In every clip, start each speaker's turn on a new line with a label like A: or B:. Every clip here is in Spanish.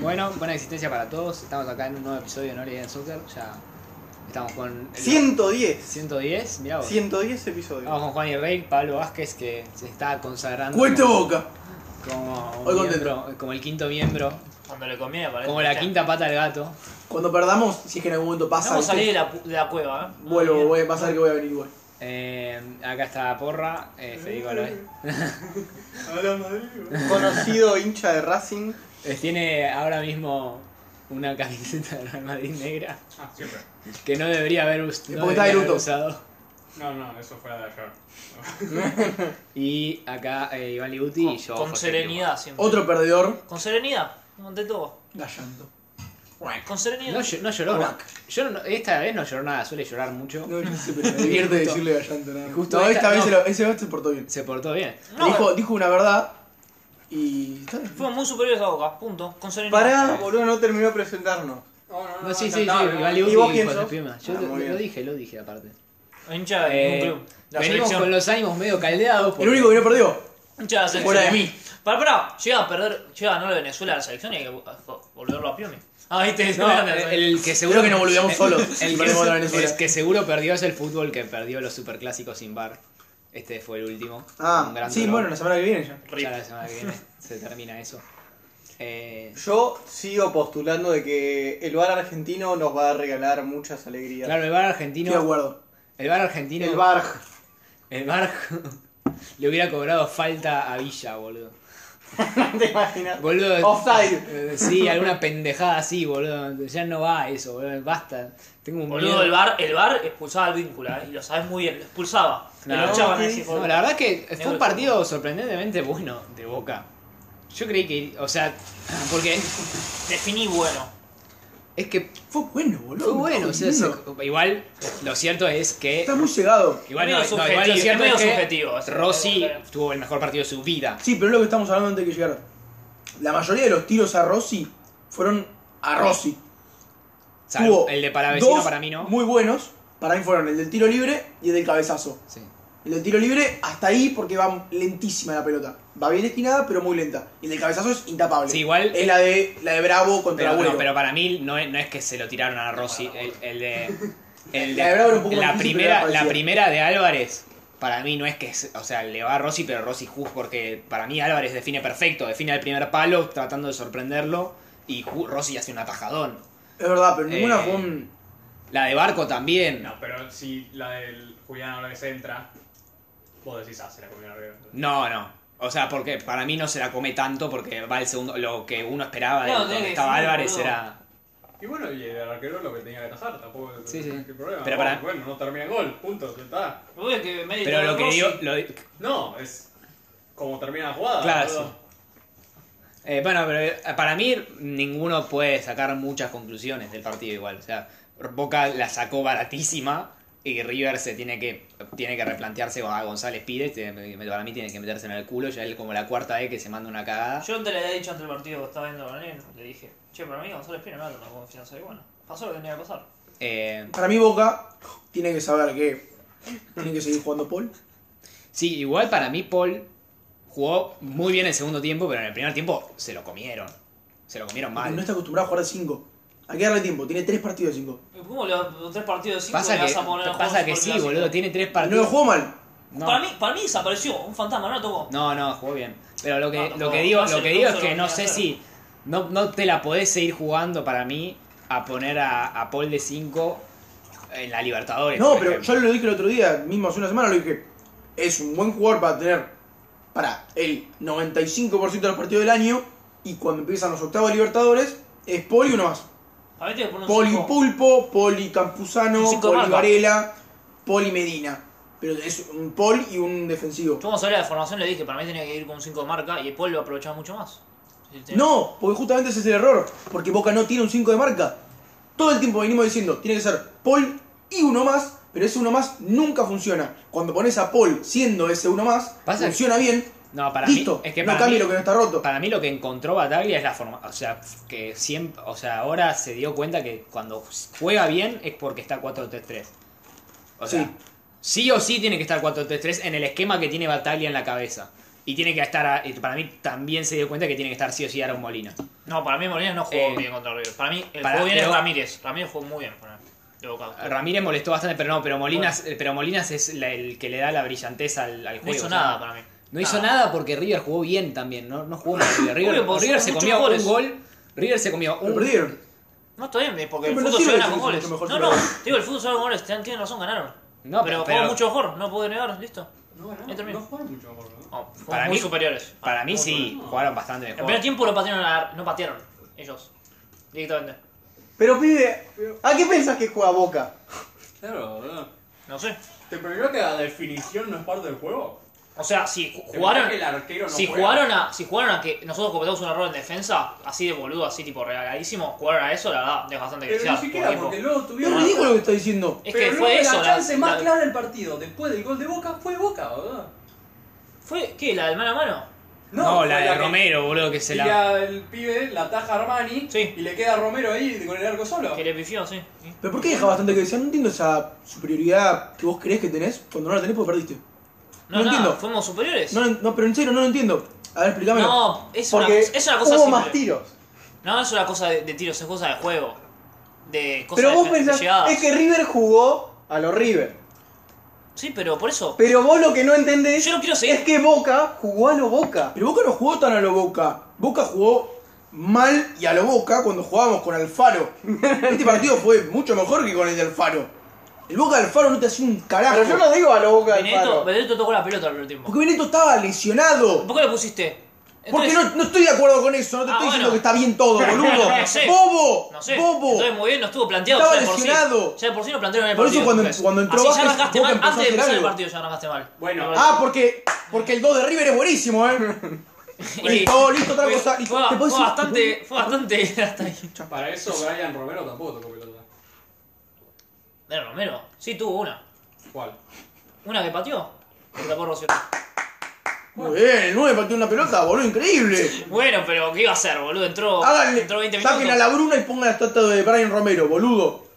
A: Bueno, buena existencia para todos. Estamos acá en un nuevo episodio de No Le Den Soccer. Ya estamos con. el- Ah.
B: 110.
A: 110, mirá vos.
B: 110 episodios.
A: Estamos con Juan y Rey, Pablo Vázquez, que se está consagrando.
B: Cuento
A: como-
B: boca.
A: Como, un
B: Hoy contento.
A: miembro, como el quinto miembro,
C: Cuando le conviene aparece.
A: como la
C: Ya.
A: quinta pata del gato.
B: Cuando perdamos, si es que en algún momento pasa.
C: Vamos a salir
B: ¿viste?
C: de la, pu- de la cueva, ¿eh?
B: Vuelvo, voy a pasar que voy a venir igual.
A: Eh, acá está Porra, eh, Federico Aloe.
B: Conocido hincha de Racing.
A: Eh, Tiene ahora mismo una camiseta de Real Madrid negra
D: Ah, siempre.
A: que no debería haber, us-
B: Porque
A: no
B: está de
A: debería haber
B: luto.
A: usado.
D: No, no, eso fue de ayer.
A: Y acá eh, Iván Liguti y yo.
C: Con
A: José
C: serenidad siempre.
B: Otro perdedor.
C: Con serenidad, ante todo.
B: Gallanto.
C: Con
A: No,
C: serenidad.
A: ll- no lloró nada. Yo no- esta vez no lloró nada, suele llorar mucho.
B: No, yo sé, pero me divierte
A: Justo.
B: decirle Gallanto. nada más.
A: Justo
B: no,
A: esta-
B: esta vez
A: no.
B: se lo- ese vez se portó bien.
A: Se portó bien.
C: No,
B: dijo, dijo una verdad y. está bien.
C: Fuimos muy superiores a Boca, punto. Con serenidad.
B: Pará, boludo, no terminó de presentarnos.
A: No, sí, sí, sí, Iván
B: ¿Y
A: Liguti
B: vos quién
A: hijo de
B: sos?
A: prima. Yo
B: Ah,
A: lo,
B: muy bien.
A: lo dije, lo dije aparte.
C: Hincha de
A: Eh,
C: un club. La
A: venimos
C: selección.
A: con los ánimos medio caldeados.
B: El único que no perdió.
C: Hincha de la selección.
B: Fuera de mí.
C: Pará, pará. Llega a perder, llega a ganar Venezuela a la selección y hay que vo- volverlo a Piumi. Ah, viste,
A: No,
C: no,
A: el, el que seguro
B: Creo que nos volvíamos solos.
A: El
B: y
A: que,
B: perdemos la Venezuela.
A: el que seguro perdió es el fútbol que perdió los superclásicos sin bar. Este fue el último. Un
B: Ah,
A: gran
B: sí,
A: dolor.
B: bueno, la semana que viene ya.
A: Ya la semana que viene se termina eso. Eh,
B: Yo sigo postulando de que el bar argentino nos va a regalar muchas alegrías.
A: claro, el bar
B: Estoy de
A: argentino.
B: acuerdo.
A: El bar argentino.
B: El bar.
A: el bar le hubiera cobrado falta a Villa, boludo.
B: ¿Te imaginas?
A: Boludo.
B: Offside.
A: eh, Sí, alguna pendejada así, boludo. Ya no va eso, boludo. Basta. Tengo un
C: Boludo,
A: miedo.
C: el bar, el bar expulsaba al víncula, ¿eh? y lo sabes muy bien, lo expulsaba.
A: No,
C: lo echaban
B: ¿qué
C: a ese
B: dices?
C: hijo de-
A: No, la verdad que fue un
C: Negro.
A: partido sorprendentemente bueno de Boca. Yo creí que, o sea, porque
C: Definí bueno.
A: es que
B: Fue bueno, boludo.
A: fue bueno, o sea,
B: Lindo.
A: se- igual lo cierto es que
B: Está muy llegado.
A: igual,
C: Medio
A: no, no, igual lo
C: subjetivo,
A: cierto
C: medio
A: es que
C: subjetivo, o sea,
A: Rossi
C: claro.
A: tuvo el mejor partido de su vida.
B: Sí, pero es lo que estamos hablando antes de que llegara. La mayoría de los tiros a Rossi fueron a Rossi.
A: Salvo
B: Tuvo
A: el de Paravecino
B: dos
A: para mí no.
B: Muy buenos. Para mí fueron el del tiro libre y el del cabezazo.
A: Sí.
B: El del tiro libre hasta ahí porque va lentísima la pelota. Va bien esquinada, pero muy lenta. Y el del cabezazo es intapable.
A: Sí, igual-
B: Es la de, la de Bravo contra
A: Pero, no,
B: Agüero.
A: pero para mí no es, no es que se lo tiraron a Rossi, el, el de el de-
B: La de Bravo era un poco
A: la
B: más difícil, pero
A: primera
B: era
A: la
B: parecida.
A: primera de Álvarez. Para mí no es que, se- o sea, le va a Rossi, pero Rossi justo porque para mí Álvarez define perfecto, define el primer palo tratando de sorprenderlo y Ju- Rossi hace un atajadón.
B: Es verdad, pero ninguna
A: Eh,
B: fue un...
A: La de Barco también.
D: No, pero si la del Julián ahora que se entra, vos decís, ah, se la comió arriba.
A: No, no. O sea, porque para mí no se la come tanto porque va el segundo lo que uno esperaba de
C: No,
A: donde
C: tiene que
A: estaba
C: ser,
A: Álvarez
C: boludo.
A: era
D: Y bueno, y el arquero lo que tenía que tasar, tampoco
A: Sí, sí.
D: ¿qué problema.
A: Pero para-
D: Bueno, no termina el gol, punto, ya está.
C: Vos ves que mérito
A: Pero
C: de
A: lo que
C: Eh, Rossi-
A: digo lo-
D: No, es como termina la jugada.
A: Claro,
D: boludo.
A: sí. Eh, bueno, pero eh, para mí ninguno puede sacar muchas conclusiones del partido igual. O sea, Boca la sacó baratísima y River se tiene que, tiene que replantearse a González Pires. tiene- Para mí tiene que meterse en el culo. Ya él como la cuarta vez que se manda una cagada.
C: Yo antes le había dicho ante el partido que estaba viendo con él, le dije, che, para mí González Pino no tengo confianza. Y bueno, pasó lo que tenía que pasar.
A: Eh,
B: Para mí Boca tiene que saber que tiene que seguir jugando Paul.
A: sí, igual para mí Paul jugó muy bien el segundo tiempo, pero en el primer tiempo se lo comieron. Se lo comieron
B: Porque
A: mal.
B: No está acostumbrado a jugar de 5. Hay que darle tiempo, tiene 3 partidos de 5.
C: ¿Cómo le vas- tres partidos de cinco
A: Pasa
C: le
A: que,
C: vas a poner a
A: pasa
C: jugar
A: que
C: un
A: sí,
C: superclásico?
A: boludo. Tiene tres
B: No lo
A: partidos.
B: jugó mal.
A: No.
C: Para, mí, para mí desapareció, un fantasma, no lo tocó.
A: No, no, jugó bien. Pero lo que,
C: No,
A: lo
C: Ah, no,
A: que digo,
C: no hace
A: lo que
C: el
A: digo es
C: uso de
A: que
C: lo
A: no
C: que
A: sé
C: hacer.
A: si. No, no te la podés seguir jugando para mí a poner a, a Paul de 5 en la Libertadores.
B: No,
A: por
B: pero
A: ejemplo.
B: yo lo dije el otro día, mismo hace una semana, lo dije. Es un buen jugador para tener para el 95% de los partidos del año. Y cuando empiezan los octavos de Libertadores, es Paul y uno más.
C: A mí te voy a poner un
B: Poli
C: cinco.
B: Pulpo, Poli Campuzano,
C: Un cinco de
B: Poli
C: marca.
B: Varela, Poli Medina. Pero es un Paul y un defensivo.
C: Yo cuando hablé de formación le dije, para mí tenía que ir con un 5 de marca y Paul lo aprovechaba mucho más. Sí, tenía-
B: No, porque justamente ese es el error. Porque Boca no tiene un 5 de marca. Todo el tiempo venimos diciendo, tiene que ser Paul y uno más, pero ese uno más nunca funciona. Cuando pones a Paul siendo ese uno más,
A: Pasa
B: funciona bien.
A: No, para
B: Listo,
A: mí. Es que
B: no
A: para
B: cambie
A: mí-
B: lo que no está roto.
A: Para mí lo que encontró Bataglia es la forma, o sea, que siempre, o sea, ahora se dio cuenta que cuando juega bien es porque está 4-3-3. O sea,
B: Sí.
A: sí o sí tiene que estar 4-3-3 en el esquema que tiene Bataglia en la cabeza. Y tiene que estar, a- y para mí también se dio cuenta que tiene que estar sí o sí Aaron Molina.
C: No, para mí Molina no jugó
A: Eh,
C: bien contra River. Para mí, el
A: para-
C: juego bien es
A: pero-
C: Ramírez. Ramírez jugó muy bien para de Boca.
A: Ramírez molestó bastante, pero no, pero Molinas, pero Molinas es la- el que le da la brillantez al, al
C: No
A: juego.
C: hizo
A: o sea,
C: nada para mí.
A: No hizo nada porque River jugó bien también, no, no jugó mal. River, River,
C: Obvio, porque
A: River
C: son
A: se
C: muchos
A: comió
C: goles.
A: un gol. River se comió
B: Lo
A: un
B: perdieron.
C: No, está bien, porque
B: No,
C: el
B: pero no
C: fútbol se
B: sirve
C: gana con
B: decir
C: goles.
B: mucho mejor
C: No,
B: que
C: no,
B: Boca.
C: te digo, el fútbol se gana con goles. Tienen tienen razón, ganaron.
A: No,
C: pero,
A: pero-
C: jugó mucho mejor, no puedo negar, listo.
D: No,
C: Ahí
D: no,
C: termino.
D: no jugaron mucho mejor, ¿no?
E: Oh,
C: No, fueron
A: Para
C: muy
A: mí-
C: superiores.
A: Para mí sí,
D: No.
A: jugaron bastante
C: El primer
A: mejor.
C: tiempo lo patearon, a la- no patearon ellos directamente.
B: Pero pibe, ¿a qué pensás que juega Boca?
D: Claro, boludo.
C: No sé.
D: ¿Te prohibió que la definición no es parte del juego?
C: O sea, si ju-
D: ¿Te
C: jugaron,
D: parece que el arquero no
C: si
D: juega?
C: jugaron a, si jugaron a que nosotros cometamos un error en defensa, así de boludo, así tipo regaladísimo, jugaron a eso, la verdad, es bastante
D: Pero
C: desear
D: ni
C: por
D: siquiera,
C: equipo.
D: porque luego
B: Es
D: tuvieron.
B: ridículo lo que está diciendo.
C: Es
D: Pero
C: que
D: luego
C: fue eso.
D: La chance más
C: la-
D: clara del partido después del gol de Boca fue Boca, boludo.
C: ¿Fue qué? ¿La del mano a mano?
A: No,
D: fue
A: la de
D: que
A: Romero, boludo, que se la.
D: tira el pibe, la taja Armani
C: Sí.
D: y le queda Romero ahí con el arco solo.
C: Que le pifió, sí.
B: ¿Pero por qué deja bastante que desear? No entiendo esa superioridad que vos creés que tenés cuando no la tenés porque perdiste.
C: No,
B: No
C: nada,
B: entiendo.
C: fuimos superiores.
B: No, no, pero en serio, no lo entiendo. A ver, explícame.
C: No, es una,
E: Porque
C: es una cosa
E: hubo
C: simple.
E: más tiros.
C: No, es una cosa de, de tiros, es cosa de juego. De cosas
E: Pero
C: de,
E: vos
C: de
E: pensás,
C: llegadas.
E: es que River jugó a los River.
C: Sí, pero por eso.
E: Pero vos lo que no entendés
C: Yo no quiero seguir.
E: es que Boca jugó a los Boca.
B: Pero Boca no jugó tan a lo Boca. Boca jugó mal y a lo Boca cuando jugábamos con Alfaro. Este partido fue mucho mejor que con el de Alfaro. El Boca de Alfaro no te hacía un carajo.
E: Pero yo no digo a los Boca del
C: Benedetto,
E: Faro.
C: Benedetto tocó la pelota al primer tiempo.
B: Porque Benito estaba lesionado.
C: ¿Por qué lo pusiste?
B: Porque
C: Entonces-
B: no, no estoy de acuerdo con eso. No te
C: Ah,
B: estoy diciendo
C: bueno.
B: que está bien todo, boludo.
C: No sé.
B: ¡Bobo!
C: No sé.
B: ¡Bobo!
C: Entonces, muy bien, no estuvo planteado.
B: Estaba
C: ya de por sí.
B: lesionado.
C: Ya de por sí no plantearon en el
B: Por eso
C: partido.
B: cuando-
C: entonces.
B: cuando entró
C: Así
B: Vázquez,
C: ya arrancaste
B: Boca
C: mal.
B: empezó a
C: Antes de
B: hacer
C: empezar el
B: algo.
C: partido ya arrancaste mal.
D: Bueno,
B: Ah, porque, porque el 2 de River es buenísimo, ¿eh?
C: Y-
B: listo, listo, otra
C: fue-
B: cosa, listo.
C: Fue,
B: ¿Te puedo
C: fue
B: decir?
C: bastante. Fue bastante. Hasta ahí.
D: Para eso Brian Romero tampoco tocó pelota.
C: Era Romero. Sí, tuvo una.
D: ¿Cuál?
C: Una que pateó. Que tapó Rociero.
B: Muy bien, el 9 pateó una pelota, boludo, increíble.
C: Bueno, pero ¿qué iba a hacer, boludo? Entró,
B: Háganle,
C: entró 20 minutos.
B: saquen a la Bruna y pongan la estatua de Brian Romero, boludo.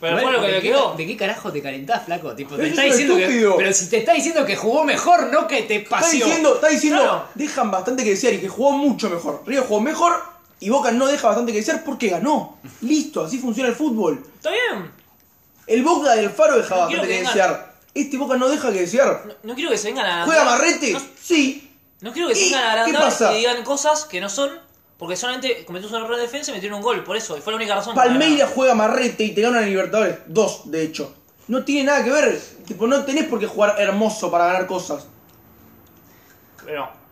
C: Pero
A: Igual,
C: fue lo que
A: ¿de
C: le
A: qué-
C: quedó.
A: ¿De qué carajo te calentás, flaco? Tipo, te
B: Eso
A: está
B: es un
A: diciendo que.
B: estúpido.
A: Pero si te está diciendo que jugó mejor, no que te
B: Está
A: paseó.
B: diciendo, está diciendo,
C: Claro.
B: dejan bastante que desear y que jugó mucho mejor. Río jugó mejor y Boca no deja bastante que desear porque ganó. Listo, así funciona el fútbol.
C: Está bien.
B: El Boca del Faro deja
C: No quiero
B: bastante
C: que
B: que
C: vengan.
B: desear. Este Boca no deja que desear.
C: No, no quiero que se vengan a.
B: ¿Juega Marrete?
C: No,
B: Sí.
C: no quiero que se
B: ¿Y
C: vengan a
B: qué
C: agrandar
B: pasa?
C: y digan cosas que no son. Porque solamente cometiste un error de defensa y metieron un gol. Por eso. Y fue la única razón. para
B: Palmeiras juega Marrete y te ganan a Libertadores. Dos, de hecho. No tiene nada que ver. Tipo, no tenés por qué jugar hermoso para ganar cosas.
C: ganar. Pero.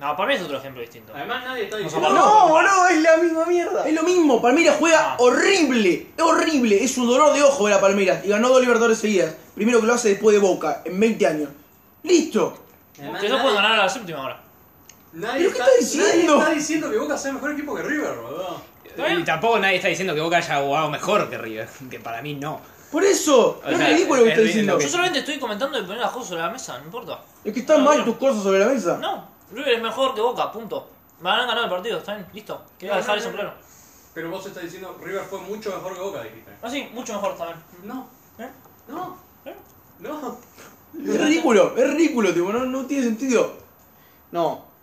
C: No, para mí es otro ejemplo distinto.
D: Además nadie está
C: diciendo-
D: diciendo.
E: No,
C: Palmeiras.
E: boludo, es la misma mierda.
B: Es lo mismo, Palmeiras juega
C: Ah.
B: horrible, es horrible, es un dolor de ojo de la Palmeiras. Y ganó dos Libertadores seguidas. Primero que lo hace después de Boca, en 20 años. ¡Listo!
C: Ustedes no pueden ganar a la séptima ahora.
D: Nadie
B: ¿Pero qué está diciendo?
D: Nadie está diciendo que Boca sea mejor equipo que River, boludo.
A: Y tampoco nadie está diciendo que Boca haya jugado mejor que River. Que para mí no.
B: Por eso,
A: O
B: no
A: sea,
B: es ridículo lo
A: es
B: que estoy
A: ri-
B: diciendo.
A: lo
C: Yo solamente estoy comentando de poner las cosas sobre la mesa, no importa.
B: Es que están
C: No,
B: mal
C: no.
B: tus cosas sobre la mesa.
C: No, River es mejor que Boca, punto. Me han ganado el partido, está bien, listo. Quería
D: No,
C: dejar
D: no,
C: eso
D: no.
C: claro.
D: Pero vos estás diciendo River fue mucho mejor que Boca, dijiste.
C: Ah, sí, mucho mejor también.
D: No,
C: ¿Eh?
D: no,
C: ¿Eh?
D: no.
B: Es ridículo, es ridículo, tipo, no, no tiene sentido.
E: No.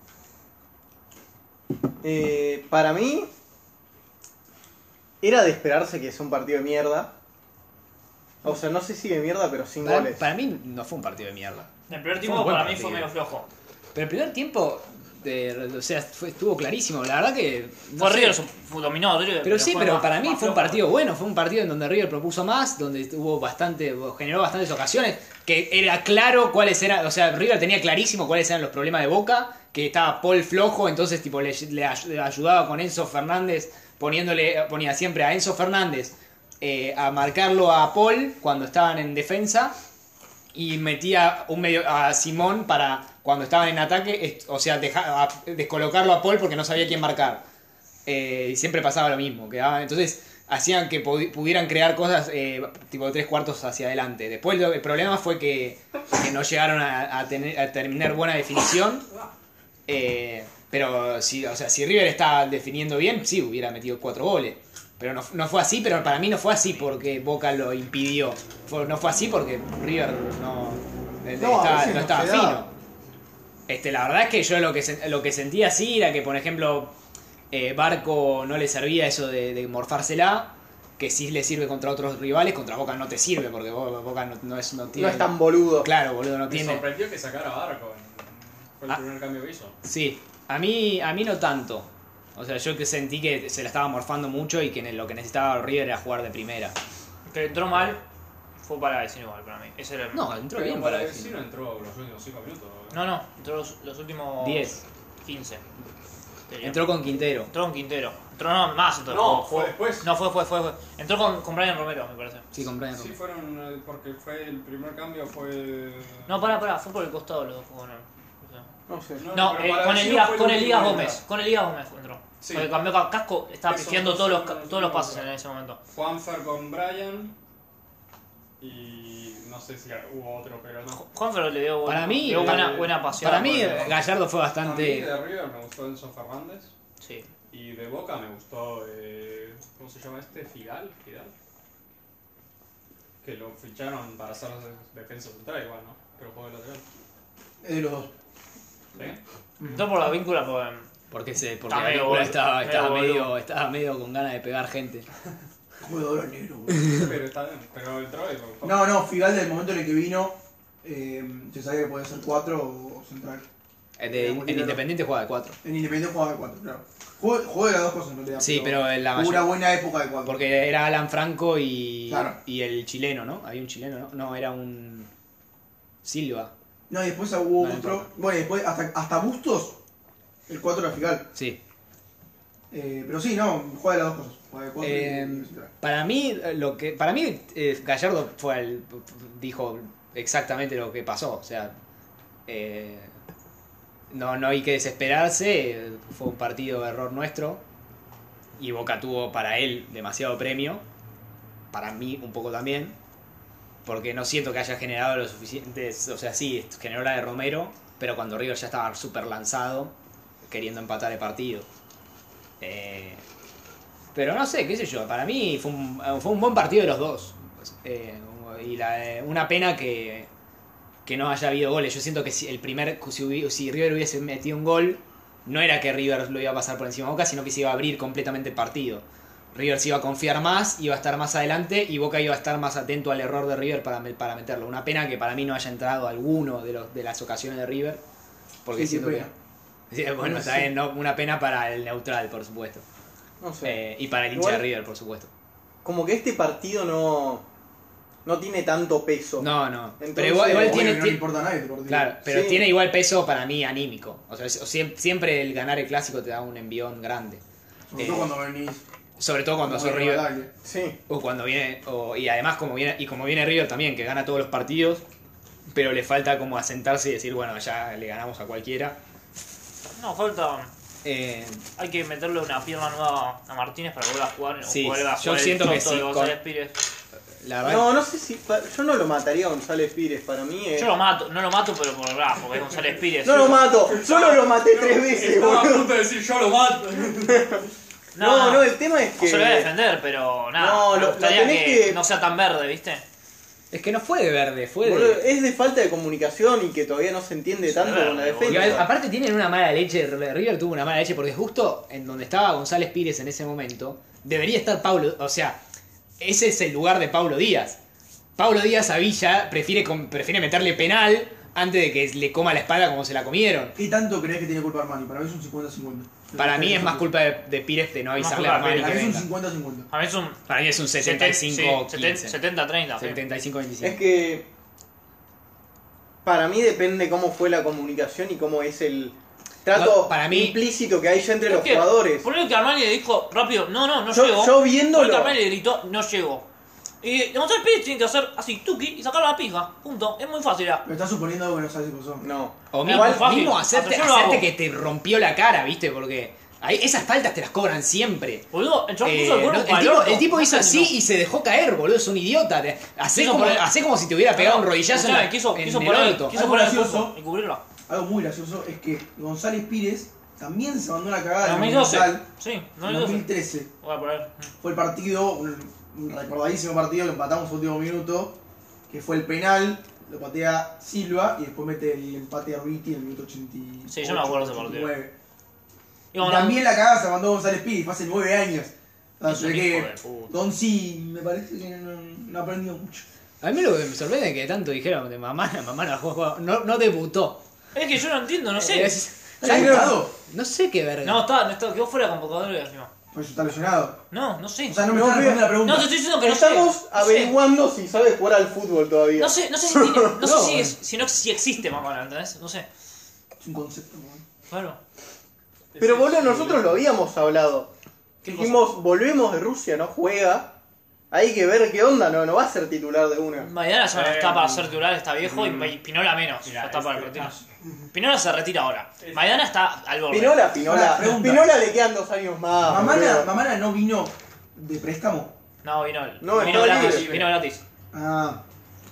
E: Eh, para mí, era de esperarse que es un partido de mierda. O sea, no sé si de mierda, pero sin
A: Para,
E: goles.
A: para mí no fue un partido de mierda.
C: El primer
A: Fue
C: tiempo
A: un buen
C: para mí fue
A: partido.
C: medio flojo.
A: Pero el primer tiempo. eh, o sea, fue- estuvo clarísimo. La verdad que. no
C: Fue
A: sé.
C: River, su- fue dominó River.
A: Pero sí,
C: fue
A: pero
C: más-
A: para mí
C: más
A: fue un
C: flojo.
A: partido bueno, fue un partido en donde River propuso más, donde tuvo bastante, generó bastantes ocasiones, que era claro cuáles eran, o sea, River tenía clarísimo cuáles eran los problemas de Boca, que estaba Paul flojo, entonces tipo le, le ay- le ayudaba con Enzo Fernández, poniéndole, ponía siempre a Enzo Fernández eh, a marcarlo a Paul cuando estaban en defensa y metía un medio a Simón para cuando estaban en ataque, es- o sea, deja- a- descolocarlo a Paul porque no sabía quién marcar. Eh, y siempre pasaba lo mismo. Quedaba, entonces hacían que pudi- pudieran crear cosas eh, tipo tres cuartos hacia adelante. Después lo- el problema fue que, que no llegaron a, a tener, a terminar buena definición. Eh, pero si, o sea, si River estaba definiendo bien, sí, hubiera metido cuatro goles. Pero no, no fue así, pero para mí no fue así porque Boca lo impidió. Fue- no fue así porque River no, eh,
E: No, a
A: estaba-
E: veces
A: no
E: no
A: estaba
E: se da.
A: fino. Este, la verdad es que yo lo que, sen- lo que sentí así era que, por ejemplo, Eh, Barco no le servía eso de, de morfársela, que sí le sirve contra otros rivales, contra Boca no te sirve, porque Bo- Boca no, no es, no tiene...
E: No es tan boludo.
A: Claro, boludo, no
D: Me
A: tiene...
D: sorprendió que sacara Barco. en- Fue el
A: Ah.
D: primer cambio que hizo.
A: Sí, a mí, a mí no tanto. O sea, yo que sentí que se la estaba morfando mucho y que ne- lo que necesitaba River era jugar de primera.
C: Que entró mal, fue para decir igual para mí. Ese era el...
A: No, entró
D: Pero
A: bien
D: para
A: para
D: el
A: decir.
D: vecino entró los últimos 5 minutos. ¿eh?
C: no, no, entró los, los últimos
A: 10.
C: 15. Tenía-
A: Entró con Quintero.
C: entró con Quintero. Entró no, más entró.
D: No, fue después.
C: No, fue, fue, fue. fue. Entró con, con Brian Romero, me parece.
A: Sí, con Brian
D: Sí,
A: Romero.
D: fueron. eh, Porque fue el primer cambio, fue.
C: No, pará, pará, fue por el costado los dos jugadores.
E: No sé.
C: No,
D: pero
C: eh,
D: para
C: con
D: Vecino
C: Elías,
D: fue
C: con
D: último
C: Elías
D: que
C: Gómez. Con Elías Gómez fue entró.
D: Sí.
C: Porque cambió a Casco, estaba
D: Eso,
C: pifiando todos
D: eso
C: los,
D: no
C: ca-
D: lo
C: todos los pases en
D: entiendo.
C: ese momento.
D: entra. Juanfer con Brian. Y. No sé si hubo otro, pero no.
C: Juanfer le dio, buena-
A: Para mí,
C: le dio buena,
D: eh,
C: buena pasión.
A: Para mí,
C: Porque-
A: Gallardo fue
D: A mí
A: bastante.
D: de River me gustó Enzo Fernández.
C: Sí.
D: Y de Boca me gustó. eh, ¿Cómo se llama este? Figal. Fidal. Que lo ficharon para hacer defensa central, igual, ¿no? Pero jugó de lateral.
B: Es de los dos.
D: ¿Sí?
C: Entró por la víncula, porque
A: Porque, se, porque
C: Está
A: la película
C: medio boludo,
A: estaba,
C: medio
A: estaba
C: boludo.
A: medio, estaba medio con ganas de pegar gente.
B: Jugador negro, boludo.
D: pero está bien. Pero entró y me gustó.
B: No, no, Figal del momento en el que vino, eh, se sabía que podía ser 4 o, o central.
A: Eh, de-
B: Muy
A: en
B: bien.
A: Independiente juega de 4.
B: En Independiente jugaba de 4, claro. Jugó, jugó de las dos cosas en realidad.
A: Sí, pero en la
B: Hubo una
A: mayor-
B: buena época de 4.
A: Porque era Alan Franco y,
B: Claro.
A: y el chileno, ¿no? Había un chileno, ¿no? No, era un. Silva.
B: No, y después hubo
A: No
B: otro.
A: importa.
B: Bueno, y después hasta, hasta Bustos, el 4 era Figal.
A: Sí.
B: Eh, pero sí, no, juega de las dos cosas. Juega de 4
A: Eh,
B: y central.
A: para mí, eh, lo que, para mí eh, Gallardo fue el, dijo exactamente lo que pasó. O sea, eh, no, no hay que desesperarse. eh, Fue un partido de error nuestro. Y Boca tuvo para él demasiado premio. Para mí, un poco también. Porque no siento que haya generado lo suficiente. O sea, sí, generó la de Romero. Pero cuando River ya estaba súper lanzado, queriendo empatar el partido. Eh, pero no sé, qué sé yo, para mí fue un, eh, fue un buen partido de los dos. Eh, y la- eh, una pena que, que no haya habido goles. Yo siento que si el primer si, hubi- si River hubiese metido un gol, no era que River lo iba a pasar por encima de Boca, sino que se iba a abrir completamente el partido. River se iba a confiar más, iba a estar más adelante y Boca iba a estar más atento al error de River para, me- para meterlo. Una pena que para mí no haya entrado alguno de, los, de las ocasiones de River. Porque
B: Sí,
A: siento
B: qué
A: que...
B: pena.
A: Sí, bueno, está bien, ¿no? una pena para el neutral, por supuesto.
E: No sé.
A: Eh, y para el hincha
E: Igual-
A: de River, por supuesto.
E: Como que este partido no. No tiene tanto peso.
A: No, no.
E: Entonces,
A: pero igual, igual
B: Obvio
A: tiene.
B: que no le
A: tiene-
B: importa a nadie este partido.
A: claro, pero
E: Sí.
A: tiene igual peso para mí anímico. O sea, es- siem- siempre el ganar el clásico te da un envión grande.
B: Sobre
A: eh,
B: todo cuando venís.
A: Sobre todo cuando
B: como
A: sos River.
B: rival.
E: Sí.
A: O cuando viene. o- y además como viene. Y como viene River también, que gana todos los partidos. Pero le falta como asentarse y decir, bueno, ya le ganamos a cualquiera.
C: No, falta.
A: Eh,
C: Hay que meterle una pierna nueva a Martínez para volver a jugar.
A: Sí,
C: o volver a
A: yo
C: jugar el
A: siento que
C: choto
A: sí,
C: de González
A: con-
C: Pires.
A: la verdad.
E: No, no sé si. pa- Yo no lo mataría a González Pires. Para mí es.
C: Yo lo mato, no lo mato, pero por verdad, porque es González Pires.
E: No lo mato. Solo lo maté tres veces,
D: Estaba a
E: boludo.
D: punto de decir yo lo mato.
E: No, no, el tema es
C: O sea, lo voy a
E: que.
C: defender, pero nada.
E: No,
C: me
E: lo- lo
C: gustaría
E: tenés
C: que,
E: que-
C: no sea tan verde, ¿viste?
A: Es que no fue de verde, fue de.
E: boludo, Es de falta de comunicación y que todavía no se entiende
C: Es
E: tanto
C: verdad,
E: con la
C: boludo.
A: Y
E: defensa.
A: a- aparte tienen una mala leche, River tuvo una mala leche porque justo en donde estaba González Pires en ese momento, debería estar Pablo, o sea, ese es el lugar de Pablo Díaz. Pablo Díaz a Villa prefiere, com- prefiere meterle penal antes de que le coma la espalda como se la comieron.
B: ¿Qué tanto crees que tiene culpa Armani? Para mí es un 50-50.
A: Para mí es más culpa de, de Pires de no avisarle a
C: culpa de
A: Armani
B: Para
A: que
B: mí es
A: venga.
B: un 50-50.
C: A mí es un.
A: Para mí es un 75 15,
C: 70-30. sí.
A: 75-25.
E: Es que para mí depende cómo fue la comunicación y cómo es el trato
A: No, para mí-
E: implícito que hay ya entre los
C: Es que,
E: jugadores.
C: Ponele que Armani le dijo rápido, no, no, no
E: Yo-
C: llego.
E: yo viéndolo.
C: Ponele que Armani le gritó, no llego. Y González Pérez tiene que hacer así, tuki, y sacar la pija. Punto. Es muy fácil, ah. ya.
B: Pero estás suponiendo algo que no sabes si pasó.
E: No.
A: O
C: Era
A: mismo,
C: muy fácil.
A: mismo hacerte,
C: Hasta yo lo
A: hacerte
C: hago.
A: que te rompió la cara, ¿viste? Porque ahí, esas faltas te las cobran siempre.
C: Boludo, el chabón
A: Eh,
C: puso el
A: no,
C: cuerpo
A: el,
C: para
A: tipo,
C: orto.
A: el tipo
C: No
A: hizo
C: sé si
A: así y se dejó caer, boludo. Es un idiota. Te- Hacé
C: Quiso
A: como,
C: poner-
A: hacé como si te hubiera pegado
C: No,
A: un rodillazo en,
C: escuchame,
A: la-
C: quiso,
A: en
C: quiso
A: el
C: poner,
A: orto.
C: quiso
B: Algo
C: poner el
B: gracioso.
C: cuerpo y cubrirla.
B: Algo muy gracioso es que González Pires también se mandó una cagada en el
C: 2012.
B: Monumental
C: Sí,
B: en
C: 2012.
B: 2013.
C: Voy a poner.
B: Fue el partido, un, un recordadísimo partido que empatamos en último minuto, que fue el penal, lo patea Silva y después mete el empate a Ruiti en el minuto 80.
C: Sí, yo me acuerdo de ese partido. No, no.
B: También la cagada se la mandó González Pires, fue hace nueve años.
C: Es
B: Así
C: un hijo
B: que
C: de puta.
B: Don sí, me parece que no, no aprendió mucho.
A: A mí lo que me sorprende es que tanto dijeron de mamá, mamá no jugó, jugó. no, no debutó.
C: Es que yo no entiendo, no
B: Eh,
C: sé.
A: Es-
B: ¿Está lesionado?
A: No sé qué verga.
C: No, está, no está, quedó fuera de convocatoria de la final.
B: Por eso Pues está lesionado.
C: No, no sé.
B: O sea, no me
E: No,
B: están respondiendo la
C: No,
B: pregunta.
C: te estoy diciendo que no sé.
E: Estamos
C: No sé.
E: averiguando si sabe jugar al fútbol todavía.
C: No sé, no sé, si, tiene- no
A: No,
C: sé si,
A: bueno.
C: es, si, no, si existe Mamana, ¿entendés? No sé.
B: Es un concepto, weón.
C: Claro.
E: Pero boludo, nosotros lo habíamos hablado.
C: ¿Qué
E: Dijimos, volvemos de Rusia, no juega. Hay que ver qué onda, no, no va a ser titular de una.
C: Maidana ya no
D: Eh,
C: está para ser titular, está viejo,
D: mm.
C: y- y Pinola menos.
D: Mirá,
C: ya está para el
D: este-
C: retiro. Pinola se retira ahora.
D: Es-
C: Maidana está al borde.
E: Pinola, Pinola.
B: Ahora, pregunta.
E: Pinola le quedan dos años más.
B: Mamana,
E: boludo.
B: Mamana no vino de préstamo.
C: No, vino,
E: No,
C: vino
E: está
C: gratis.
E: libre.
C: Vino gratis.
B: Ah,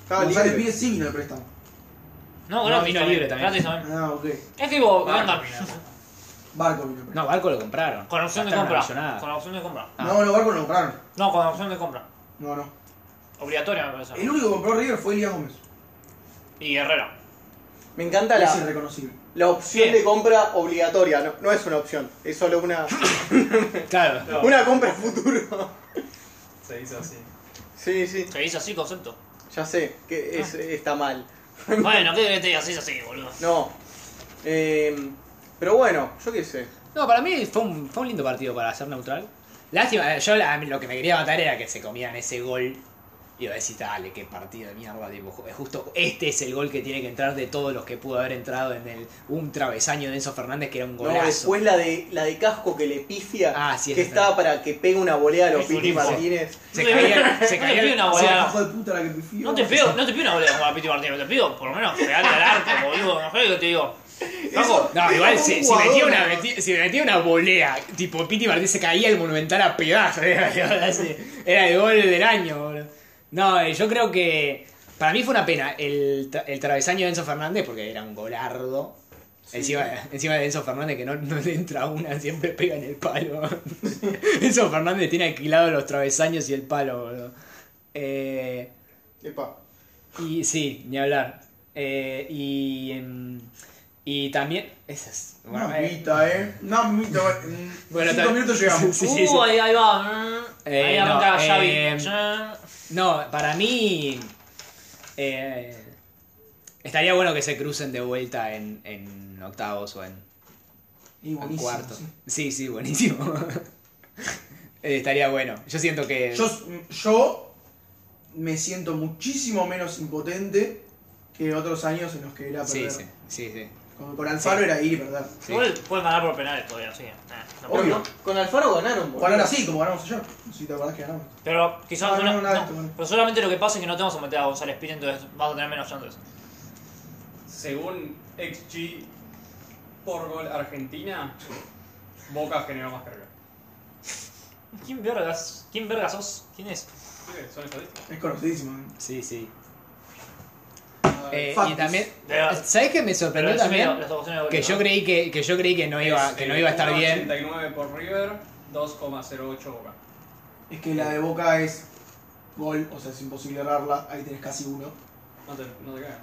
E: Estaba
B: González
E: libre.
B: Pires sí vino de préstamo.
C: No,
A: No,
C: gratis.
A: vino
C: también,
A: libre también.
C: Gratis también.
B: Ah, ok.
C: Es que vos,
D: Barco,
C: venga,
D: mirá.
B: Barco vino de préstamo.
A: No, Barco lo compraron.
C: Con opción de
A: Gastaron una
C: compra.
A: millonada.
C: Con opción de compra.
A: Ah.
B: No, no, Barco no lo compraron.
C: No, con opción de compra.
B: No, no.
C: Obligatoria, me parece.
B: El único que compró River fue Elías Gómez.
C: Y Herrera.
E: Me encanta
B: Es
E: la,
B: irreconocible.
E: la opción
C: Bien.
E: de compra obligatoria. No, no es una opción, es solo una,
A: Claro.
D: No,
E: una compra a futuro.
D: Se hizo así.
E: Sí, sí,
C: Se dice así, concepto.
E: ya sé que es- está mal.
C: bueno, ¿qué querés que te diga? Se dice así, boludo.
E: No. Eh, pero bueno, yo qué sé.
A: No, para mí fue un, fue un lindo partido para ser neutral. Lástima, eh, yo la- lo que me quería matar era que se comían ese gol. Y yo decía, dale, qué partido de mierda. Tipo, ju- justo este es el gol que tiene que entrar de todos los que pudo haber entrado en el un travesaño de Enzo Fernández, que era un
E: No,
A: golazo.
E: después la de, la de casco que le pifia,
A: Ah, sí,
E: que
A: es verdad.
E: estaba para que pegue una volea a los
C: Es un
E: Piti
C: hijo.
E: Martínez.
A: se
C: No te-
A: caía, se
C: no te pido
A: caía.
C: una
B: Sí,
C: boleada.
B: hijo de puta la que pifió.
C: No te pido, no te pido una boleada como la Piti Martínez, te pido por lo menos pegarle al arco, boludo. No sé qué te digo. Flaco,
A: No, igual
E: Era
A: si,
E: un
A: si metía
E: jugador,
A: una,
E: ¿no?
A: meti- si metía una volea, tipo Piti Martínez se caía el monumental a pedazos. Era, era así, era el gol del año, boludo. No, eh, yo creo que. Para mí fue una pena el, tra- el travesaño de Enzo Fernández porque era un golardo. Encima, encima de Enzo Fernández que no, no le entra una, siempre pega en el palo. Enzo Fernández tiene alquilado los travesaños y el palo, boludo. Eh.
E: Epa.
A: Y sí, ni hablar. Eh, y, em, y también. Esas.
B: Una
A: Bueno, eh,
B: mita, eh. Una mita. eh.
A: Bueno,
B: Cinco
A: tal-
B: minutos llegamos.
A: Sí, sí, sí.
C: Uh, ahí, ahí va. mm.
A: Eh,
C: ahí
A: no,
C: arranca Xavi.
A: eh,
C: Ya.
A: no, para mí. eh, estaría bueno que se crucen de vuelta en, en octavos o en,
B: Y
A: en
B: buenísimo.
A: cuartos.
B: sí.
A: Sí, sí, buenísimo. Eh, estaría bueno. Yo siento que.
B: Yo, yo me siento muchísimo menos impotente que otros años en los que era
A: sí,
B: perder.
A: sí, sí, sí.
B: Con, con Alfaro era ir y perder.
A: sí.
C: Igual pueden ganar por penales todavía, sí. Eh, no
E: Pero
B: Obvio.
E: con- Con Alfaro ganaron, boludo.
B: Jugar ahora sí, como ganamos ayer. No sé Si te acordás que ganamos.
C: Pero quizás.
B: No,
C: no-
B: no, no, nada de
C: no,
B: esto, bueno.
C: pero solamente lo que pasa es que no te vamos a meter a González Pires, entonces vas a tener menos chances.
D: Según XG por gol Argentina, Boca generó más carga.
C: ¿Quién vergas? ¿Quién vergas sos? ¿Quién es?
D: Sí, son estadísticas.
B: Es conocidísimo. eh.
A: Sí, sí.
B: ver,
A: Eh, y
B: factos.
A: también.
C: Pero-
A: ¿Sabes qué me sorprendió
C: decime
A: también?
C: las ocasiones de gol,
A: Que
C: ¿no?
A: yo creí que, que yo creí que no iba,
D: Es,
A: que
D: eh,
A: no iba a estar bien.
D: 1,89 por River, 2,08 Boca.
B: Es que la de Boca es gol, o sea, es imposible errarla. Ahí tenés casi uno.
D: No te, no te cagas.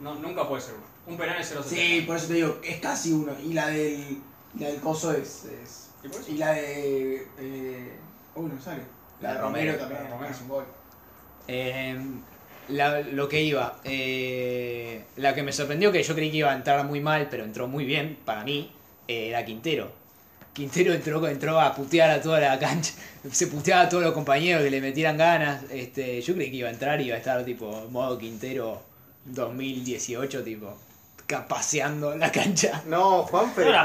D: No, nunca puede ser uno. Un penal es 0,70.
B: Sí, por eso te digo, es casi uno. Y la del, la del coso es, es-
D: ¿Y por eso?
B: Y la de... Eh, uy, no sale. La de Romero también
D: la de Romero.
B: es un gol.
A: Eh, la- lo que iba. eh, la que me sorprendió, que yo creí que iba a entrar muy mal, pero entró muy bien para mí, eh, era Quintero. Quintero entró, entró a putear a toda la cancha, se puteaba a todos los compañeros que le metieran ganas. Este, yo creí que iba a entrar y iba a estar tipo modo Quintero 2018, tipo capaceando la cancha.
E: No, Juan
C: No, la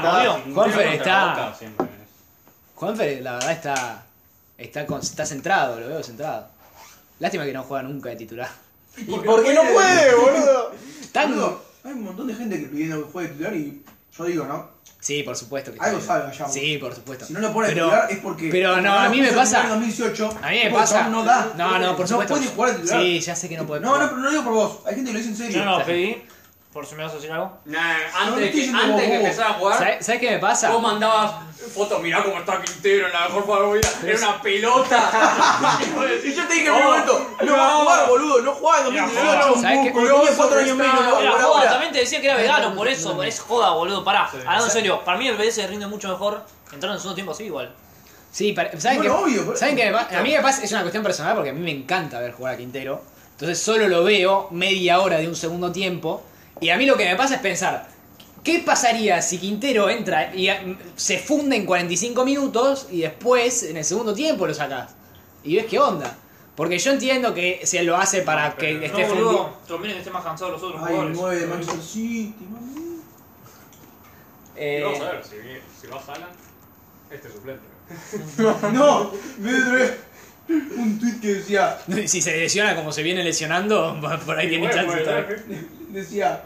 A: Juanfer
C: movió.
D: Contra
A: está-
D: Boca siempre es.
A: Juanfer, la verdad, está, está, con- está centrado, lo veo centrado. Lástima que no juega nunca de titular.
E: ¿Y por qué no puede, boludo?
A: Tan-
B: Boludo, hay un montón de gente que pidiendo que juegue titular y yo digo, ¿no?
A: Sí, por supuesto que
B: Algo
A: está bien.
B: sabe Gallardo.
A: Sí, por supuesto.
B: Si no lo pone
A: Pero-
B: titular es porque...
A: Pero
B: como
A: no, a
B: lo
A: mí me
B: puso titular
A: pasa.
B: En 2018,
A: A mí me
B: porque
A: pasa.
B: aún No da.
A: No, no, por supuesto.
B: No puede jugar titular.
A: Sí, ya sé que no puede.
B: No, no, pero no digo por vos. Hay gente que lo dice en serio.
C: Yo no lo pedí. Por si me vas a decir algo.
D: Nah,
B: No, no
D: antes,
B: estoy
D: que,
B: diciendo
D: antes
B: vos,
D: que
B: vos.
D: empezara a jugar,
A: ¿Sabes, sabes qué me pasa?
D: vos mandabas fotos, mirá cómo está Quintero en la mejor favorita. Era una pelota. y vos
B: Y
D: decís,
B: yo te dije en primer
D: "Oh,
B: momento, no vas a jugar, boludo, no jugás en
D: Mira,
B: 2018.
A: ¿sabes qué?
B: Porque tenés cuatro años menos, no vas a
C: Era
B: jugar
C: joda,
B: ahora.
C: también te decía que era vegano, por eso, es joda, boludo, pará.
D: Sí.
C: Hablando en serio, para mí el BS rinde mucho mejor entrar en el segundo tiempo así igual.
A: Sí, para- ¿saben
B: Bueno,
A: qué?
B: obvio, por
A: ¿saben
B: eso.
A: qué me pasa? A mí me pasa, es una cuestión personal porque a mí me encanta ver jugar a Quintero. Entonces solo lo veo media hora de un segundo tiempo. Y a mí lo que me pasa es pensar, ¿qué pasaría si Quintero entra y a- se funde en 45 minutos y después en el segundo tiempo lo sacas? Y ves qué onda. Porque yo entiendo que se lo hace para
D: No,
A: que
D: pero
B: Este
A: esté
C: no,
A: fundido.
C: boludo, conviene que esté más cansado los otros
B: Ay, el
C: jugadores.
B: 9 de Manchester City, mami.
A: Eh,
D: Y vamos a ver, si, si va Haaland, este es suplente.
B: No, me dio otra vez un tweet que decía,
A: si se lesiona como se viene lesionando, por ahí tiene
D: Bueno,
A: chance.
D: bueno, ¿eh?
A: todavía.
B: decía,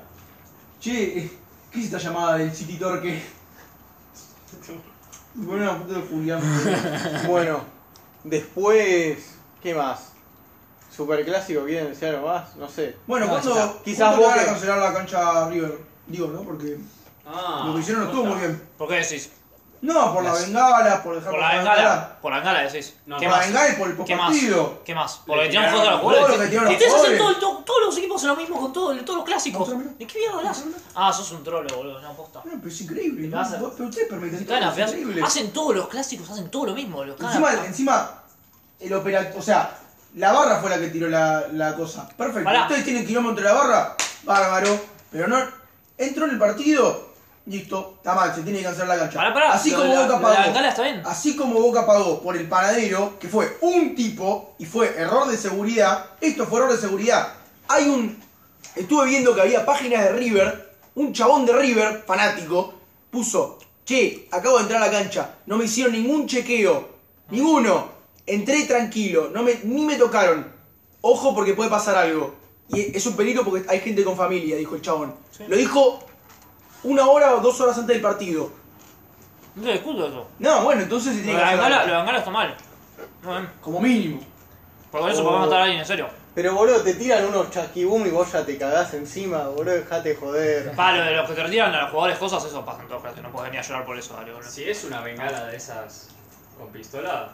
B: che, ¿qué es esta llamada del City Torque? Y pone una foto de Julián.
E: Bueno, después. ¿Qué más? Superclásico, ¿quieren decir algo más? No sé.
B: Bueno,
A: No,
B: ¿cuándo-
A: ya
B: ¿cuándo
A: está.
E: Quizás
B: le van
E: Boca-
B: a cancelar la cancha River? Digo, ¿no? Porque
D: Ah,
B: lo que hicieron no estuvo muy bien.
C: ¿Por qué decís?
B: No, por la bengala, por dejar
C: Por la
B: bengala.
C: bengala. Por la bengala decís.
D: No,
C: ¿Qué
B: Por la
C: más?
B: bengala y por el
C: ¿Qué más?
B: partido.
C: ¿Qué más? Porque
D: Le
C: tiramos fotos
D: tiraron
C: a los
D: los
C: jugadores.
B: goles, le tiraron los
C: Ustedes hacen
B: goles.
C: todo el- todo- todos los equipos son lo mismo con todo, todos los clásicos.
B: Mostrámelo.
C: ¿De qué mierda hablas? Ah, sos un trolo, boludo, no aposta.
B: Bueno, pero es increíble,
C: ¿Qué
B: ¿no?
C: pasa?
B: Vos- Pero ustedes permiten todo,
C: Cagan a Ah,
B: es
C: feas.
B: increíble.
C: Hacen todos los clásicos, hacen todo lo mismo, boludo. cagan a
B: Encima,
C: feas.
B: encima, el opera, o sea, la barra fue la que tiró la, la cosa. Perfecto.
C: Pará.
B: Ustedes tienen kilómetro de la barra, bárbaro. Pero no, entró en el partido, listo, está mal, se tiene que cancelar la cancha.
C: Pará, pará.
B: Así
C: Lo
B: como
C: de la-
B: Boca
C: lo de la
B: pagó.
C: bengala está bien.
B: Así como Boca pagó por el panadero, que fue un tipo y fue error de seguridad. Esto fue error de seguridad. Hay un. Estuve viendo que había páginas de River. Un chabón de River, fanático, puso: Che, acabo de entrar a la cancha. No me hicieron ningún chequeo. Ninguno. Entré tranquilo. No me, ni me tocaron. Ojo porque puede pasar algo. Y es un peligro porque hay gente con familia, dijo el chabón. Lo dijo una hora o dos horas antes del partido.
C: No te discuto eso.
B: No, bueno, entonces se
C: Lo de
B: tiene que
C: la
B: hacer
C: bengala,
B: algo.
C: Ah, lo de bengala está mal. No, ven.
B: Como mínimo.
C: Porque con eso
E: Oh.
C: podemos matar a alguien, en serio.
E: Pero boludo, te tiran unos chasquibum y vos ya te cagás encima, boludo, dejate joder.
C: Palo de los que te retiran a los jugadores cosas, eso pasa en todos los clásicos. No podés ni a llorar por eso, dale, boludo.
D: Si es una bengala de esas con pistola,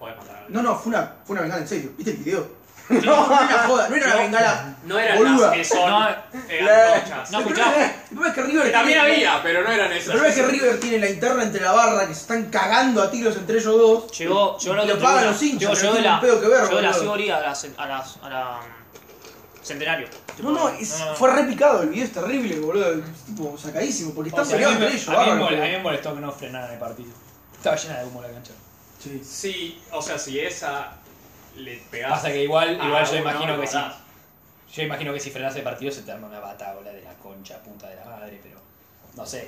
D: podés matar a alguien.
B: No, no, fue una, fue una bengala en serio. ¿Viste el video? No, no era una joda, no era una
D: No,
B: bengala.
D: No eran
B: Boluda.
D: las que son
C: No,
D: eh,
E: la-
D: antorchas.
C: No,
B: El
C: escuchá.
B: problema- El problema es que River.
D: Que también
B: tiene-
D: había, pero no eran
B: El
D: esas.
B: problema es que River tiene la interna entre la barra, que se están cagando a tiros entre ellos dos.
C: Llegó, llegó la
B: Y
C: otra
B: lo pagan
C: tribuna.
B: los hinchas,
C: Llegó-
B: no
C: llegó de
B: tienen
C: la,
B: un pedo que ver,
C: llegó de la
B: boludo.
C: Ciboría a la, cen- a las- a la, mm, Centenario.
B: No, no, es,
C: Ah.
B: fue repicado, el video es terrible, boludo. Es tipo sacadísimo, porque están peleados entre ellos, bárbaro.
F: me molestó que no frenaran el partido. Estaba llena de humo la cancha.
B: Sí.
D: Sí, o sea, si esa le pegás.
F: Pasa que igual,
C: Ah,
D: a
F: igual yo
D: uno,
F: imagino
D: le
F: que sí.
D: matás.
F: Yo imagino que si frenase el partido se te arma una batabola de la concha puta de la madre, pero no sé.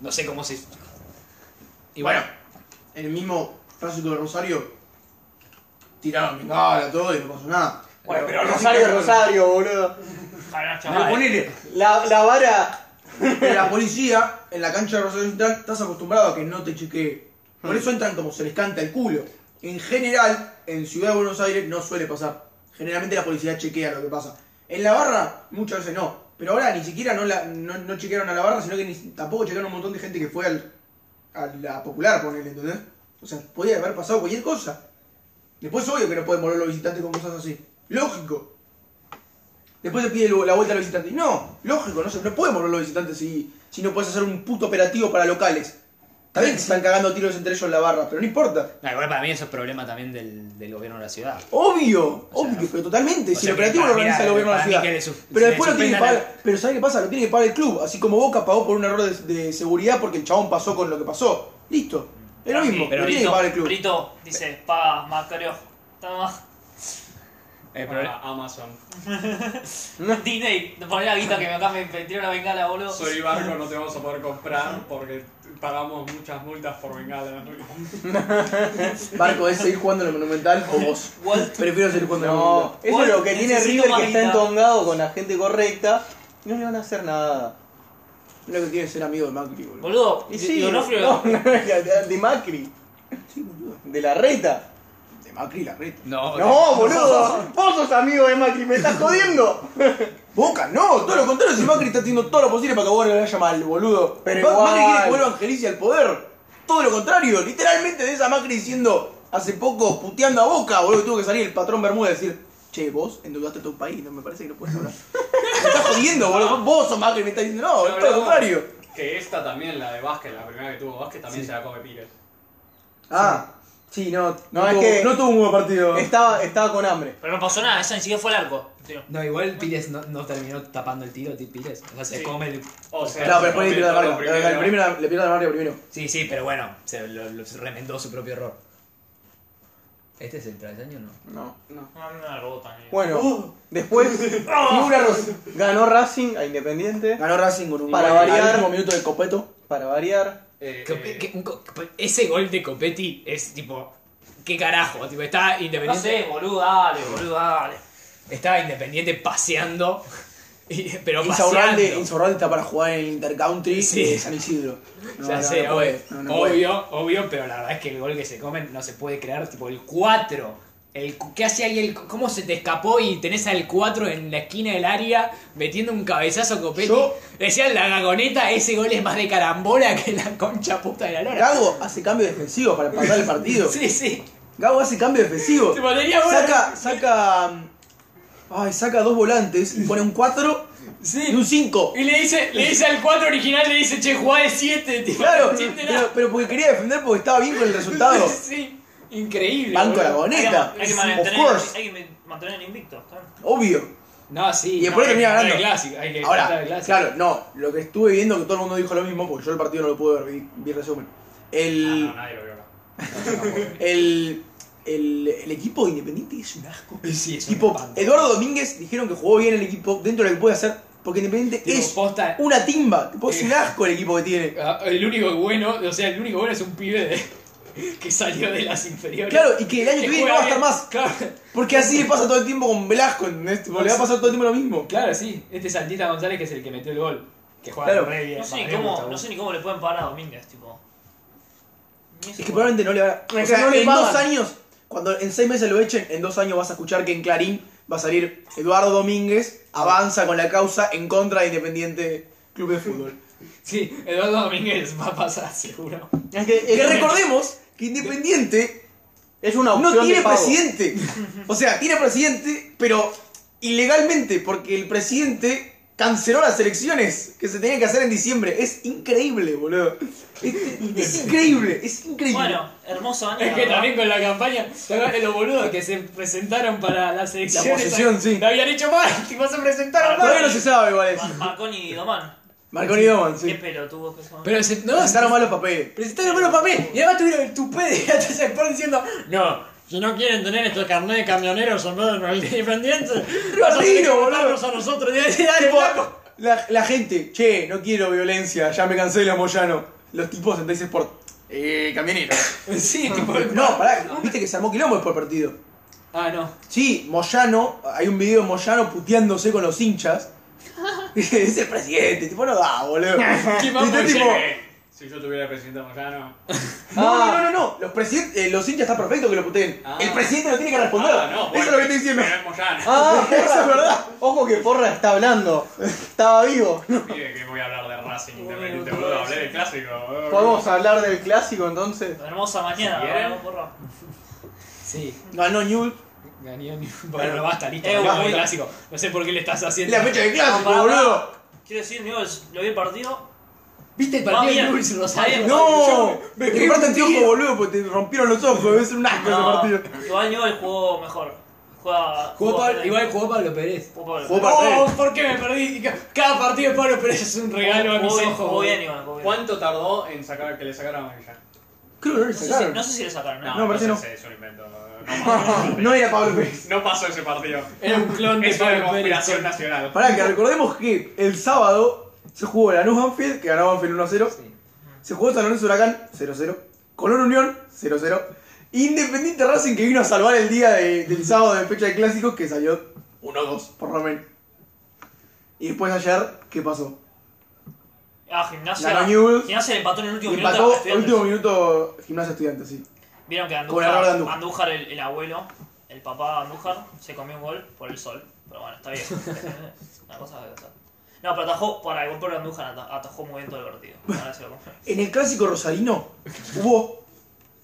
F: No sé cómo se.
B: Y bueno, en el mismo clásico de Rosario, tiraron bengala, todo y no pasó nada.
E: Bueno, pero Rosario, Rosario, boludo.
B: Pero ponele,
E: La, la vara.
B: Pero la policía en la cancha de Rosario Central estás acostumbrado a que no te chequee. Por eso entran como se les canta el culo. En general, en Ciudad de Buenos Aires no suele pasar. Generalmente la policía chequea lo que pasa. En la barra, muchas veces no. Pero ahora ni siquiera no, la, no, no chequearon a la barra, sino que ni- tampoco chequearon un montón de gente que fue al, a la popular, ponele, ¿entendés? O sea, podía haber pasado cualquier cosa. Después, obvio que no pueden volver los visitantes con cosas así. Lógico. Después se pide la vuelta a los visitantes. No, lógico, no, se, no pueden volver los visitantes si, si no puedes hacer un puto operativo para locales. Está bien que se están cagando tiros entre ellos en la barra, pero no importa.
F: No, igual para mí eso es problema también del, del gobierno de la ciudad.
B: Obvio,
F: O sea,
B: obvio, pero totalmente.
F: o
B: Si
F: sea
B: el
F: que
B: operativo lo
F: para mí
B: organiza
F: la-
B: el gobierno de la
F: para mí
B: ciudad.
F: que le su-
B: pero
F: le
B: después lo tiene que
F: suspendan
B: pagar. Pero ¿sabes qué pasa? Lo tiene que pagar el club. Así como Boca pagó por un error de, de seguridad porque el chabón pasó con lo que pasó. Listo. Es lo mismo,
F: pero
B: lo tiene que pagar el club.
C: Brito dice, paga Macario. Toma.
F: El, proble-
D: Para Amazon.
C: Disney, poné la guita que me acá me me tiró una bengala, boludo.
D: Soy barco, no te vamos a poder comprar porque pagamos muchas multas por bengala.
B: Barco es seguir jugando en el Monumental o vos.
C: Walt-
B: Prefiero seguir jugando en el Monumental.
E: No, eso es lo que tiene
C: Necesito
E: River que
C: más
E: está
C: guita.
E: entongado con la gente correcta. No le van a hacer nada.
B: Mira que tiene que ser amigo de Macri, boludo.
C: Boludo,
E: Y
C: Di-
E: sí,
C: Donofrio.
E: no, de Macri,
B: Sí, boludo.
E: de la reta.
B: De Macri la reta.
G: No,
E: No, boludo. Vos sos amigo de Macri, me estás jodiendo.
B: Boca, no, todo lo contrario, si Macri está haciendo todo lo posible para que Boca no le vaya mal, boludo.
E: Pero
B: Ma- Macri
E: igual.
B: quiere que vuelva Angelici al poder. Todo lo contrario, literalmente de esa Macri diciendo hace poco, puteando a Boca, boludo, que tuvo que salir el patrón Bermúdez a decir, che, vos endeudaste todo un país, no me parece que no puedes hablar. me estás jodiendo, boludo. Vos sos Macri, me estás diciendo, no,
D: No,
B: es todo
D: pero
B: lo
D: no.
B: contrario.
D: Que esta también, la de Vázquez, la primera que tuvo Vázquez, también se la come Pires.
B: Ah, sí, no, no,
E: No, es
B: tuvo,
E: que-
B: no tuvo un buen partido.
E: Estaba, estaba con hambre.
C: Pero no pasó nada, esa ni siquiera fue el arco. Tío.
A: No, igual Pires no, no terminó tapando el tiro, ti- Pires. O sea, se
D: Sí.
A: come el...
D: O sea,
B: Claro, pero después le
D: se
B: tiró la
D: come
B: marca.
D: todo primero.
B: Le primero- le tiró la marca primero.
A: Sí, sí, pero bueno, se lo, lo- se remendó su propio error. ¿Este es el travesaño o no?
E: No, no.
C: No, no, no, robó también.
E: Bueno, después
B: Figura Rossi.
E: ganó Racing a Independiente.
B: Ganó Racing con un
E: Para
B: gol al
E: variar.
B: último minuto de Copeto.
E: Para variar.
D: Eh,
A: Cope-
D: eh,
A: que- un co- Cope- ese gol de Copetti es tipo. ¿Qué carajo? Tipo, está
C: No
A: independiente.
C: sé, boludo, dale, boludo, dale.
A: Está independiente paseando. y- pero paseando.
B: Insaurralde, Insaurralde está para jugar en el Intercountry
A: Sí.
B: de San Isidro. No,
A: ya
B: no,
A: sé,
B: no
A: obvio,
B: puede, no, no puede.
A: obvio, obvio, pero la verdad es que el gol que se comen no se puede crear. Tipo, el 4. El, cu- ¿Qué hace ahí? El, cu- ¿Cómo se te escapó y tenés al 4 en la esquina del área metiendo un cabezazo Copetti?
B: Yo-
A: Decían la gagoneta, ese gol es más de carambola que la concha puta de la lora.
B: Gago hace cambios defensivos para pasar el partido.
A: Sí, sí.
B: Gago hace cambios defensivos.
A: Tipo, tenía una-
B: Saca, saca. mm, Ay, saca dos volantes y pone un 4
A: Sí.
B: y un 5.
A: Y le dice, le dice al 4 original, le dice, che, jugá de 7, tipo.
B: Claro,
A: no entiende
B: pero,
A: nada.
B: pero porque quería defender porque estaba bien con el resultado.
A: Sí, increíble.
B: Banco la
A: boludo.
B: boneta.
C: Hay que
B: Of
C: mantener,
B: course,
C: hay que mantener el invicto. está bien.
B: obvio.
A: No, sí.
B: Y después
A: no,
B: termina
A: hay que tratar
B: ganando.
A: el clásico, hay que tratar
B: Ahora,
A: el clásico.
B: claro, no, lo que estuve viendo que todo el mundo dijo lo mismo, porque yo el partido no lo pude ver, vi, vi resumen. El,
A: Ah.
D: no, nadie lo vio acá.
B: el, el, el equipo de independiente es un asco.
A: Sí, es un
B: Tipo,
A: espanto.
B: Eduardo Domínguez dijeron que jugó bien el equipo dentro de lo que puede hacer, porque Independiente
A: Tipo,
B: es
A: posta,
B: una timba. tipo, es un asco el equipo que tiene.
A: ah, el único bueno, o sea, el único bueno es un pibe de- que salió de las inferiores.
B: Claro, y que el año que
A: Que
B: viene no
A: juega
B: va a estar
A: bien.
B: más,
A: Claro,
B: porque así le pasa todo el tiempo con Velasco, ¿entendés? Tipo, le va a pasar todo el tiempo lo mismo.
A: claro, sí. Este Santita González que es el que metió el gol. Que juega
B: Claro.
A: re bien.
C: No sé,
A: para
C: ni
A: mí me
C: cómo,
A: gusta,
C: no sé ni cómo le pueden pagar a Domínguez, tipo. Ni
B: Es
C: eso,
B: que
C: boludo.
B: probablemente no le va a...
E: Es que no le
B: en
E: pagan.
B: dos años, cuando en seis meses lo echen, en dos años vas a escuchar que en Clarín va a salir Eduardo Domínguez, avanza con la causa en contra de Independiente Club de Fútbol.
A: Sí, Eduardo Domínguez va a pasar, seguro.
E: Es que, es,
B: Que recordemos que Independiente
E: es una opción
B: No tiene
E: de pago.
B: presidente. O sea, tiene presidente, pero ilegalmente, porque el presidente canceló las elecciones que se tenían que hacer en diciembre. Es increíble, boludo. Es, es increíble, es increíble.
C: Bueno, hermoso año.
A: Es que
C: la verdad.
A: también con la campaña, ¿te acuerdas de los boludos que se presentaron para las elecciones?
B: oposición, sí.
A: La habían hecho mal, tipo se presentaron mal.
B: Todavía no se sabe igual eso.
C: Mar- Marconi y Domán.
B: Marconi Doman,
C: Qué
B: sí.
C: pelotudos que son.
A: Pero se, no,
B: Presentaron malos papeles.
A: presentaron malos papeles y además tuvieron el tupé de Atas Sport diciendo No, si no quieren tener este carnet de camioneros en vez de los independientes, vas a tener que
B: Latino, boludo.
A: votarnos a nosotros. Y dale, dale,
B: Tipo,
A: flaco.
B: la, la gente, che, no quiero violencia, ya me cansé de la Moyano. Los tipos en Dice Sport. Eh, camionero.
A: Sí, tipo...
B: No, pará, viste que se armó quilombo después del partido.
A: Ah, no.
B: Sí, Moyano, hay un video de Moyano puteándose con los hinchas. es el presidente, tipo, no da, boludo.
A: ¿Qué
B: Y está
A: vamos
B: tipo,
D: Eh, si yo tuviera presidente Moyano.
B: no, no, no, no, no, Los, presiden- eh, los hinchas está perfecto que lo puteen.
D: Ah.
B: El presidente Pues no tiene que responder.
D: Ah, no, bueno,
B: Eso es lo que estoy diciendo.
D: Pero es Moyano.
E: Ah,
B: Eso es verdad.
E: ojo que Porra está hablando. Estaba vivo.
D: Mire que voy a hablar de Racing
C: Bueno,
D: Independiente,
C: bueno,
D: boludo.
C: sí.
D: Hablé del clásico. boludo.
E: ¿Podemos hablar del clásico entonces?
C: Hermosa mañana,
D: Si quieren.
C: boludo, porra.
A: Sí,
B: Ganó Newell.
A: ganó ni... Bueno, basta, listo,
C: Eh,
A: hablamos
C: bueno.
A: del clásico. No sé por qué le estás
B: Es
A: haciendo...
B: la fecha de clásico,
C: No, pará,
B: boludo.
C: Quiero decir, Newell's, lo vi el partido.
A: ¿Viste el
C: Va
A: partido de
C: bien.
A: Luis
C: Va
A: Rosario?
C: bien.
B: No,
A: me-
B: me compraste anteojos, boludo, porque te rompieron los ojos. Debe ser un asco ese
C: No,
B: partido.
C: igual Newell jugó mejor. Juega.
A: Jugó Pablo-
C: Pérez.
A: igual jugó Pablo Pérez.
C: Jugó Pablo.
B: Jugó
C: Jugó
B: Pablo
A: Oh, ¿por qué me perdí? Ca- Cada partido de Pablo Pérez es un regalo a mis
C: bien,
A: ojos.
C: Jugó bien, igual. jugó bien.
D: ¿Cuánto tardó en sacar que le sacaran a Amarilla?
B: Creo que no le
C: No sé, si,
B: sacaron.
C: no sé si le sacaron, ¿eh?
B: No, parece
D: sé, Es un invento. No pasó,
B: No era Pablo Pérez.
D: no pasó ese partido.
A: Era un clon de
D: Es una
A: Pablo Pérez.
D: conspiración nacional.
B: Pará, que recordemos que el sábado se jugó Lanús Banfield, que ganó Banfield 1-0. Se jugó San Lorenzo Huracán 0-0. Colón Unión 0-0. Independiente Racing que vino a salvar el día de- del sábado de fecha de clásicos que salió 1-2 por lo menos. Y después ayer, ¿qué pasó?
C: Ah, gimnasia.
B: Ganó Newell's.
C: Gimnasia le empató en el último
B: Le
C: minuto. a
B: empató el
C: Estudiantes.
B: último minuto Gimnasia Estudiantes, sí.
C: Vieron que
B: Como el error de Andújar.
C: Andújar, Andújar, el, el abuelo, el papá de Andújar, se comió un gol por el sol. Pero bueno, está bien. Una cosa que pasar. No, pero atajó, para el gol por Andújar ata- atajó muy bien todo el partido. Ahora se lo confío.
B: En el clásico rosarino hubo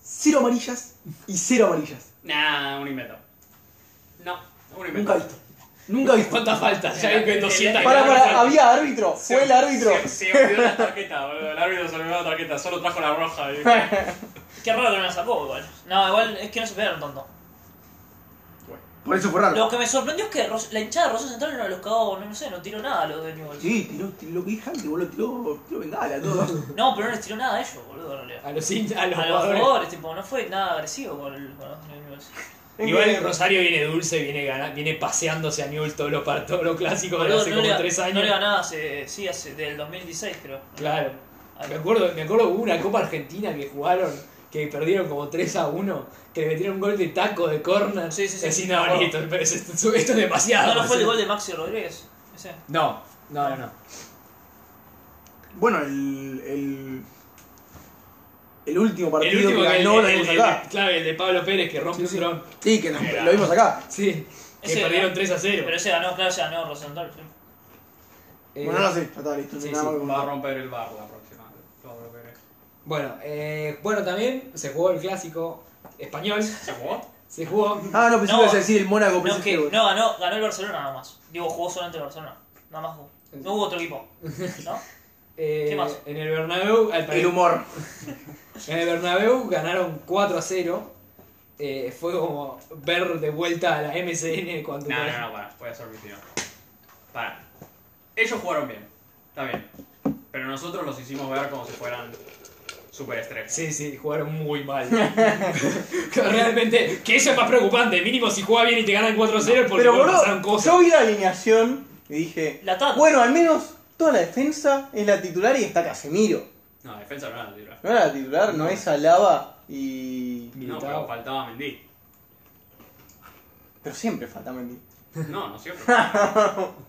B: cero amarillas y cero amarillas.
D: Nah, un invento. No, un invento.
B: Nunca visto. Nunca visto.
A: ¿Cuántas faltas? Ya hay que 200.
E: Para, para, había árbitro,
D: Se-
E: fue el árbitro.
D: Se, se olvidó la tarjeta, boludo. El árbitro se olvidó la tarjeta, solo trajo la roja. y-
C: Qué raro que no la sacó igual. No, igual es que no se pegaron tanto.
B: Por eso fue raro.
C: Lo que me sorprendió es que Ros- la hinchada de Rosario Central no los cagó, no, no sé, no tiró nada a los de Newell's.
B: Sí, tiró, tiró lo que dije antes, boludo, tiró, tiró bengala, todo.
C: No, pero no les tiró nada a ellos, boludo, en realidad.
A: A los hinchas, a los
C: A los
A: jugadores.
C: jugadores, tipo, no fue nada agresivo con, el, con los de Newell's.
E: Es que-
A: Igual Rosario viene dulce, viene gana- viene paseándose a Newell's todos los par- todos los clásicos de
C: Boludo,
A: hace
C: no
A: como
C: le-
A: tres años.
C: No le ganaba hace, sí, hace, del 2016 creo.
A: Claro.
C: Ahí.
A: Me acuerdo, me acuerdo hubo una Copa Argentina que jugaron, que perdieron como 3 a 1, que le metieron un gol de taco de corner.
C: Sí, sí, sí.
A: Decís, no, listo, pero es- esto, esto es demasiado.
C: No, no fue el gol de Maxi Rodríguez. Ese.
A: No, no, no, no.
B: Bueno, el, el. El último partido
A: el último
B: que
A: que
B: ganó
A: el,
B: lo
A: el-
B: vimos
A: el-
B: acá.
A: claro, el de Pablo Pérez que rompe un dron.
B: Sí, que nos- lo vimos acá.
A: Sí. Que
C: Ese
A: perdieron
C: ganó.
A: 3 a 0.
C: Pero ese ganó, claro, ese ganó Rosenthal. sí.
A: Eh,
B: Bueno, no sé, ya está listo. no
A: sí,
B: hay nada
A: sí,
B: más que
D: Va a
B: contar.
D: romper el bar la próxima. Lo va a romper.
A: Bueno, eh, bueno, también se jugó el clásico español.
D: ¿Se jugó?
A: Se jugó.
B: Ah, no, pensé
C: No.
B: que ibas a decir el Mónaco
C: No,
B: PSG,
C: que,
B: boludo.
C: no ganó, ganó el Barcelona nada más. Digo, jugó solamente el Barcelona. Nada más jugó. No hubo otro equipo. ¿No?
A: eh,
C: ¿Qué más?
A: En el Bernabéu, al
B: El
A: parecer-
B: humor.
A: En el Bernabéu ganaron 4 a 0. Eh, fue como ver de vuelta a la MCN cuando...
D: No, no, no, para, voy a ser objetivo. Para. Ellos jugaron bien, está bien. Pero nosotros los hicimos ver como si fueran superestrellas.
A: Sí, sí, jugaron muy mal. Realmente, que eso es más preocupante. Mínimo si juega bien y te ganan 4 a 0 es porque
E: Pero
A: bueno,
E: boludo,
A: pasaron cosas.
E: yo vi la alineación y dije,
C: La Tata.
E: bueno, al menos toda la defensa es la titular y está Casemiro.
D: No, defensa no era la titular.
E: No era la titular, no es Alaba y...
D: No, pero faltaba Mendy.
E: Pero siempre falta Mendy.
D: No, no siempre.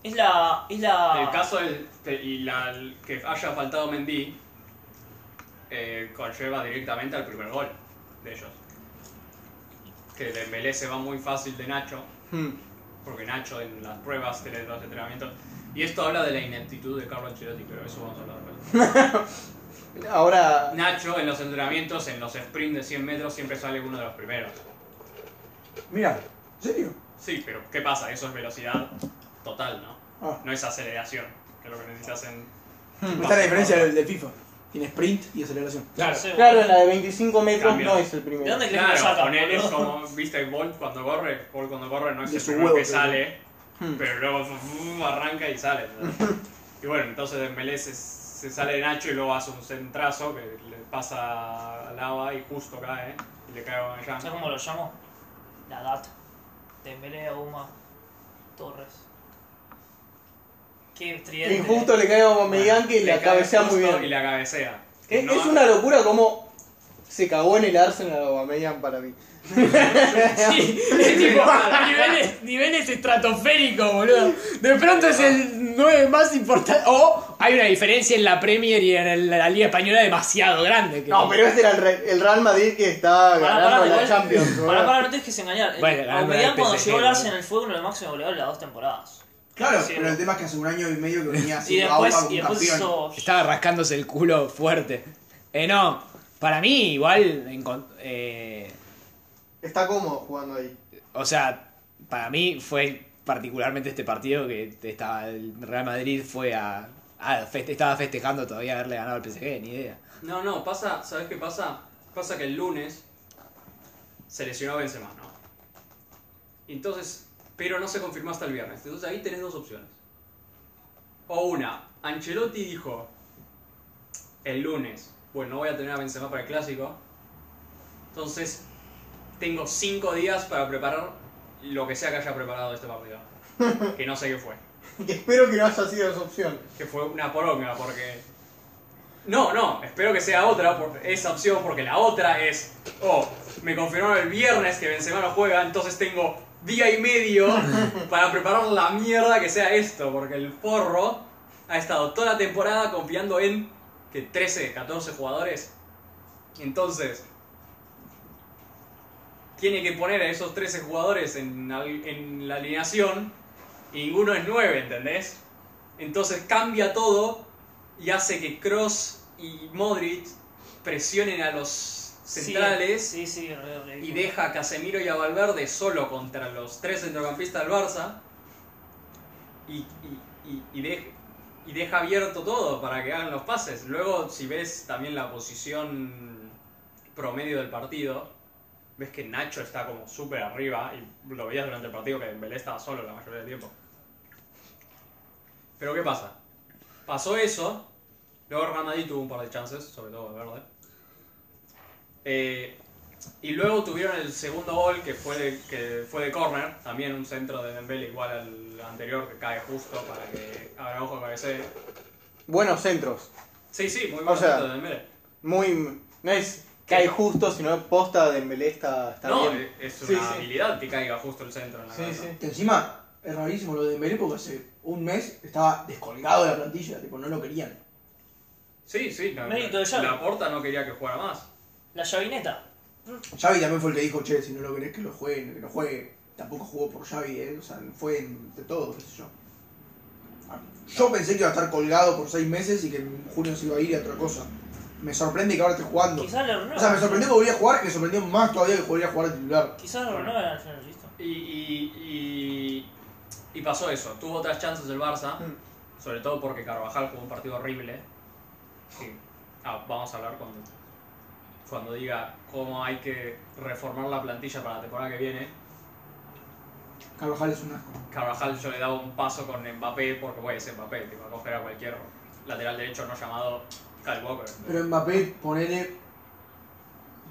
C: Es la. Es la.
D: El caso del, de- y la, el que haya faltado Mendy eh, conlleva directamente al primer gol de ellos. Que Dembélé se va muy fácil de Nacho,
E: Hmm.
D: porque Nacho en las pruebas, de los entrenamientos... Y esto habla de la ineptitud de Carlo Ancelotti, pero eso vamos a hablar después.
E: Ahora...
D: Nacho en los entrenamientos, en los sprints de 100 metros, siempre sale uno de los primeros.
B: Mira, ¿en serio?
D: Sí, pero ¿qué pasa? Eso es velocidad total, ¿no?
B: Ah.
D: No es aceleración, que es lo que necesitas en...
B: Está la diferencia del, del FIFA. Tiene sprint y aceleración.
A: Claro.
C: No sé,
E: Claro, en
C: boludo.
E: la de 25 metros
D: Cambio.
E: no es el
C: ¿De
E: primero.
C: dónde crees que lo
D: Claro,
C: sacan?
D: con él es
C: boludo?
D: como, viste, Bolt cuando corre, Bolt cuando corre no es
B: De
D: el
B: su
D: primero
B: huevo,
D: que
B: pero-
D: sale,
E: Hmm.
D: pero luego fu- fu- arranca y sale. ¿verdad? y bueno, entonces Dembélé se, se sale de Nacho y luego hace un centrazo que le pasa a Lava y justo cae, ¿eh? y le cae a Aubameyang.
C: ¿Sabes cómo lo llamo? La Data. Dembélé, Uma, Torres. Qué
E: Y
C: tridente.
E: justo le cae a Bomeyán que
D: Le
E: la
D: cae
E: cabecea
D: justo
E: muy
D: Y
E: bien.
D: la cabecea.
E: Es,
D: No,
E: es una locura como se cagó en el Arsenal a Bomeyán para mí.
A: Sí, es tipo niveles, niveles estratosféricos, boludo. De pronto es el 9 más importante. O hay una diferencia en la Premier y en el- la Liga Española demasiado grande. que-
E: No, pero este era el, Re- el Real Madrid que estaba
C: Pará,
E: ganando
C: pará,
E: la
C: igual-
E: Champions. ¿no?
C: Pará, pará, no tienes que se engañar.
A: Bueno,
C: Bueno,
A: ganando el
C: cuando
A: PSG,
C: llegó el
A: boludo.
C: Arsenal fue uno de los máximos goleadores de las dos temporadas.
B: Claro,
C: Sí,
B: pero el tema es que hace un año y medio que venía
C: Y
B: haciendo agua
C: después,
B: como
C: y después
B: campeón.
C: hizo.
A: Estaba rascándose el culo fuerte. Eh, no, para mí igual... encon- eh,
E: Está cómodo jugando ahí.
A: o sea, para mí fue particularmente este partido que estaba, el Real Madrid fue a... a feste- estaba festejando todavía haberle ganado al PSG, ni idea.
D: No, no, pasa, ¿sabes qué pasa? Pasa que el lunes se lesionó Benzema, ¿no? Entonces, pero no se confirmó hasta el viernes. Entonces ahí tenés dos opciones. O una, Ancelotti dijo el lunes, bueno, no voy a tener a Benzema para el clásico. Entonces, tengo cinco días para preparar lo que sea que haya preparado este partido. Que no sé qué fue
E: Que espero que no haya sido esa opción.
D: que fue una poronga, porque... No, no, espero que sea otra, por- esa opción, porque la otra es, oh, me confirmaron el viernes que Benzema no juega, entonces tengo día y medio para preparar la mierda que sea esto, porque el forro ha estado toda la temporada confiando en que 13, 14 jugadores. Entonces, tiene que poner a esos 13 jugadores en, al- en la alineación y ninguno es 9, ¿entendés? Entonces cambia todo y hace que Cross y Modric presionen a los centrales
C: Sí, sí, re- re-
D: y deja a Casemiro y a Valverde solo contra los tres centrocampistas del Barça y, y- y- y de- y deja abierto todo para que hagan los pases. Luego, si ves también la posición promedio del partido, ves que Nacho está como súper arriba y lo veías durante el partido que Belé estaba solo la mayoría del tiempo. Pero ¿qué pasa? Pasó eso, luego Ramadí tuvo un par de chances, sobre todo Valverde. Eh, y luego tuvieron el segundo gol que fue de, que fue de córner, también un centro de Dembélé igual al anterior que cae justo para que Araujo cabecee.
E: Buenos centros.
D: Sí, sí, muy buen
E: O sea,
D: centro de Dembélé.
E: Muy. No es cae justo, sino posta de Dembélé está, está
D: No, eh. e,
E: bien.
D: es una
E: Sí, sí.
D: habilidad que caiga justo el centro en la
E: Sí,
D: cabeza.
E: sí.
B: Que Este, encima es rarísimo lo de Dembélé porque hace un mes estaba descolgado de la plantilla, tipo, no lo querían.
D: Sí, sí, no,
C: Mérito de Xavi.
D: la porta no quería que jugara más.
C: La llavineta.
B: Xavi también fue el que dijo, che, si no lo querés que lo juegue, que lo juegue. Tampoco jugó por Xavi, ¿eh? o sea, fue entre todos, qué sé yo. Yo pensé que iba a estar colgado por seis meses y que en junio se iba a ir a otra cosa. Me sorprende que ahora esté jugando.
C: Quizás la renuevan.
B: O sea, me sorprendió que volviera a jugar y me sorprendió más todavía que volviera a jugar de titular.
C: Quizás la renuevan al final, listo.
D: Y, y, y, y pasó eso, tuvo otras chances el Barça, sobre todo porque Carvajal jugó un partido horrible. Sí. Ah, vamos a hablar cuando, cuando diga cómo hay que reformar la plantilla para la temporada que viene.
B: Carvajal es un asco.
D: Carvajal yo le daba un paso con Mbappé porque bueno, es Mbappé, que va a coger a cualquier lateral derecho no llamado Kyle Walker.
B: Pero Mbappé, ponele.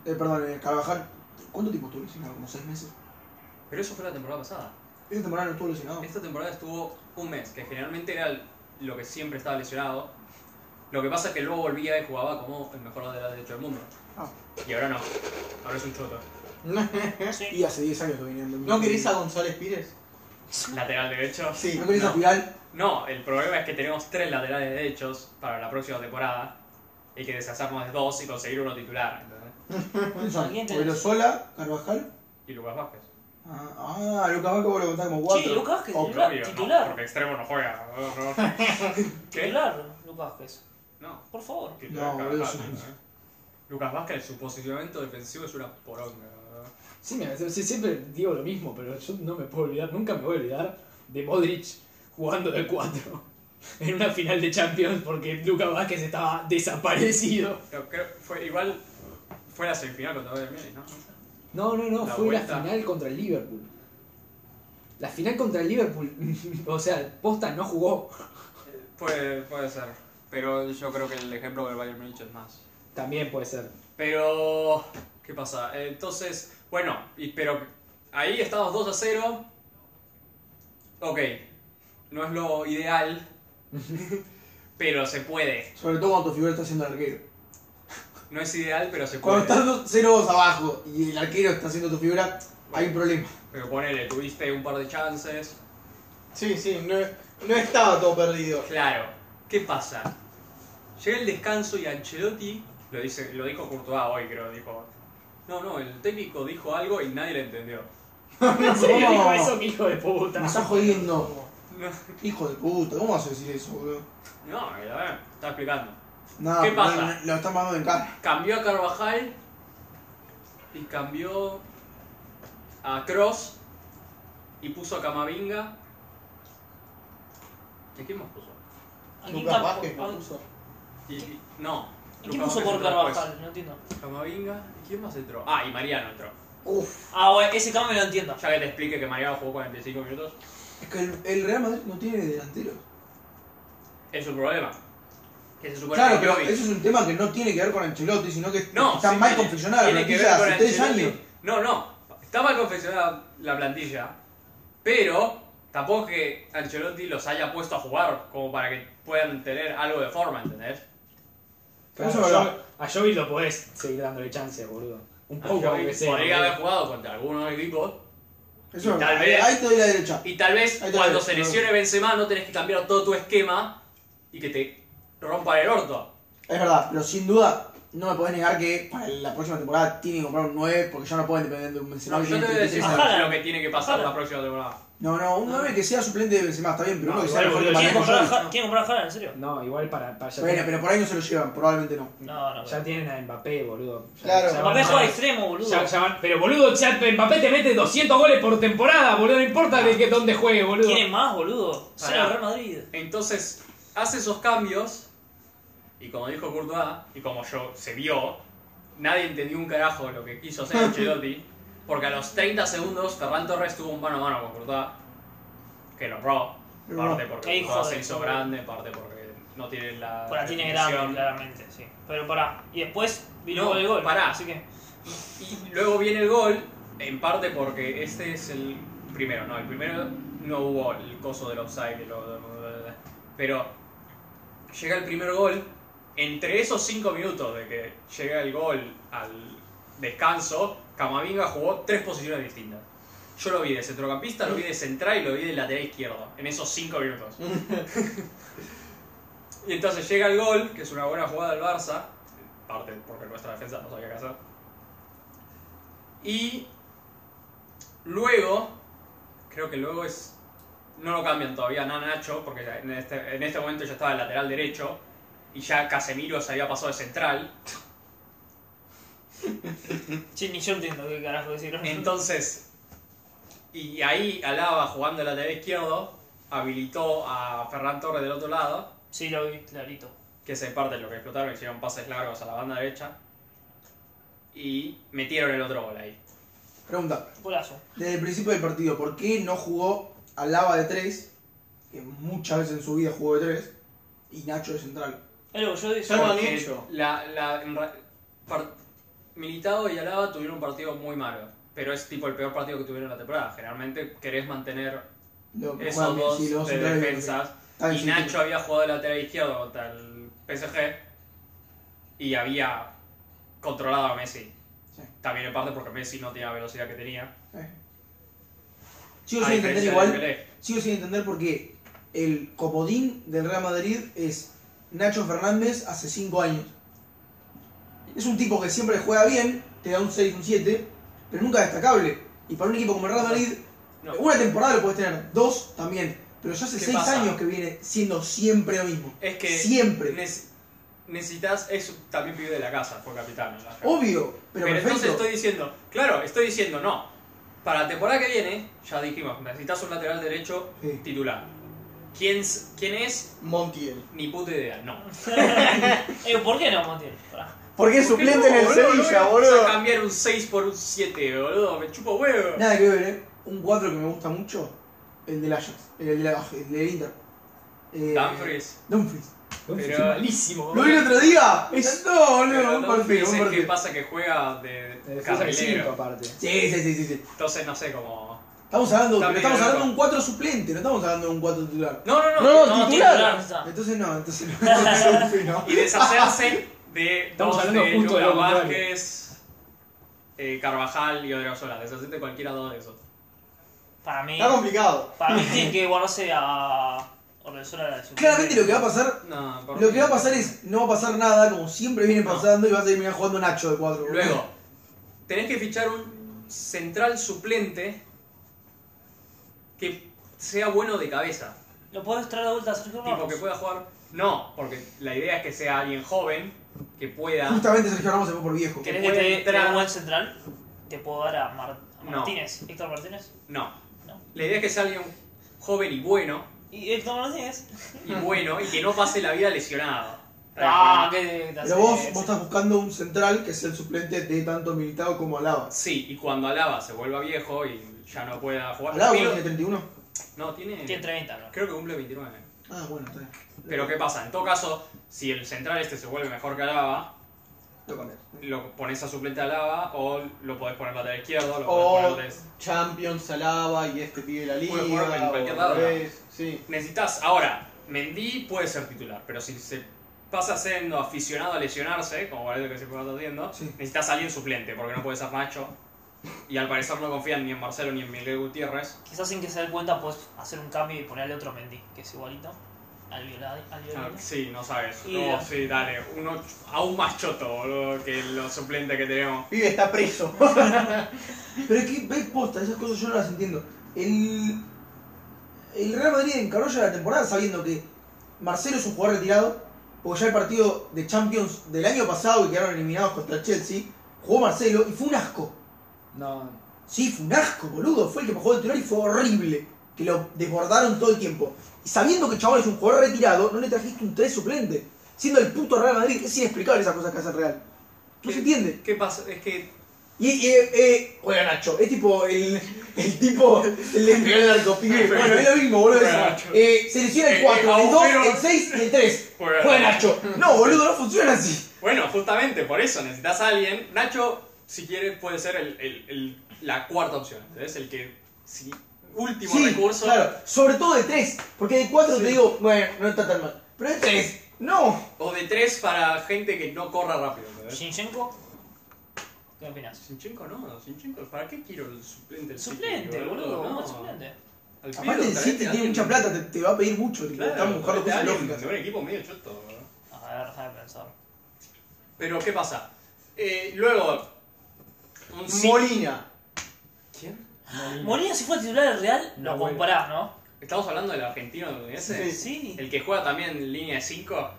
B: Eh, perdón, eh, Carvajal. ¿Cuánto tiempo estuvo lesionado? ¿Como seis meses?
D: Pero eso fue la temporada pasada.
B: Esta temporada no estuvo lesionado.
D: Esta temporada estuvo un mes, que generalmente era lo que siempre estaba lesionado. Lo que pasa es que luego volvía y jugaba como el mejor lateral derecho del mundo.
B: Ah.
D: Y ahora no. Ahora es un choto.
C: Sí.
B: Y hace 10 años que venía
E: ¿No querés a González Pires?
D: Lateral derecho.
E: Sí.
B: ¿No querés
D: No.
B: a Pidal?
D: No, el problema es que tenemos tres laterales derechos para la próxima temporada. Y que deshacernos de dos y conseguir uno titular. ¿entendés?
B: ¿Quiénes son?
C: ¿Quién tenés?
B: Sola, Carvajal.
D: Y Lucas Vázquez.
B: Ah, ah, Lucas Vázquez vos lo contás como 4.
C: Sí, Lucas Vázquez,
B: Ok.
C: Lucas-
D: Obvio, no,
C: Titular.
D: porque extremo no juega. No, no. ¿Qué?
C: Claro, Lucas Vázquez.
D: No.
C: Por favor.
D: titular
B: No,
D: Carvajal,
B: boludo, es un-
D: ¿entendés? Lucas Vázquez, su posicionamiento defensivo es una poronga. ¿verdad?
H: Sí, me- sí, siempre digo lo mismo, pero yo no me puedo olvidar, nunca me voy a olvidar de Modric jugando de 4 en una final de Champions porque Lucas Vázquez estaba desaparecido.
D: Pero creo, fue igual fue la semifinal contra Bayern Múnich, ¿no?
H: No, no, no,
D: La
H: fue
D: vuelta.
H: la final contra el Liverpool. La final contra el Liverpool, o sea, Posta no jugó.
D: Puede, puede ser. Pero yo creo que el ejemplo del Bayern Múnich es más.
H: También puede ser.
D: Pero ¿qué pasa? Entonces, bueno, y, pero ahí estamos 2 a 0. Ok. No es lo ideal. pero se puede.
B: Sobre todo cuando tu figura está siendo arquero.
D: No es ideal, pero se
B: Cuando
D: puede.
B: estás 0-2 abajo y el arquero está haciendo tu figura, hay un problema.
D: Pero ponele, tuviste un par de chances.
E: Sí, sí, no, no estaba todo perdido.
D: Claro, ¿qué pasa? Llega el descanso y Ancelotti, lo, dice, lo dijo Courtois hoy creo, dijo, no, no, el técnico dijo algo y nadie lo entendió.
H: ¿En serio dijo
B: ¿Cómo?
H: eso, mi hijo de
B: Me
H: puta?
B: estás jodiendo.
D: No,
B: Hijo de puta, ¿cómo vas a decir eso, boludo?
D: no, a ver, está explicando.
B: Nada,
D: ¿Qué
B: pero
D: pasa?
B: no- no- lo están mandando en cara.
D: Cambió a Carvajal y cambió a Cross y puso a Camavinga. ¿Y a quién más puso?
C: ¿A quién
E: Lucas
C: cam-
E: Vázquez
C: a-
E: lo puso.
D: Y- y- no.
C: ¿Y quién
D: Lucas
C: puso
D: Vázquez
C: por
D: entró después.
C: Carvajal? No entiendo.
D: Camavinga, ¿y quién más entró? Ah, y Mariano entró.
E: Uf,
C: Ah, bueno, ese cambio lo entiendo.
D: Ya que te explique que Mariano jugó 45 minutos.
B: Es que el, el Real Madrid no tiene delantero.
D: es un problema. Que se supone
B: Claro,
D: que
B: pero
D: Jovic-
B: eso es un tema que no tiene que ver con Ancelotti, sino que
D: no,
B: está
D: sí,
B: mal
D: tiene-
B: confeccionada la
D: tiene que
B: plantilla
D: ver
B: hace
D: con
B: 3
D: Ancelotti.
B: años.
D: No, no. Está mal confeccionada la plantilla, pero tampoco es que Ancelotti los haya puesto a jugar como para que puedan tener algo de forma, ¿entendés?
B: Pero
H: Claro,
B: eso es verdad.
H: yo- a Jovi lo podés seguir dándole chance, boludo. Un poco,
D: Jovic
H: aunque sea.
D: podría
H: boludo.
D: haber jugado contra algunos equipos
B: Eso
D: Y
B: es
D: tal
B: verdad.
D: vez-
B: Ahí te doy la derecha.
D: y tal vez
B: Ahí está,
D: cuando
B: ahí
D: se
B: está.
D: lesione Benzema no tenés que cambiar todo tu esquema y que te rompan el orto.
B: Es verdad, pero sin duda, no me podés negar que para la próxima temporada tiene que comprar un 9 porque ya no pueden depender de un Benzema.
D: No,
B: que
D: yo te
B: tiene
D: voy a decir
B: 33
C: Ajá.
B: años.
D: lo que tiene que pasar la próxima temporada.
B: No, no, un 9 que sea suplente de Benzema está bien, pero
H: No,
B: uno que sea
H: igual,
B: mejor que
H: boludo,
C: ¿Quieren
B: Mariano
C: comprar a
H: tiene que
B: Jones.
C: Haaland? ¿Quieren comprar a Haaland? ¿En serio?
H: No, igual para, para ya
B: Bueno,
H: tienen-
B: pero por ahí no se lo llevan, probablemente no.
C: No, no.
H: ya tienen a Mbappé, boludo. Ya-
E: Claro.
H: ya van
C: Mbappé
H: a-
C: juega extremo, boludo.
H: ya- ya van- pero boludo, ya- Mbappé te mete 200 goles por temporada, boludo, no importa de que dónde juegue, boludo.
C: ¿Quieren más, boludo? Solo
D: Pará.
C: el Real Madrid.
D: Entonces, hace esos cambios, y como dijo Courtois, y como yo se vio, nadie entendió un carajo lo que quiso hacer Ancelotti, porque a los 30 segundos Ferran Torres tuvo un mano a mano con Courtois, que lo robó,
B: Lo
D: parte
B: robó.
C: Qué
D: porque
C: hijo
D: Courtois se
C: de
D: hizo
C: puta.
D: grande, parte porque no tiene la...
C: Por la tiene
D: definición.
C: grande, claramente, sí. Pero pará. Y después vino
D: No,
C: el gol.
D: pará.
C: Así que.
D: Y luego viene el gol, en parte porque este es el primero, no, el primero no hubo el coso del offside, el- pero llega el primer gol, entre esos 5 minutos de que llega el gol al descanso, Camavinga jugó tres posiciones distintas. Yo lo vi de centrocampista, lo vi de central y lo vi de lateral izquierdo, en esos 5 minutos. y entonces llega el gol, que es una buena jugada del Barça, en parte porque nuestra defensa no sabía qué hacer. Y luego, creo que luego es. No lo cambian todavía a Nacho, porque en este, en este momento ya estaba el lateral derecho y ya Casemiro se había pasado de central.
C: Che, ni yo entiendo qué carajo decir.
D: Entonces, y ahí Alaba jugando el lateral izquierdo habilitó a Ferran Torres del otro lado,
C: Sí, lo vi clarito.
D: que se parte lo que explotaron, hicieron pases largos a la banda derecha y metieron el otro gol ahí.
B: Pregunta,
C: Golazo.
B: desde el principio del partido, ¿por qué no jugó Alaba de 3? Que muchas veces en su vida jugó de 3. Y Nacho de central.
C: Es lo que yo digo.
E: Ya lo han
D: Porque
E: hecho.
D: La, la- en ra- par- Militao y Alaba tuvieron un partido muy malo, pero es tipo el peor partido que tuvieron la temporada. Generalmente querés mantener
B: Lo que
D: esos
B: juegan bien,
D: dos
B: sí, los
D: de
B: centrales bien.
D: defensas.
B: Está bien,
D: Y
B: Ah, sí,
D: Nacho había jugado de lateral izquierdo contra el PSG y había controlado a Messi.
B: Sí.
D: También en parte porque Messi no tenía la velocidad que tenía.
B: Eh. Sigo
D: a
B: sin entender
D: diferencia de
B: igual.
D: Dembélé.
B: Sigo sin entender por qué el comodín del Real Madrid es Nacho Fernández hace 5 años. Es un tipo que siempre juega bien, te da un 6, un 7, pero nunca destacable. Y para un equipo como el Real Madrid,
D: No.
B: una temporada lo puedes tener, dos también. Pero ya hace
D: ¿Qué
B: 6
D: pasa?
B: años que viene siendo siempre lo mismo.
D: Es que
B: siempre.
D: nec- necesitas, es también pibe de la casa, fue capitán. en la-
B: Obvio, pero,
D: Pero, entonces
B: perfecto.
D: estoy diciendo, claro, estoy diciendo no. Para la temporada que viene, ya dijimos, necesitas un lateral derecho
B: Sí.
D: titular. ¿Quién, s- ¿Quién es?
E: Montiel.
D: Ni puta idea, no.
C: Eh, ¿Por qué no, Montiel? Pará.
E: Porque es suplente en el
D: Boludo,
E: Sevilla,
D: no voy a
E: boludo.
D: cambiar un 6 por un 7, boludo, me chupo huevo.
B: Nada que ver, ¿eh? Un 4 que me gusta mucho, el del Ajax, el del, el del Inter. Eh,
D: Dumfries.
B: Dumfries.
H: Es
D: Pero-
H: malísimo,
B: ¿Lo
H: boludo.
B: vi el otro día? Es... No,
D: Pero
B: boludo, un perfil,
D: Dumfries
B: un
D: es que
B: perfil.
D: pasa que juega de
H: De defensa de cinco,
D: carrilero.
H: aparte.
B: Sí, sí, sí, sí, sí.
D: Entonces no sé cómo...
B: Estamos hablando,
D: Está
B: pero
D: bien,
B: estamos
D: loco.
B: hablando de un 4 suplente, no estamos hablando de un 4 titular.
D: No, no, no.
E: No,
D: no.
E: no.
C: titular, está.
B: Entonces no, entonces no. Dumfries no.
D: Y deshacerse de
H: Estamos
D: dos
H: hablando
D: de
H: justo de
D: Lucas
H: lo contrario.
D: Vázquez, eh, Carvajal y Odriozola. Deshacerte de cualquiera de dos de esos.
C: Para mí.
E: Está complicado.
C: Para mí tiene que guardarse a. Ordenzola de su.
B: Claramente lo que va a pasar,
D: No, por
B: lo que va a
D: favor.
B: pasar es, no va a pasar nada, como siempre viene
D: No.
B: pasando, y va a terminar jugando Nacho de 4.
D: Luego, tenés que fichar un central suplente que sea bueno de cabeza.
C: ¿Lo podés traer de vuelta a Sergio
D: Tipo
C: Ramos?
D: que pueda jugar. No, porque la idea es que sea alguien joven, que pueda.
B: Justamente Sergio Ramos se fue por viejo.
C: ¿Querés
D: que
C: que
D: puede
C: te
D: entrar.
C: dé un buen central? Te puedo dar a, Mar- a
D: No.
C: Martínez. ¿Héctor Martínez?
D: No.
C: No.
D: La idea es que sea alguien joven y bueno,
C: ¿Y Héctor Martínez?
D: y bueno, y que no pase la vida lesionado.
C: Ah, que te
B: Pero vos, vos estás buscando un central que sea el suplente de tanto Militado como Alaba.
D: Sí, y cuando Alaba se vuelva viejo y ya no pueda jugar.
B: ¿Alaba
D: Pero-
B: tiene 31?
D: no, tiene.
C: Tiene 30, ¿no?
D: Creo que cumple 29.
B: Ah, bueno, está bien.
D: Pero ¿qué pasa? En todo caso, si el central este se vuelve mejor que Alaba,
B: Lo cambié.
D: lo pones a suplente a Lava o lo podés poner lateral izquierdo, lo
E: O
D: podés poner des-
E: Champions, Alaba y este pibe de la liga.
D: Puede jugar en cualquier
E: o
D: lado, ¿no?
E: Reyes, Sí.
D: Necesitas, ahora, Mendy puede ser titular, pero si se pasa siendo aficionado a lesionarse, como parece que se está haciendo,
B: Sí.
D: necesitas a alguien suplente, porque no puede ser Nacho. Y al parecer no confían ni en Marcelo ni en Miguel Gutiérrez.
C: Quizás sin que se dé cuenta puedes hacer un cambio y ponerle otro Mendy, que es igualito. Alveolari-
D: Ah,
C: alveolares.
D: sí, no sabes.
C: Y
D: No,
C: la-
D: sí, dale. Uno ch- aún más choto, boludo, que los suplentes que tenemos.
E: Pibe está preso.
B: Pero es que, ve, posta, esas cosas yo no las entiendo. El, el Real Madrid encarolla la temporada sabiendo que Marcelo es un jugador retirado, porque ya el partido de Champions del año pasado, que quedaron eliminados contra el Chelsea, jugó Marcelo y fue un asco.
F: No.
B: Sí, fue un asco, boludo. Fue el que jugó de titular y fue horrible. Que lo desbordaron todo el tiempo. Y sabiendo que Chabón es un jugador retirado, no le trajiste un 3 suplente. Siendo el puto Real Madrid, es inexplicable esas cosas que hace el Real. No se entiende.
D: ¿Qué pasa? Es que
B: Y, y eh, eh, juega Nacho, es tipo el, el tipo, el emperador del narcopibe. Bueno, es lo mismo, boludo.
D: Juega
B: es-
D: Nacho.
B: Eh, selecciona
D: Eh,
B: el 4, el 2,
D: agujero.
B: el 6 y el 3.
D: Juega
B: Juega
D: Nacho.
B: Nacho. No, boludo, no funciona así.
D: Bueno, justamente por eso necesitas a alguien. Nacho, si quieres, puede ser el, el- el- la cuarta opción. Es el que, si último
B: Sí,
D: recurso.
B: claro. Sobre todo de 3, porque de 4
D: Sí.
B: te digo, bueno, no está tan mal. Pero de 3, no.
D: O de tres para gente que no corra rápido. ¿entendés?
C: Shinchenko. ¿Qué opinas?
D: Sinchenko no, Sinchenko, ¿para qué quiero el suplente? del City,
C: Suplente, boludo,
D: no.
C: buen suplente.
D: Al pedo,
B: Aparte el
D: traete
B: City tiene
D: a alguien.
B: mucha plata, te, te va a pedir mucho. tipo,
D: Claro,
B: estamos buscando
D: traete a
B: cosas
D: alguien
B: lógicas.
D: de un equipo medio choto. boludo.
C: A ver, déjame pensar.
D: Pero, ¿qué pasa? Eh, luego, un City-
E: Molina.
D: ¿Quién?
C: Molina si fue titular del Real,
H: No,
C: lo
H: bueno.
C: comparás, ¿no?
D: ¿Estamos hablando del argentino estadounidense?
C: Sí.
D: El que juega también en línea de 5.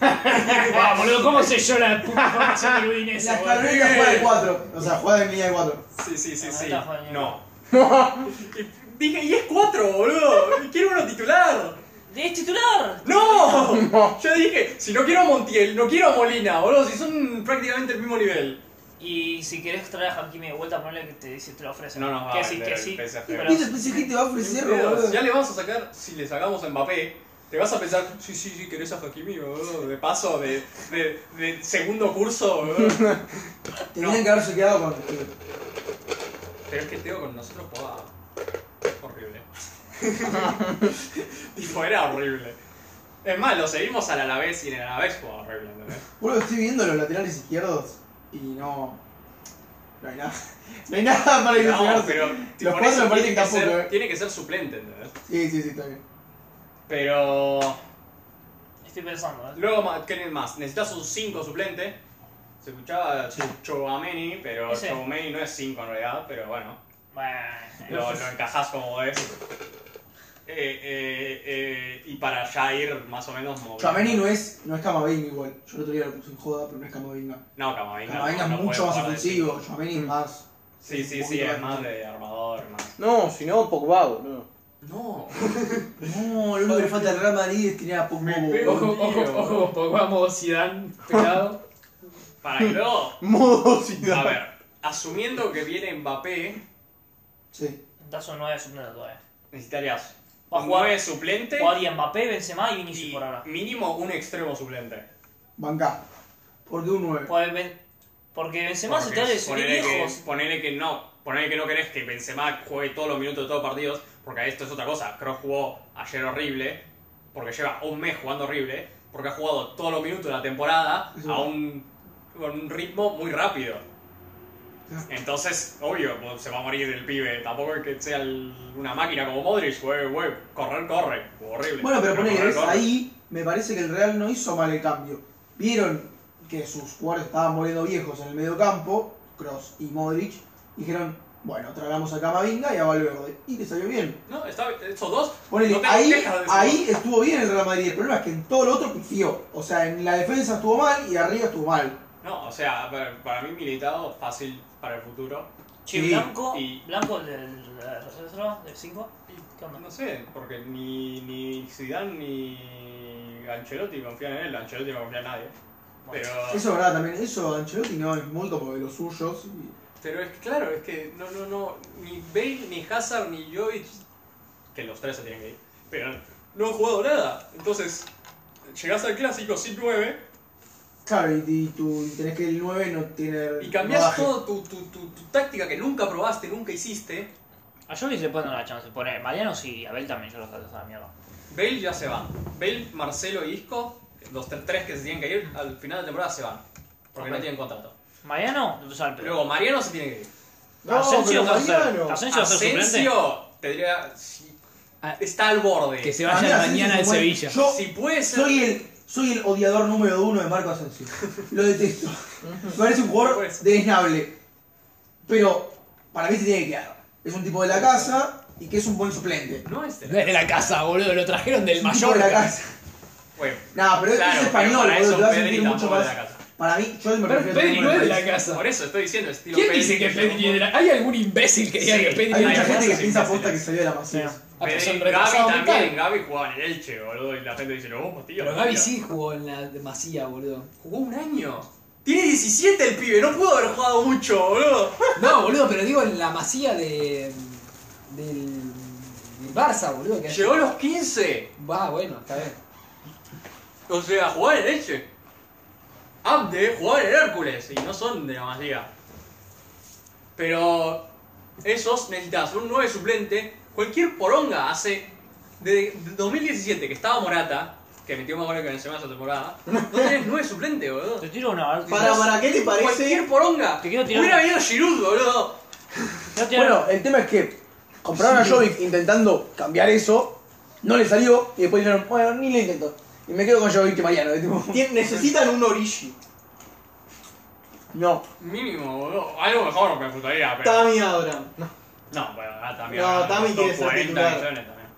H: Ah, boludo, ¿cómo se llora la puta formación del Udinese,
B: Las
H: boludo?
B: carreras juega de 4, o sea, juega en línea de 4.
D: Sí, sí, sí,
C: Ah,
D: sí.
C: está jodiendo.
D: No. Y Dije, y es 4, boludo. Y Quiero uno titular.
C: ¡Es titular!
D: ¡No! Yo dije, si no quiero a Montiel, no quiero a Molina, boludo. Si son prácticamente el mismo nivel.
C: Y si querés traer a Hakimi de vuelta, ponle que te, si te lo ofrecen.
D: No nos va a
C: que sí, que
D: vender el
C: sí.
D: PSG.
C: Y pero-
B: Y el PSG te va a ofrecer, boludo.
D: Ya le vamos a sacar, si le sacamos a Mbappé, te vas a pensar, sí, sí, sí, querés a Hakimi, boludo. De paso, de, de, de segundo curso, boludo.
B: Tenían que haberse quedado con. eh,
D: Pero es que Teo con nosotros jugaba horrible. tipo, era horrible. Es más, lo seguimos al Alavés y en el Alavés jugaba horrible, ¿entendés?
B: Boludo, estoy viendo los laterales izquierdos y no. No hay nada. No hay nada para
D: No,
B: ilusionarse.
D: pero tipo,
B: Los
D: por eso
B: cuatro me parecen
D: tiene, que
B: tampoco,
D: ser,
B: eh.
D: tiene que ser suplente, ¿entendés?
B: Sí, sí, sí, está bien.
D: Pero
C: Estoy pensando, ¿eh?
D: luego, ma- ¿qué más? Necesitas un 5 suplente. Se escuchaba Chouameni, pero
C: Ese.
D: Chouameni no es 5 en realidad, pero bueno,
C: Bueno,
D: lo, lo encajás como es. Eh, eh, eh, y para ya ir más o menos moviendo.
B: Chameni no es, no es Camavinga igual. Yo el otro día lo puse en joda, pero no es Camavinga.
D: No, Camavinga.
B: Camavinga es
D: no
B: mucho más
D: puede jugar Mm. de
B: ofensivo,
D: cinco.
B: Chameni es más.
D: Sí, sí,
B: Un
D: sí,
B: poquito
D: es
B: más
D: más
B: ofensivo.
D: de armador, más.
E: No, si no, Pogba, boludo.
D: No,
B: No, lo único que le falta al Real Madrid es tirar a Pogba.
D: Me pego.
H: Ojo, ojo, ojo, Pogba modo Zidane, pegado.
D: para que luego.
E: Modo
D: A
E: Zidane.
D: ver, asumiendo que viene Mbappé,
B: Sí.
C: Dazo no es suplente todavía.
D: necesitarías
C: Va a
D: un
C: jugar-
D: 9 suplente
C: Jugaría Mbappé, Benzema y Vinicius
D: y
C: por ahora.
D: mínimo un extremo suplente.
B: Banca. Porque un 9.
C: Pues Ben- Porque Benzema se te ha
D: Porque
C: de subir
D: ponele, que,
C: lejos.
D: ponele que no, ponele que no querés que Benzema juegue todos los minutos de todos los partidos, porque esto es otra cosa. Kroos jugó ayer horrible, porque lleva un mes jugando horrible, porque ha jugado todos los minutos de la temporada
B: Eso.
D: a un, con un ritmo muy rápido.
B: Claro.
D: Entonces, obvio, pues, se va a morir el pibe. Tampoco es que sea el- una máquina como Modric, güey, güey, correr, corre, horrible.
B: Bueno, pero pone que
D: correr,
B: ves,
D: corre.
B: ahí me parece que el Real no hizo mal el cambio. Vieron que sus jugadores estaban volviendo viejos en el medio campo, Cross y Modric, dijeron, bueno, tragamos a Camavinga y a Valverde. Y le salió bien.
D: No, está, estos dos.
B: Ponele,
D: no tengo
B: ahí,
D: quejas de esos
B: ahí estuvo bien el Real Madrid. El problema es que en todo lo otro pifió. O sea, en la defensa estuvo mal y arriba estuvo mal.
D: No, o sea, para, para mí militado fácil para el futuro.
C: Che,
B: Sí,
C: Blanco,
D: y-
C: Blanco el del reserva, del 5. ¿Qué onda?
D: No sé, porque ni, ni Zidane ni Ancelotti confían en él, Ancelotti no confía en nadie. Pero,
B: Eso es verdad también. Eso Ancelotti no es muy como de los suyos. y-
D: pero es que, claro, es que no, no, no, ni Bale, ni Hazard, ni Jovic, que los tres se tienen que ir, pero no han jugado nada. Entonces, llegás al clásico sin 9
B: Claro, y, y tú tenés que el 9 no tiene.
D: y cambiás
B: rodaje.
D: todo tu, tu, tu, tu táctica que nunca probaste, nunca hiciste.
C: A Jovi se le puede dar la chance. Pone Mariano sí, Abel también, yo los trato a la mierda.
D: Bale ya se va. Bale, Marcelo y Isco, los tre- tres que se tienen que ir, al final de temporada se van, porque no
C: Ok.
D: tienen contrato.
C: Mariano, lo usaba el pedo.
D: Luego, Mariano se tiene que ir.
E: No,
C: Asensio
E: pero
C: va a ser-
E: Mariano.
C: Asensio va a ser suplente.
D: Asensio tendría. si-
F: Ah.
D: Está al borde.
F: Que se
B: A mí
F: vaya
B: Asensio
F: mañana
B: es
F: al
B: un buen-
F: Sevilla.
B: Yo
D: Si puede ser.
B: soy el, soy el odiador número uno de Marco Asensio. Lo detesto. Me parece un jugador
D: Pues.
B: desnable. Pero para mí se tiene que quedar. Es un tipo de la casa y que es un buen suplente.
D: No es de la-
F: Desde la casa, boludo, lo trajeron del
B: Es un tipo de la
F: Mallorca.
B: casa.
D: Bueno,
B: Nah, pero es-
D: Claro,
B: es
D: pero
B: español,
D: para
B: boludo.
D: eso
B: Te va a
D: Pedri
B: sentir mucho
D: tampoco es
B: más.
D: de la casa.
B: Para mí, yo me
H: Pero
B: refiero
H: Pedri no es de la
B: casa.
H: casa.
D: por eso estoy diciendo estilo
F: ¿Quién
D: Pedri,
F: dice que
D: yo-
F: Pedri es de la... ¿Hay algún imbécil que diga
D: Sí.
F: que Pedri
B: Hay
F: es de
B: mucha
F: la
B: gente que
F: casa?
B: piensa aposta que salió de la masía.
F: Ah, pero son
D: Pedri,
F: retrasados
D: Gaby también,
F: mentales.
D: Gaby jugaba en el Elche, boludo, y la gente dice, no, Matías.
H: Pero Gaby
D: Matías".
H: sí jugó en la Masía, boludo.
D: Jugó un año. Tiene 17 el pibe, no pudo haber jugado mucho, boludo.
H: No, boludo, pero digo en la Masía de. del. del Barça, boludo. Que
D: Llegó a los 15.
H: Va, bueno, está bien.
D: O sea, jugaba en el Elche. Abde jugaba en el Hércules y no son de la Masía. Pero esos necesitas un 9 suplente. Cualquier poronga hace. Desde 2017 que estaba Morata, que metió más goles que Benzema esa temporada, no tenés 9 suplente, boludo.
A: Te tiro una, a ver,
E: Para,
A: quizás-
E: para, ¿qué te
D: Cualquier
E: parece?
D: poronga.
A: Te quiero tirar-
D: Hubiera venido Giroud, boludo.
A: No te-
B: Bueno, el tema es que compraron a Jovic intentando cambiar eso, no le salió y después dijeron, bueno, ni lo intento. Y me quedo con Jovic y Mariano. de tipo,
E: Tien- necesitan un Origi.
B: no.
D: Mínimo, boludo. Algo mejor me gustaría, pero.
E: Tami Abraham. No.
D: No, bueno, ahora también.
E: No,
D: ahora
E: Tami
D: son
E: quiere ser
D: 40
E: titular.
D: millones también.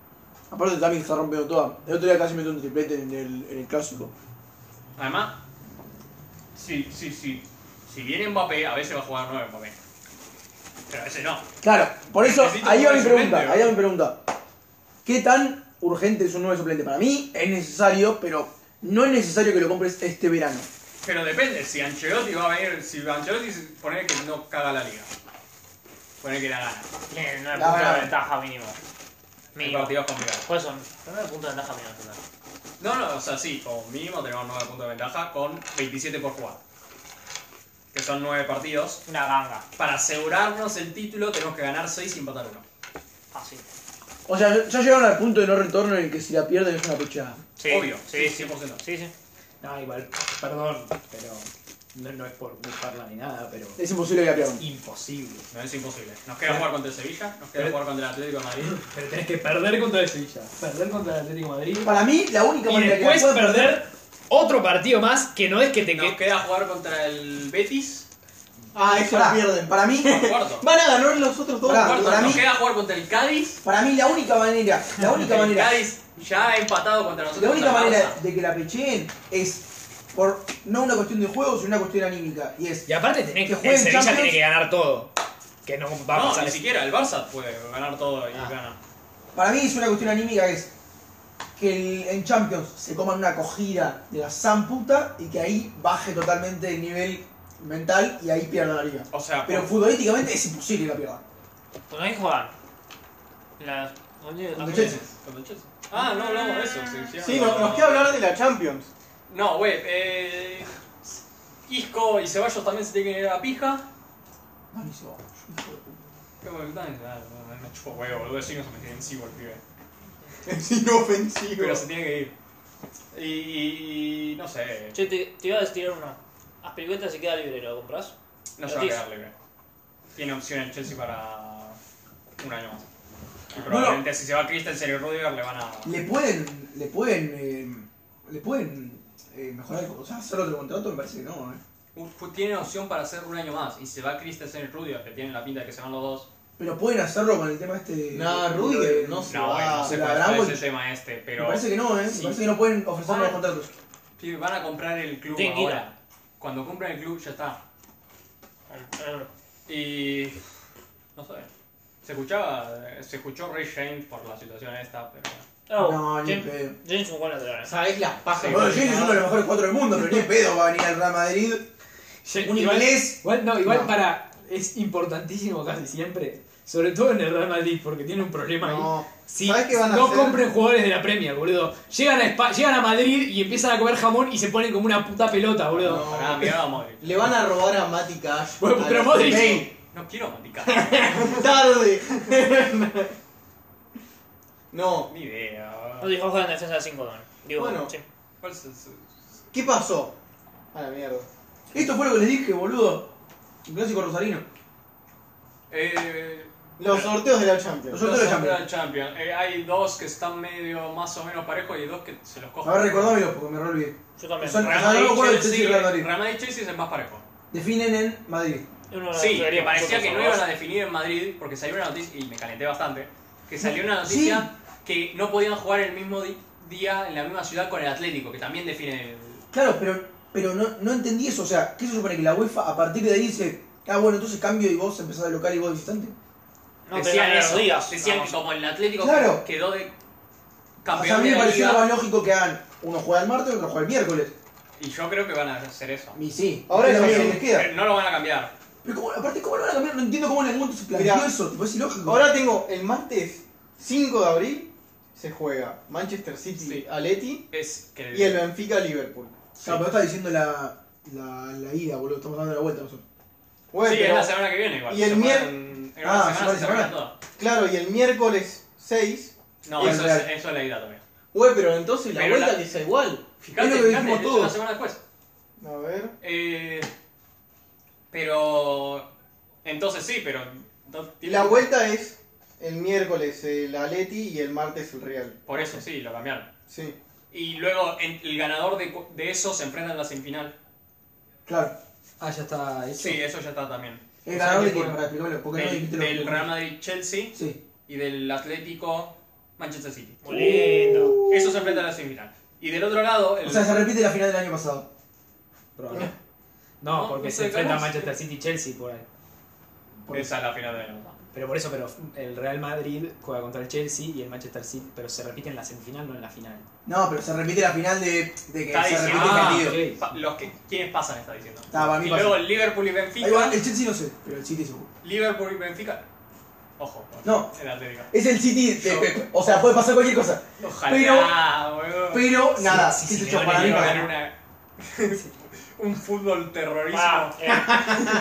B: Aparte también está rompiendo toda. El otro día casi metió un triplete en el, en el clásico.
D: Además, sí, sí, sí. Si viene Mbappé, a veces va a jugar 9 Mbappé. Pero a veces no.
B: Claro, por eso,
D: Necesito
B: ahí va
D: un
B: mi
D: nueve
B: pregunta,
D: suplente,
B: ahí va mi pregunta. ¿Qué tan urgente es un nuevo suplente? Para mí es necesario, pero no es necesario que lo compres este verano.
D: Pero depende, si Ancelotti va a venir, si Ancelotti pone que no caga la liga. Pone que la gana.
C: Tiene nueve
B: La
C: puntos
B: verdad.
C: de ventaja mínimo.
D: El
C: Mínimo.
D: partido es complicado.
C: ¿Cuáles son? Nueve puntos de ventaja mínimo. al final.
D: No, no, o sea, sí, como mínimo tenemos 9 puntos de ventaja con 27 por jugar. Que son 9 partidos.
C: Una ganga.
D: Para asegurarnos el título tenemos que ganar 6 y empatar 1.
C: Fácil.
B: O sea, ya- ya llegaron al punto de no retorno en el que si la pierden es una puchada.
C: Sí,
D: Obvio,
C: Sí,
D: sí,
C: sí,
D: 100%.
C: sí, sí.
H: No, igual, perdón, pero. No, no es por buscarla ni nada, pero.
B: Es imposible que la pierdan.
H: Es imposible.
D: No es imposible. Nos queda jugar contra el Sevilla, nos queda
H: Pero-
D: jugar contra el Atlético de Madrid.
H: Pero tenés que perder contra el Sevilla, perder contra el Atlético de Madrid.
B: Para mí, la única
F: Y
B: manera que la
F: después
B: puedan
F: perder otro partido más que no es que te
D: Nos
F: que...
D: queda jugar contra el Betis.
E: Ah, eso lo
B: Pará,
E: pierden.
B: Para mí,
D: Cuarto.
E: Van a ganar los otros dos.
B: Pará,
E: boludo.
D: Cuarto,
B: para
D: nos
B: mí-
D: queda jugar contra el Cádiz.
B: para mí la única manera, la única
D: El
B: manera,
D: Cádiz ya ha empatado contra nosotros.
B: la única
D: contra el
B: manera
D: Barça.
B: de que la pecheen es por no una cuestión de juego, sino una cuestión anímica. Y es,
F: Y aparte tenés
B: Que
F: que...
B: jueguen
F: El Sevilla
B: Champions.
F: tiene que ganar todo. Que no va a
D: No,
F: pasar
D: ni
F: eso.
D: siquiera. El Barça puede ganar todo y
F: Ah.
D: gana.
B: para mí es una cuestión anímica, es que el- en Champions se coman una cogida de la san puta y que ahí baje totalmente el nivel mental y ahí pierdan la liga.
D: O sea,
B: Pero
D: por-
B: futbolísticamente es imposible que la pierdan.
C: ¿Con quién Pues juegan? Las. ¿Dónde?
B: Con
C: ¿dónde-
B: Chelsea.
D: contra el Chelsea. Ah, no hablamos de eso. sí,
E: Sí,
D: ya
E: no-
D: hablamos.
E: nos queda hablar de la Champions.
D: No, güey. Eh, Isco y Ceballos también se tienen que ir a la pija.
B: Buenísimo.
D: Qué bueno, también, ah, Me chupo huevo, boludo. Sí, no se me tiene encima el pibe.
E: Es inofensivo.
D: Pero se tiene que ir. Y, y- y no sé.
C: Che, te, te iba a tirar uno. Aspiricueta se queda libre, ¿lo compras?
D: No se va a quedar libre. Tiene opción el Chelsea para un año más. Y probablemente si se va Christensen y Rudiger le van a.
B: le pueden le pueden eh, le pueden eh, mejorar el, o sea hacer otro contrato me parece que no eh.
D: Uh, pu- Tiene opción para hacer un año más. Y se va Christensen y Rudiger, que tienen la pinta de que se van los dos.
B: pero pueden hacerlo con el tema este de-
E: No,
B: de-
E: Rudiger,
B: de-
E: no sé.
D: No, eh,
E: Ah,
D: no sé
B: la
D: cuál
B: Abramovich.
D: es el tema este,
B: me
D: pero.
B: parece que no eh
D: Sí.
B: me parece que no pueden ofrecer
D: Ah.
B: nuevos contratos
D: Sí, Van a comprar el club
C: Tengo
D: ahora. Cuando compran el club ya está. Y. No sé. Se escuchaba. eh, Se escuchó Ray James por la situación esta, pero.
C: No,
B: No, ni
C: Oh, James,
B: pedo.
C: James es un buen lateral. ¿eh?
E: ¿Sabés las pajas?
D: Sí,
B: bueno James es uno de los mejores cuatro del mundo pero ni en pedo va a venir al Real Madrid un
H: Igual-
B: inglés
H: Igual, no, igual
B: No.
H: para. Es importantísimo casi siempre. Sobre todo en el Real Madrid, porque tiene un problema ahí.
E: No.
H: Sí,
E: ¿Sabés qué van a
H: no
E: hacer?
H: compren jugadores de la Premier, boludo. Llegan a, Espa- llegan a Madrid y empiezan a comer jamón y se ponen como una puta pelota, boludo.
E: No.
D: Pará, mirá a Modric.
E: Le van a robar a Mati Cash.
H: Bueno,
E: A
H: pero
E: los
H: Modric-
E: Bale.
D: No quiero maticar.
E: Tarde. no.
D: Ni idea.
C: No dijo juega en defensa de 5, don. Digo,
E: Bueno.
C: sí.
D: ¿Cuál es su-
E: ¿Qué pasó? A la mierda.
B: esto fue lo que les dije boludo el clásico rosarino
D: Eh,
E: Los sorteos de la Champions.
B: Nosotros
D: Los
B: la Champions.
D: Champions. Champions. Eh, hay dos que están medio más o menos parejos y dos que se los
B: A
D: cogen.
B: ver, recordámelo porque me re olvidé.
C: Yo también.
B: Son-
D: Real
B: o sea, no me acuerdo
D: Madrid,
B: del Chelsea y Real
D: Chelsea,
B: Madrid.
D: Real Madrid Chelsea es el más parejo.
B: Definen en Madrid.
C: Uno de
D: Sí,
C: los
D: que parecía
C: nosotros
D: que no
C: somos
D: iban a definir en Madrid, porque salió una noticia, y me calenté bastante, que salió una noticia que no podían jugar el mismo di- día en la misma ciudad con el Atlético, que también define el...
B: Claro, pero, pero no, no entendí eso. O sea, ¿qué se supone que la UEFA a partir de ahí dice, ah, bueno, entonces cambio y vos empezás de local y vos visitante?
C: No,
D: decían
C: tenían
D: eso,
C: los días,
D: decían que
C: digamos.
D: como el Atlético
B: Claro.
D: quedó de
B: O sea, a
D: campeón
B: mí
D: de
B: me
D: la
B: pareció
D: liga,
B: más lógico que hagan uno juega el martes y otro juega el miércoles.
D: y yo creo que van a hacer eso.
B: Y sí.
E: Ahora
B: es la
E: es
B: única
E: así.
B: que les queda.
D: Pero no lo van a cambiar.
B: Pero como- aparte, ¿cómo lo van a cambiar? No entiendo cómo en algún momento se planteó
E: Mirá.
B: eso. Tipo, es ilógico.
E: Ahora tengo el martes 5 de abril se juega Manchester City
D: Sí.
E: Aleti
D: Es que
E: y el Benfica Liverpool.
B: Claro, pero vos estás diciendo la, la, la ida, boludo. Estamos dando la vuelta nosotros.
E: Bueno,
D: sí,
E: pero-
D: es la semana que viene igual.
E: y el
D: Se
E: mier-
D: juegan- En
B: Ah,
D: una
B: se
D: semana
B: juega
D: se
B: la
D: termina
B: semana.
D: todo.
E: claro, y el miércoles 6.
D: No,
B: Y el
D: eso es,
B: Real.
D: eso es la idea también.
E: Güey, pero entonces la
D: Pero
E: vuelta
D: la-
E: que sea igual.
D: Fíjate,
B: Es lo que
D: fíjate,
B: dijimos
D: es
B: todos.
D: una semana después.
E: A ver.
D: Eh, pero. Entonces sí, pero. no
E: Y
D: tiene-
E: la vuelta es el miércoles el Aleti y el martes el Real.
D: Por eso sí, lo cambiaron.
E: Sí.
D: Y luego en- el ganador de, cu- de eso se enfrenta en la semifinal.
B: Claro.
H: Ah, ya está hecho.
D: Sí, eso ya está también.
B: El
D: O sea,
B: ganador de
D: que
B: quién,
D: por-
B: para explicarlo, porque no
D: Del,
B: dijiste lo que-
D: del Real Madrid-Chelsea
B: Sí.
D: y del Atlético Manchester City.
C: Muy lindo.
D: Eso se enfrenta en la semifinal. Y del otro lado, el-
B: Uh. O sea, se repite la final del año pasado.
H: Probable. No,
D: No,
H: porque
D: no sé,
H: se enfrenta a
D: capaz.
H: Manchester City y Chelsea por ahí.
D: esa es la final de la
H: Pero por eso, pero el Real Madrid juega contra el Chelsea y el Manchester City, pero se repite en la semifinal, no en la final.
B: No, pero se repite la final de, de que
D: Está
B: se repite
D: diciendo-
B: el
D: Ah,
B: partido.
H: ok.
D: Pa- Los que, ¿Quiénes pasan? Está diciendo.
B: Está, para Ah, mí
D: y
B: pasa.
D: luego el Liverpool y
B: Ahí va,
D: Benfica.
B: el Chelsea no sé, pero el City seguro.
D: Liverpool y Benfica. Ojo.
B: No.
D: El Atlético.
B: Es el City de Pepe. O sea, puede pasar cualquier cosa.
D: Ojalá, boludo.
B: Pero nada,
H: sí,
B: qué
H: sí,
B: sé
H: le
B: yo,
H: van
B: para
H: a
B: mí
H: llevar
B: para-
D: Era una- un fútbol terrorismo.
C: Ah, eh,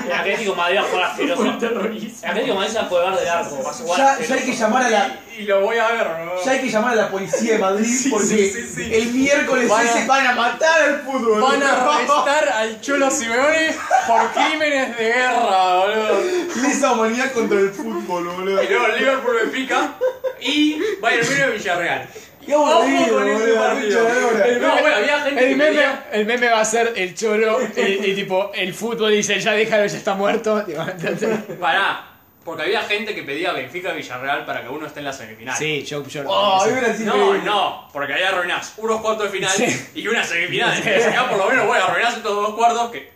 C: el Atlético Madrid va a jugar asqueroso. El
H: terrorismo.
C: Atlético Madrid se va a colgar del arco. Va a jugar
B: Ya, ya
C: asqueroso.
B: hay que llamar a la.
D: y, y lo voy a ver, boludo.
B: Ya hay que llamar a la policía de Madrid
D: Sí,
B: porque
D: sí, sí, sí.
B: el miércoles
F: Van a-
B: ese van a matar al fútbol.
F: Van a arrestar al Cholo Simeone por crímenes de guerra, boludo.
B: Lesa humanidad contra el fútbol, boludo.
D: Y luego Liverpool Benfica y Bayern Múnich Villarreal.
B: Qué aburrido,
D: con ese
B: boludo, la
D: partido.
B: concha de la lora.
F: El
D: No,
F: meme-
D: bueno, había gente que
F: El meme,
D: pedía-
F: el meme va a ser el Cholo y, y tipo, el fútbol dice, ya déjalo, ya está muerto. Tipo, entonces-
D: Pará, porque había gente que pedía Benfica Villarreal para que uno esté en la semifinal.
F: Sí, yo, yo
B: Oh, ahí hubiera sido
D: No,
B: increíble.
D: no, porque ahí arruinás unos cuartos de final
F: Sí.
D: y una semifinal. Entonces acá por lo menos, bueno, arruinás estos dos cuartos que.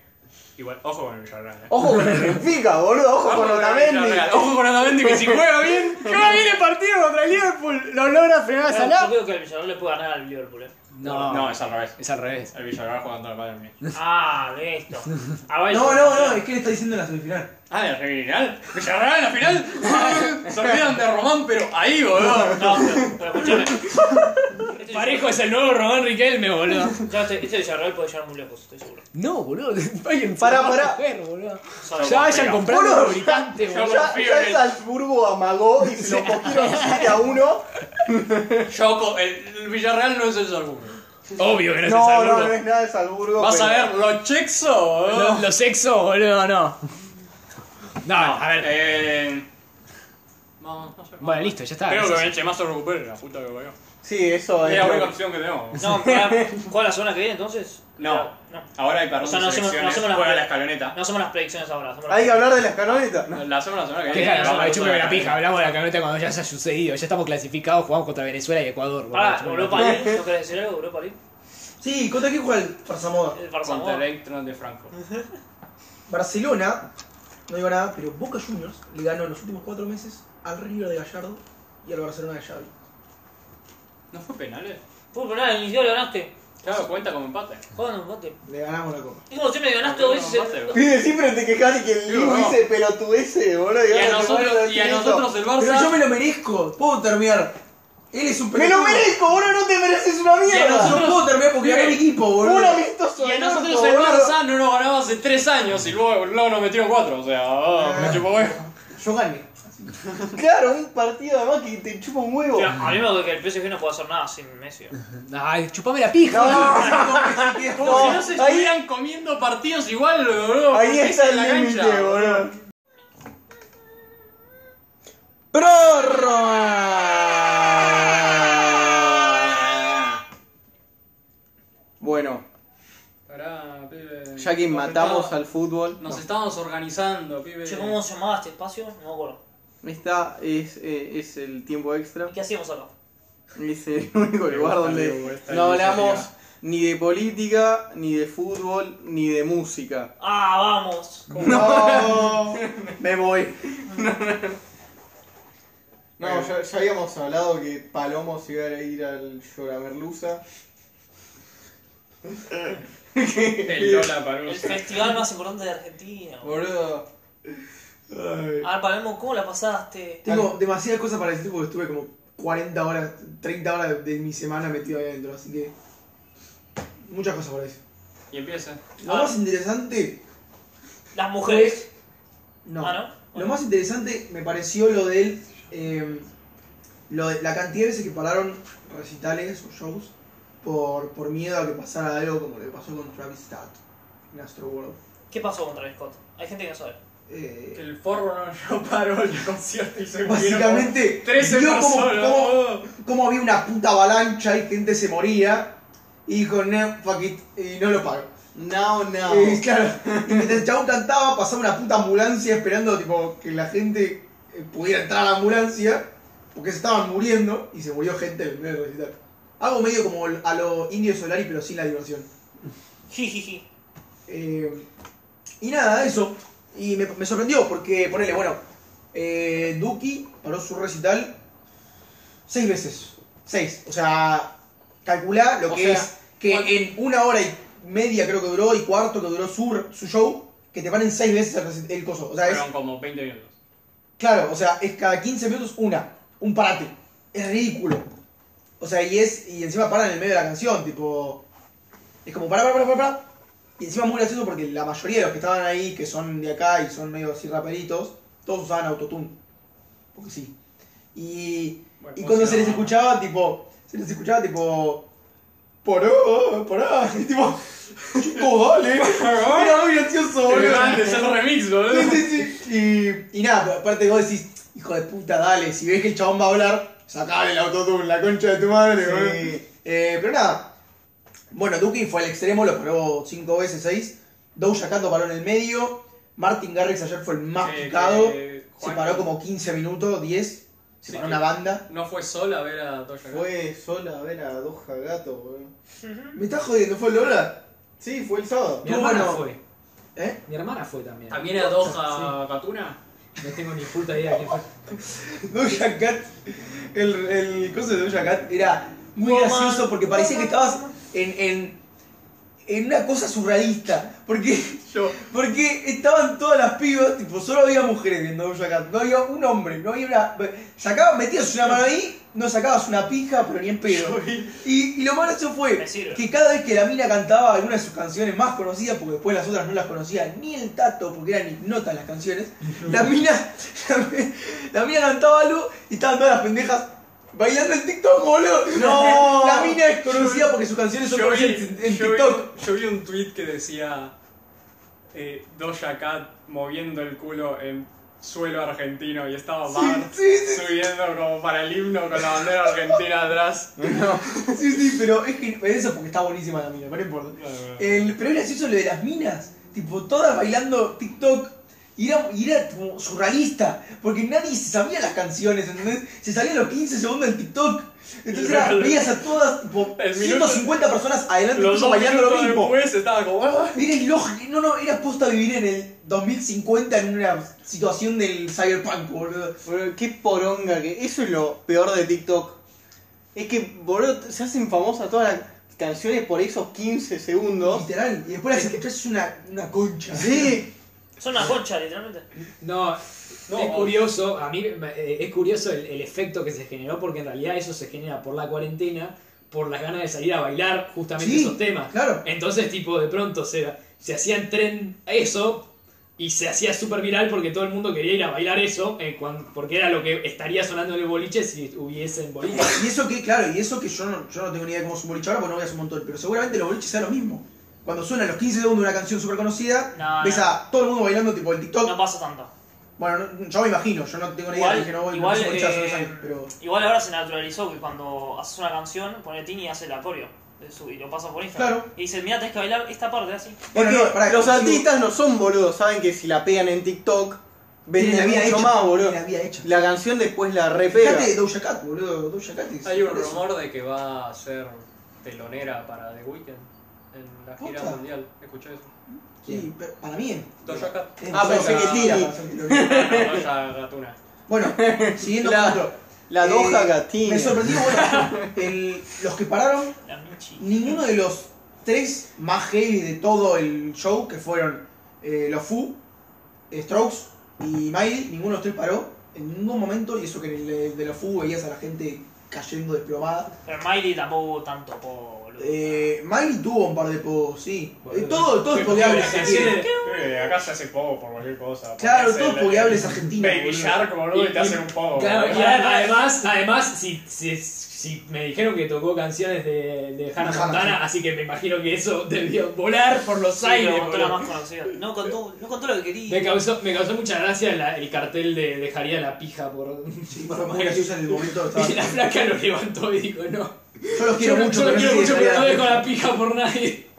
D: Igual, ojo con el Villarreal. eh.
E: Ojo con el Benfica, boludo, ojo con Otamendi.
D: Villarreal.
F: Ojo con Otamendi que si juega bien, juega bien el partido contra el Liverpool, lo logra frenar a
C: Yo
F: Salah.
C: creo que el Villarreal le puede ganar al Liverpool. eh.
F: No,
D: no, es al revés.
F: es al revés.
D: El Villarreal jugando al Bayern Múnich.
C: Ah, de esto. A ver,
B: No, no, no, es que le está diciendo en la semifinal.
D: Ah, en la semifinal. Villarreal en la final. Ah, Se olvidan de Román, pero ahí, boludo.
C: No, pero, pero escúchame. Este,
F: Parejo es el nuevo Román Riquelme, boludo.
C: ya este, este Villarreal puede llegar muy lejos, estoy seguro.
F: No, boludo, Bayern se
E: Pará,
F: va a
E: pará.
F: coger, boludo.
C: Solo
F: Ya
C: más
F: vayan
D: pega.
F: comprando
E: Boludo,
F: lubricante,
D: ya-
F: boludo.
E: Ya, ya el Salzburgo amagó y se lo cogieron 7 a 1.
D: Yo, co- el, el Villarreal no es el Salzburgo.
F: Obvio que no es el
E: No, no,
F: Salzburgo.
E: no es nada de Salzburgo.
D: Vas a
E: pero-
D: ver, lo chexo, boludo.
F: Los, los exos, boludo, no. No, a ver.
D: Eh, no, no sé.
F: Bueno, listo, ya está.
D: Creo
F: Eso
D: que
F: es-
D: Benche más se recupere, la puta que vaya.
E: Sí, eso
D: Es la única
E: es.
D: opción que tenemos.
C: No, pará, ¿juega la semana que viene entonces?
D: No.
C: No,
D: Ahora hay para
C: O sea, no
D: unas
C: hacemos- no
D: elecciones,
C: hacemos la-
D: juega la escaloneta.
C: no hacemos las predicciones ahora. hacemos las
E: Hay que hablar de las canonetas. No.
D: La hacemos la semana que
F: Que
D: viene.
F: ya,
D: vamos a
F: no, chúpeme
D: hacer
F: la pija, hablamos de la camioneta cuando ya se ha sucedido. Ya estamos clasificados, jugamos contra Venezuela y Ecuador. boludo,
C: Pará,
F: chúpeme la
C: Europa
F: pija.
C: League, ¿no querés decir algo? Europa League.
B: Sí, ¿contra quién juega el Farsamoda?
C: El Barça
D: Contra el
C: Moda.
D: Electron de Franco.
B: Barcelona, no digo nada, pero Boca Juniors le ganó en los últimos cuatro meses al River de Gallardo y al Barcelona de Xavi.
D: ¿No fue eh? penales?
C: Fue un penal, ni siquiera lo ganaste.
D: Claro, cuenta como empate.
C: Joder, no empate.
B: Le ganamos la copa.
C: Y como siempre ganaste
D: No,
C: dos
D: no,
C: veces.
D: empate,
C: el-
D: boludo.
E: Pide, siempre te quejas de que el
D: Digo,
E: Dibu
D: no.
E: dice pelotudece, boludo.
D: Y
E: ahora
D: a
E: te vas
D: nosotros,
E: decir
D: y a
E: eso.
D: nosotros el Barça.
B: Pero yo me lo merezco, puedo terminar. Él es un
E: ¡Me lo
B: pelotudo.
E: merezco, boludo! ¡No te mereces una
B: Y a nosotros
E: mierda!
B: no puedo terminar porque ganó el equipo, boludo.
E: ¡Un amistoso!
D: Y a
E: del
D: nosotros
E: orto,
D: el
E: boludo.
D: Barça no nos ganaba hace 3 años y luego, luego nos metieron 4. O sea, oh, me chupó huevo.
B: Yo gané.
E: Claro, un partido además que te chupa un huevo.
C: Mira, A mí me parece que el PSG no puede hacer nada sin Messi.
F: Ay, chupame la pija. boludo.
D: Como si no se
E: ahí-
D: estuvieran comiendo partidos igual, boludo.
E: Ahí
D: porque esa
E: está
D: es
E: el
D: la cancha,
E: límite, boludo. que matamos al fútbol.
D: Nos estábamos organizando, pibe.
C: Che, ¿cómo se llamaba este espacio? No me acuerdo.
E: Esta es, eh, es el tiempo extra.
C: ¿Qué hacíamos acá?
E: Es el único lugar
I: Leo,
E: donde
I: esta
E: no hablamos
I: iniciativa.
E: ni de política, ni de fútbol, ni de música.
C: Ah, vamos.
E: No, me voy. No,
I: Bueno.
E: ya, ya habíamos hablado que Palomo se iba a ir al Lloramerluza.
D: El Lola
C: El
D: Palusa.
C: festival más importante de Argentina. boludo.
E: Boludo.
C: A ver, Palermo, ¿cómo la pasaste?
B: Tengo demasiadas cosas para decir porque estuve como 40 horas, 30 horas de, de mi semana metido ahí adentro, así que. Muchas cosas para decir.
D: Y empieza.
B: Lo
C: Ah.
B: más interesante.
C: Las mujeres.
B: No.
C: Ah, ¿no?
B: Lo más interesante me pareció lo del. eh, lo de, la cantidad de veces que pararon recitales o shows por, por miedo a que pasara algo como le pasó con Travis Scott en Astro World.
C: ¿Qué pasó con Travis Scott? Hay gente que no sabe.
B: Eh,
D: Que el forro no, no paró el concierto y se murieron
B: Básicamente,
D: como 13
B: vio como,
D: personas.
B: como-
D: boludo.
B: como había una puta avalancha y gente se moría. Y dijo, no, fuck it, y no lo pago.
E: No, no.
B: Y claro, y mientras el chabón cantaba, pasaba una puta ambulancia esperando tipo, que la gente eh, pudiera entrar a la ambulancia, porque se estaban muriendo y se murió gente en el medio del recital. Algo medio como a los indios Solari, pero sin la diversión.
C: Jijiji.
B: Eh, y nada, eso. Y me, me sorprendió porque, ponele, bueno, eh, Duki paró su recital seis veces. Seis. O sea, calculá lo
E: O
B: que
E: sea,
B: es que
E: ¿cuán-
B: en una hora y media creo que duró y cuarto que duró su, su show, que te paren seis veces el, reci- el coso. O sea, es,
D: Fueron como 20 minutos.
B: claro, o sea, es cada 15 minutos una, un parate. Es ridículo. O sea, y es, y encima paran en el medio de la canción, tipo... Es como, para, para, para, para, para. Y encima es muy gracioso porque la mayoría de los que estaban ahí, que son de acá y son medio así raperitos, todos usaban autotune. Porque sí. Y,
D: Bueno,
B: y cuando se les
D: llama?
B: escuchaba, tipo, se les escuchaba, tipo, poró, porá, y tipo, chico, dale. Era muy gracioso, boludo.
D: Grande, el remix, boludo.
B: Sí, sí, sí. Y, y nada, pero aparte vos decís, hijo de puta, dale, si ves que el chabón va a hablar, sacale el autotune, la concha de tu madre, boludo. Eh, pero nada. Bueno, Duki fue al extremo, lo paró 5 veces 6. Doja Cat lo paró en el medio. Martin Garrix ayer fue el más
D: Que-
B: picado.
D: que
B: Se
D: Juan-
B: paró como 15 minutos, 10. Se
D: Sí,
B: paró
D: que-
B: una banda.
D: No fue sola a ver a Doja Cat.
E: Fue sola a ver a Doja Gato, boludo.
B: Me estás jodiendo, fue Lola.
E: Sí, fue el sábado.
H: Mi
B: Tú,
H: hermana
B: bueno.
H: fue.
B: ¿Eh?
H: Mi hermana fue también.
D: También a Doja Catuna.
H: No tengo ni puta idea de quién fue.
B: Doja Cat. El, el coso de Doja Cat era muy
C: Woman,
B: gracioso porque parecía que
C: woman,
B: estabas en, en, en una cosa surrealista. Porque, porque estaban todas las pibas, tipo, solo había mujeres viendo Doja Cat. No había un hombre, no había una. Sacabas, metías una mano ahí, no sacabas una pija, pero ni en pedo. Y, y lo más gracioso fue
C: Me sirve.
B: que cada vez que la mina cantaba alguna de sus canciones más conocidas, porque después las otras no las conocía ni el tato, porque eran ignotas las canciones, la mina, la, mina cantaba algo y estaban todas las pendejas bailando en TikTok, boludo.
E: No.
B: La mina es conocida porque sus canciones son
D: Yo vi,
B: conocidas en, en
D: yo vi-
B: TikTok.
D: yo vi un tweet que decía eh, Doja Cat moviendo el culo en suelo argentino y estaba Bart
B: sí, sí, sí.
D: subiendo como para el himno con la bandera argentina atrás.
B: Sí, sí, pero es que eso porque está buenísima la mina, pero no importa. El, pero era gracioso lo de las minas, tipo, todas bailando TikTok. Y era, y era como surrealista, porque nadie se sabía las canciones, ¿entendés? Se salían los 15 segundos del TikTok. Entonces era,
D: Real.
B: veías a todas, tipo,
D: El minuto-
B: 150 personas adelante
D: Los
B: tuyo
D: dos
B: bailando lo
D: minutos
B: mismo.
D: después estaba como... "Ah".
B: Era ilógico, no, no, era posta vivir en el 2050 en una situación del cyberpunk, boludo.
E: Boludo, qué poronga que. Eso es lo peor de TikTok. Es que, boludo, se hacen famosas todas las canciones por esos 15 segundos.
B: Literal, y después las escuchás es una, una concha.
E: Sí,
C: Son una concha, literalmente.
H: No, es curioso, a mí me- eh, es curioso el, el efecto que se generó porque en realidad eso se genera por la cuarentena, por las ganas de salir a bailar justamente
B: Sí,
H: esos temas.
B: claro.
H: Entonces, tipo, de pronto se, se hacía en tren eso y se hacía súper viral porque todo el mundo quería ir a bailar eso, eh, cuan- porque era lo que estaría sonando en el boliche si hubiesen boliche.
B: Y eso que, claro, y eso que yo no, yo no tengo ni idea de cómo es un boliche ahora porque no voy a hacer un montón, pero seguramente los boliches sea lo mismo. Cuando suenan los 15 segundos de una canción súper conocida,
C: No,
B: ves
C: no.
B: a todo el mundo bailando tipo el TikTok.
C: No pasa tanto.
B: Bueno, no- yo me imagino, yo no tengo ni idea,
C: Igual,
B: dije no voy
C: igual,
B: no soy bolichero hace dos
C: eh,
B: años, pero.
C: Igual ahora se naturalizó que cuando haces una canción, pone Tini y hace la coreo. de su- y lo pasa por Instagram.
B: Claro.
C: Y dice, mira, tenés que bailar esta parte así.
B: Bueno,
E: Porque
B: no, pará,
E: los
B: si-
E: artistas no son boludos, saben que si la pegan en TikTok,
B: Tiene la
E: venden
B: vida
E: mucho
B: hecha,
E: más, boludo.
B: tiene la vida hecha.
E: La canción después la repega.
B: Fíjate de Doja Cat, boludo. Doja Cat es-
D: Hay un
B: es-
D: rumor de que va a ser telonera para The Weeknd en la gira
B: Puta.
D: mundial. Escuché eso.
B: Sí, pero para mí es.
D: Doja Cat.
B: es
E: Ah, pensé
B: Doja
E: que
B: Cat,
E: Tini.
B: para ser telonero.
D: No, Doja Gatuna.
B: Bueno, siguiendo
E: La-
B: con otro.
E: La
B: Eh,
E: Doja Gatina.
B: Me sorprendió, bueno, el- los que pararon,
C: La Michi.
B: ninguno de los tres más heavy de todo el show, que fueron eh, los Fu, Strokes y Miley, ninguno de los tres paró en ningún momento, y eso que en el, el de los Fu veías a la gente cayendo desplomada.
C: Pero Miley tampoco tanto, po, boludo.
B: Eh, Miley tuvo un par de pos, sí. Eh,
H: Boludo.
B: todo, todo es
H: Pero
B: pogueable
H: las
B: si
H: canciones-
B: quiere.
D: Eh, acá se hace poco por cualquier cosa.
B: Claro, todos pogueables argentinos. boludo.
D: boludo,
H: y te hacen un Claro, y
C: Claro.
H: a- además, además si, si, si me dijeron que tocó canciones de, de Hannah
B: Hannah,
H: Montana,
B: sí.
H: así que me imagino que eso debió volar por los
C: Sí,
H: aires.
C: pero contó la
H: boludo.
C: más conocida. No contó, no contó lo que quería.
H: Me causó, me causó mucha gracia la- el cartel de dejaría la pija por.
B: Sí, fue muy gracioso en el momento. estaba-
H: Y la flaca lo levantó y dijo: No,
B: Yo los quiero
H: yo,
B: mucho,
H: yo
B: pero
H: lo
B: no
H: quiero
B: sé si
H: mucho, pero no
B: dejaría-
H: dejo la pija por nadie.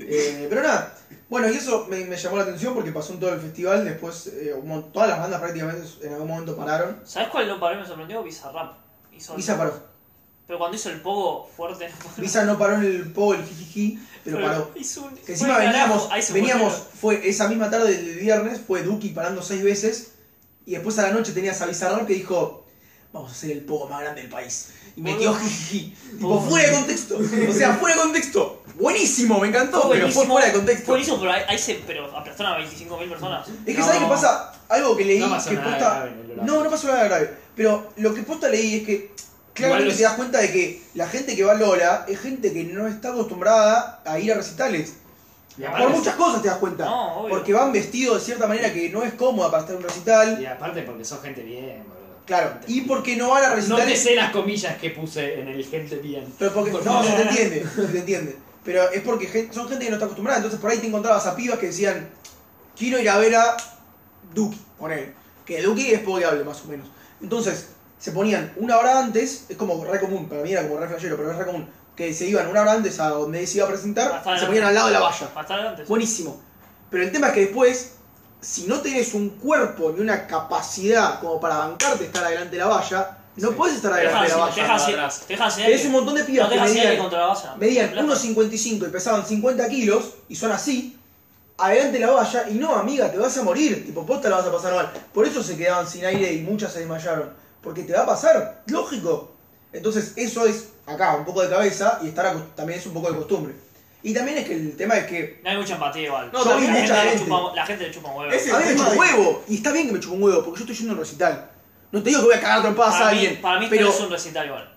B: Eh, pero nada, bueno, y eso me, me llamó la atención porque pasó en todo el festival. Después, eh, un mon- todas las bandas prácticamente en algún momento pararon.
C: ¿Sabes cuál no paró y me sorprendió? Bizarrap. Hizo-
B: Visa paró.
C: Pero cuando hizo el pogo fuerte, no paró.
B: Visa no paró en el pogo, el jijiji, pero paró.
C: Hizo un-
B: Que encima
C: fue el
B: veníamos,
C: carajo. Ahí se
B: veníamos
C: volvió.
B: fue esa misma tarde del viernes, fue Duki parando seis veces. Y después a la noche tenías a Bizarrap que dijo: Vamos a hacer el pogo más grande del país. Y metió jijiji. Tipo,
C: Pogo.
B: fuera de contexto. O sea, fuera de contexto. Buenísimo, me encantó, pero fue
C: Buenísimo.
B: fuera de contexto.
C: Buenísimo, pero ahí, ahí se pero aplastaron a 25.000 personas.
B: Es que,
H: No.
B: ¿sabes qué pasa? Algo que leí
H: No pasó
B: que
H: nada
B: posta.
H: grave en el Lola.
B: no, no pasó nada grave. Pero lo que posta leí es que claramente
H: los-
B: te das cuenta de que la gente que va a Lola es gente que no está acostumbrada a ir a recitales.
H: Y
B: Por
H: aparte,
B: muchas cosas te das cuenta.
C: No, obvio.
B: porque van vestidos de cierta manera que no es cómoda para estar en un recital.
H: y aparte porque son gente bien, boludo.
B: Claro. Y porque no van a
H: No te
B: recitales.
H: sé las comillas que puse en el gente bien.
B: pero porque,
H: Por
B: no,
H: favor.
B: se te entiende. Se te entiende. Pero es porque gen- son gente que no está acostumbrada. Entonces por ahí te encontrabas a pibas que decían: Quiero ir a ver a Duki, ponele. Que Duki es pogueable, más o menos. Entonces, se ponían una hora antes, es como re común, para mí era como re flashero, pero es re común, que se iban una hora antes a donde se iba a presentar,
C: Bastante.
B: se ponían al lado de la valla.
C: Para estar adelante.
B: Buenísimo. Pero el tema es que después, si no tenés un cuerpo ni una capacidad como para bancarte estar adelante de la valla, no
D: Sí.
B: podés estar
C: Te dejan
B: adelante de la
C: sin- te
B: valla.
C: dejan
D: no
C: sin-
D: atrás.
C: te dejan sin
B: Tenés
C: aire.
B: un montón de
C: No
B: pibas
C: te
B: que
C: dejan sin aire
B: medían,
C: contra la valla.
B: medían
C: Plata.
B: 1.55 y pesaban 50 kilos y son así, adelante de la valla y no, amiga, te vas a morir, tipo, posta la vas a pasar mal. Por eso se quedaban sin aire y muchas se desmayaron, porque te va a pasar, lógico. Entonces, eso es acá, un poco de cabeza y estar acos- también es un poco de costumbre. Y también es que el tema es que
C: No hay mucha empatía igual.
B: No, también
C: la,
B: mucha
C: gente le
B: gente.
C: chupa, la gente le chupa un huevo.
E: Ese-
B: a mí me
E: tema
B: chupa un
E: de-
B: huevo y está bien que me chupa un huevo porque yo estoy yendo a un recital. No te digo que voy a cagar trompadas
C: para,
B: a
C: mí,
B: alguien,
C: para mí esto
B: pero,
C: no es un recital igual.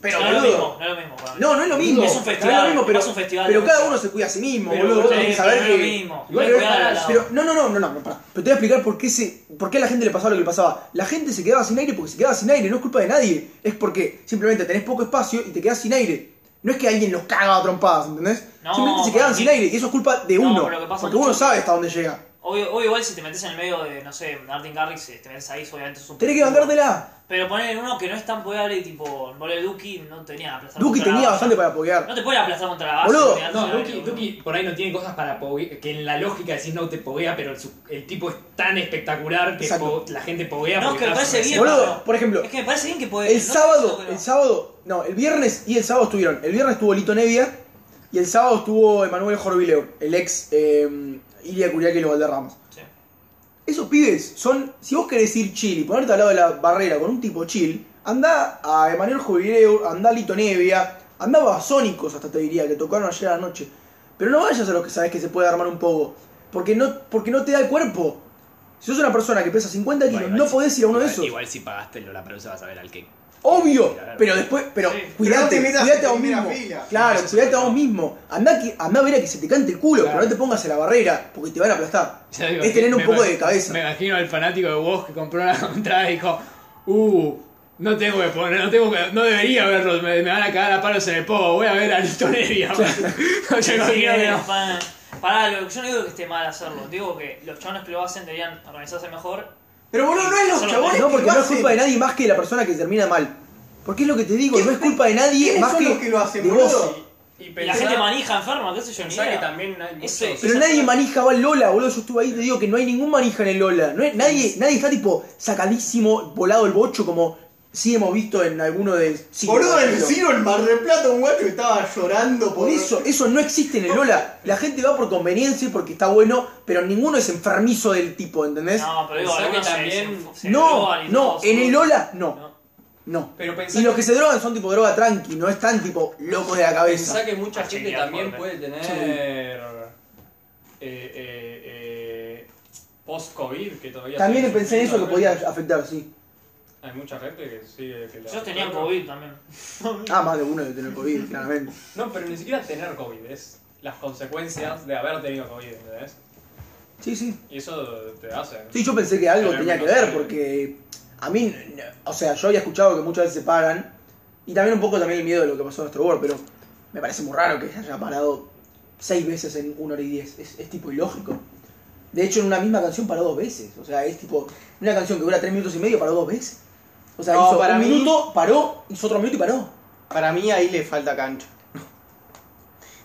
B: pero
C: no es lo
B: boludo,
C: mismo, no es lo mismo para mí.
B: No, no es lo mismo.
C: Es un festival,
B: No es lo mismo, pero,
C: es un festival.
B: pero cada uno se cuida a sí mismo,
H: Pero
B: boludo.
H: vos
B: Vos tenés que
C: tenés
B: saber
C: que no es lo
B: que.
C: mismo.
H: Igual
B: pero,
C: cuidar al lado.
B: pero- no, no, no, no, no, no, pará. Pero te voy a explicar por qué, se, por qué a la gente le pasaba lo que le pasaba. La gente se quedaba sin aire porque se quedaba sin aire, no es culpa de nadie. Es porque simplemente tenés poco espacio y te quedás sin aire. No es que alguien los caga a trompadas, ¿entendés?
C: No,
B: simplemente se quedaban
C: porque-
B: sin aire y eso es culpa de
C: No,
B: uno.
C: pero lo que pasa
B: porque
C: mucho-
B: uno sabe hasta dónde llega.
C: Obvio, obvio igual si te metes en el medio de, no sé, Martin Garrix, si te metes ahí, obviamente es un...
B: Tenés que bancártela.
C: Pero poner uno que no es tan podeable, tipo, boludo, Duki no tenía que aplastar
B: Duki
C: contra la
B: tenía
C: valla.
B: bastante para apoyar.
C: No te pueden aplastar contra la base.
B: Boludo,
H: No, Duki, Duki por ahí no tiene cosas para pogue- que en la lógica decís no te poguea, pero el, su- el tipo es tan espectacular que
B: Exacto.
H: po- la gente poguea.
C: No,
H: porque
C: que me
H: te hace
C: parece bien.
H: reír.
B: Boludo,
C: no.
B: por ejemplo,
C: Es que me parece bien que puede...
B: El
C: no,
B: sábado,
C: no, no.
B: el sábado, no, el viernes y el sábado estuvieron. El viernes estuvo Lito Nevia y el sábado estuvo Emanuel Jorvileo, el ex eh, Iria Curiaque y los Valderramas.
C: Sí.
B: Esos pibes son, si vos querés ir chill y ponerte al lado de la barrera con un tipo chill, anda a Emanuel Jorvileo, anda a Lito Nevia, andaba a Sónicos hasta te diría, que tocaron ayer a la noche. Pero no vayas a los que sabes que se puede armar un poco, porque no, porque no te da el cuerpo. Si sos una persona que pesa 50 kilos,
A: Bueno,
B: no
A: sí.
B: podés ir a uno de
A: Igual-
B: esos.
A: Igual si pagaste el Lollapalooza vas a ver al que...
B: Obvio,
A: Claro.
B: pero después, pero
C: Sí,
E: pero no
B: cuidate,
E: te metas
B: cuidate
E: en
B: a vos
E: primera
B: mismo.
E: fila.
B: Claro,
A: Eso es
B: cuidate a
A: verdad.
B: vos mismo. Andá, que, andá a ver a que se te cante el culo,
H: Claro.
B: pero no te pongas en la barrera, porque te van a aplastar.
A: Ya digo,
B: es tener un
A: me
B: poco
A: imag-
B: de cabeza.
A: Me imagino al fanático de vos que compró la entrada y dijo, uh, no tengo que poner, no tengo que, no debería verlos, me, me van a cagar a palos en el pogo, voy a ver a Lito Nevia. O sea,
C: Sí,
A: imagino que no.
C: pa- Pará, lo- yo no digo que esté mal hacerlo, digo que los chavales que lo hacen deberían organizarse mejor.
E: Pero boludo, no es los
C: Solo-
E: chabones
B: No,
E: que
B: porque
E: lo
B: no es
E: hacen.
B: culpa de nadie más que de la persona que termina mal. Porque es lo que te digo, no es culpa de nadie
E: ¿Quiénes
B: más
E: son
B: que,
E: los que lo hacen,
B: de
E: boludo?
B: vos.
D: Y
C: Y la
D: pensá-
C: gente manija enferma, qué sé yo, ni
D: pensá que
C: idea.
D: también hay muchos.
C: Eso-
B: Pero nadie manija va al Lola, boludo. Yo estuve ahí y te digo que no hay ningún manija en el Lola. No hay- nadie, nadie está tipo sacadísimo, volado el bocho como sí hemos visto en alguno de. sí,
E: Boludo, en el
B: pero-
E: Ciro, en Mar del Plata, un guacho que estaba llorando por,
B: Por eso, eso no existe en el Lola. La gente va por conveniencia y porque está bueno, pero ninguno es enfermizo del tipo, ¿entendés?
C: No, pero digo,
D: Pensá que
C: algunos
D: también-
C: también.
B: No, no, en el Lola no.
C: No.
B: No.
D: Pero pensá
B: Y los
D: que-
B: que se drogan son tipo droga tranqui, no están tipo locos de la cabeza.
D: Pensá que mucha gente
C: Genial,
D: también
C: Jorge.
D: puede tener. eh, eh, eh, Post-COVID, que todavía.
B: También
D: sigue
B: pensé en eso que podía
D: sufriendo.
B: afectar, sí.
D: Hay mucha gente que sigue. Que la-
C: Yo tenía COVID también.
B: Ah, más de uno de tener COVID, claramente.
D: No, pero ni siquiera tener COVID, es las consecuencias de haber tenido COVID, ¿entendés?
B: Sí, sí.
D: Y eso te hace.
B: Sí, yo pensé que algo
D: Pero
B: tenía que
D: menos
B: ver,
D: que-
B: porque a mí, n- o sea, yo había escuchado que muchas veces se paran, y también un poco también el miedo de lo que pasó en nuestro World, pero me parece muy raro que se haya parado seis veces en 1 hora y 10, es, es tipo ilógico. De hecho, en una misma canción paró dos veces, o sea, es tipo, una canción que dura tres minutos y medio paró dos veces. O sea,
E: No,
B: hizo
E: para
B: un
E: mí-
B: minuto, paró, hizo otro minuto y paró.
E: Para mí ahí le falta cancha.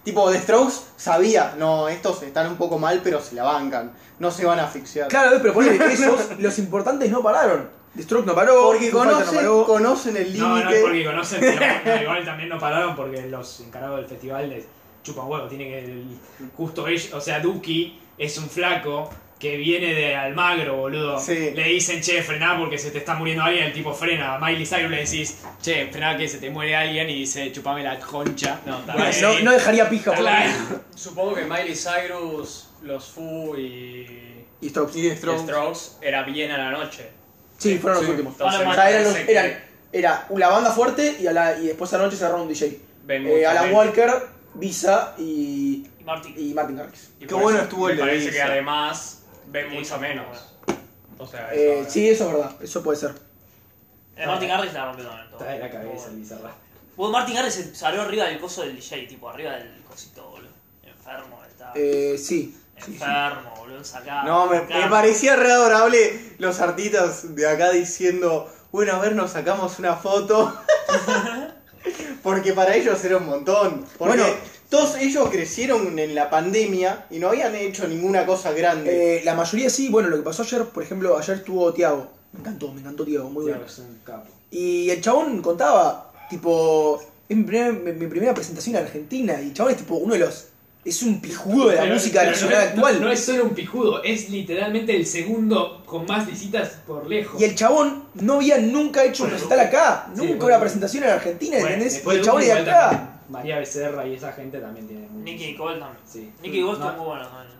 E: Tipo, The Strokes sabía, no, estos están un poco mal, pero se la bancan. No se van a asfixiar.
B: Claro, pero ponele, esos, los importantes no pararon. The Stroke no paró,
E: porque
B: Foo Fighters no
E: conocen,
B: paró.
E: conocen el
H: No, no es
E: límite.
H: porque conocen, pero bueno, igual también no pararon porque los encargados del festival les chupan huevo. Tienen que. el- Justo ellos, o sea, Duki es un flaco que viene de Almagro, boludo.
E: Sí.
H: Le dicen, che, frená porque se te está muriendo alguien. El tipo frena. A Miley Cyrus le decís, che, frená que se te muere alguien. Y dice, chupame la concha.
D: No, tal
B: Bueno,
D: vez.
B: no, no dejaría pija por
H: Claro.
D: Supongo que Miley Cyrus, los Foo y.
B: Y Strokes.
E: Y The Strokes.
D: Strokes era bien a la noche.
B: Sí, fueron los
E: Sí.
B: últimos.
D: Entonces,
B: O sea, eran los-
D: parece que
B: eran- era la banda fuerte y, a la, y después a la noche cerraron un DJ.
D: ven
B: Eh,
D: mucha
B: Alan
D: gente.
B: Walker, Visa y,
C: Y Martín.
B: y Martin Garrix.
D: Y
E: Qué
D: por
E: bueno
D: eso
E: estuvo
D: me
E: el de
D: Parece
E: Lisa.
D: que además ven mucho
C: Lisa.
D: menos. O sea, eso
B: Eh,
D: ahora.
B: sí, eso es verdad, eso puede ser.
C: El eh, Martin Garrix la rompió también. todo.
H: Trae la cabeza el bizarra.
C: Vos, Martin Garrix se salió arriba del coso del DJ, tipo, arriba del cosito, boludo. Enfermo, está.
B: Eh, sí.
C: Enfermo, boludo, sacado.
E: No, me, me
C: sacado.
E: parecía re adorable los artistas de acá diciendo, bueno, a ver, nos sacamos una foto. Porque para ellos era un montón. Porque
B: Bueno.
E: todos ellos crecieron en la pandemia y no habían hecho ninguna cosa grande.
B: Eh, la mayoría sí, bueno, lo que pasó ayer, por ejemplo, ayer estuvo Tiago. Me encantó, me encantó Tiago, muy bueno. Y el chabón contaba, tipo, es mi primera, mi- mi primera presentación en Argentina y el chabón es tipo uno de los... Es un pijudo de la
H: Pero-
B: música
H: pero
B: nacional
H: no es-
B: actual.
H: No, no es solo un pijudo, es literalmente el segundo con más visitas por lejos.
B: Y el chabón no había nunca hecho un
H: Bueno,
B: recital acá.
H: sí,
B: nunca
H: bueno.
B: una presentación en Argentina,
H: Bueno,
B: ¿entendés?
H: después
B: y el
H: de
B: chabón es de
H: Duki, igual
B: acá.
H: también María Becerra y esa gente también tiene mucho.
C: Nicky Nicole también.
H: Sí.
C: Nicky Nicole
H: No,
C: estuvo muy bueno también.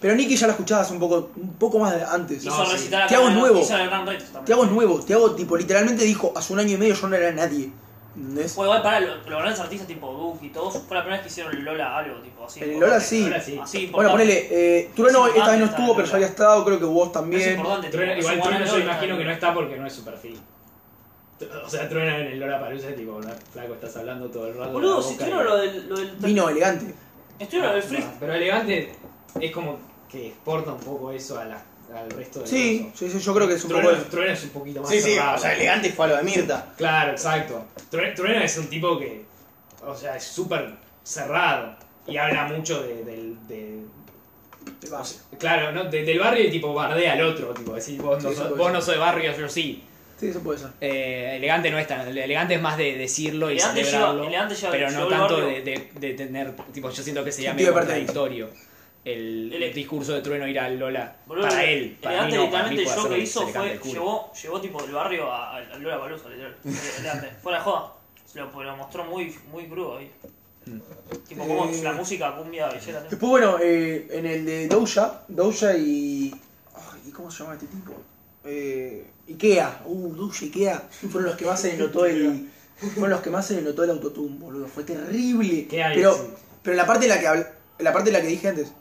B: Pero Nicky ya la escuchabas un poco, un poco más de antes.
H: No,
C: Hizo
H: sí.
C: recitar acá
B: Thiago
C: en
B: es
C: el-
B: nuevo.
C: hizo el Gran Reto también.
B: Te hago nuevo, te hago tipo, literalmente dijo, hace un año y medio yo no era nadie. ¿Entendés?
C: Fue igual para los grandes artistas tipo Duke y todos, fue la primera vez que hicieron el Lola algo, tipo así.
B: El
C: importante.
B: Lola sí.
H: Ahora sí.
B: Bueno,
C: Así, importante.
B: ponele, eh, Trueno
C: Es
B: esta vez no
C: importante,
B: estuvo, pero ya había estado, creo que vos
C: Es
B: también.
C: importante, tipo,
H: Truena-
C: es
H: igual
C: un
H: Truena yo
C: ganador,
H: imagino que no
C: también.
H: está porque no es su perfil. O sea, Truena en el Lola Palusa es tipo, "No, flaco, estás hablando todo el rato.
C: Boludo,
H: la
C: si
H: boca
C: estuvieron
H: y-
C: lo del. Lo del
B: Vino elegante.
C: Estuvieron lo del
H: No,
C: Freak.
H: Pero elegante es como que exporta un poco eso a la- al resto de
B: Sí, sí, sí, yo creo que es un poco...
H: Truena,
B: de-
H: Truena es un poquito más
E: sí, sí,
H: cerrado.
E: o sea, elegante fue a lo de Mirta.
H: Claro, exacto. Tru- Trueno es un tipo que, o sea, es súper cerrado y habla mucho de, del- de-
B: de base.
H: claro, ¿no? De- del barrio y tipo bardea al otro, tipo, decís, vos no,
B: Sí,
H: sos,
B: sí,
H: vos
B: sí.
H: no sos de barrio, yo sí.
B: Sí, eso puede ser.
A: Eh, elegante no es tan. Elegante es más de decirlo y
C: Elegante lleva-
A: celebrarlo.
C: Elegante lleva-
A: pero no
C: llevó el
A: tanto de,
C: barrio.
A: de- de tener. Tipo, yo siento que se llame
B: Sentido de pertenencia.
A: contradictorio. El,
C: Ele-
A: el discurso de Trueno ir al Lola.
C: Boludo,
A: para él. Para mí
C: Elegante
A: no, para mí
C: literalmente
A: puede
C: yo lo
A: hacerlo
C: que
A: y se
C: hizo
A: le canta
C: fue.
A: el culo.
C: Llevó, llevó tipo del barrio a, a Lola Palusa, literal. Elegante. Fuera de joda. Se lo, pues lo mostró muy, muy crudo ahí. Tipo, como
B: Eh.
C: la música cumbia bellera.
B: Después, bueno, eh, en el de Doja, Doja y. ay, ¿y ¿Cómo se llama este tipo? Eh, Ikea, uh, Doja Ikea. Fueron los que más se le notó el. Fueron los que más se le notó el autotune, boludo. Fue terrible.
H: ¿Qué hay?
B: pero,
H: Sí.
B: pero la parte en la que habl- en la parte en la que dije antes.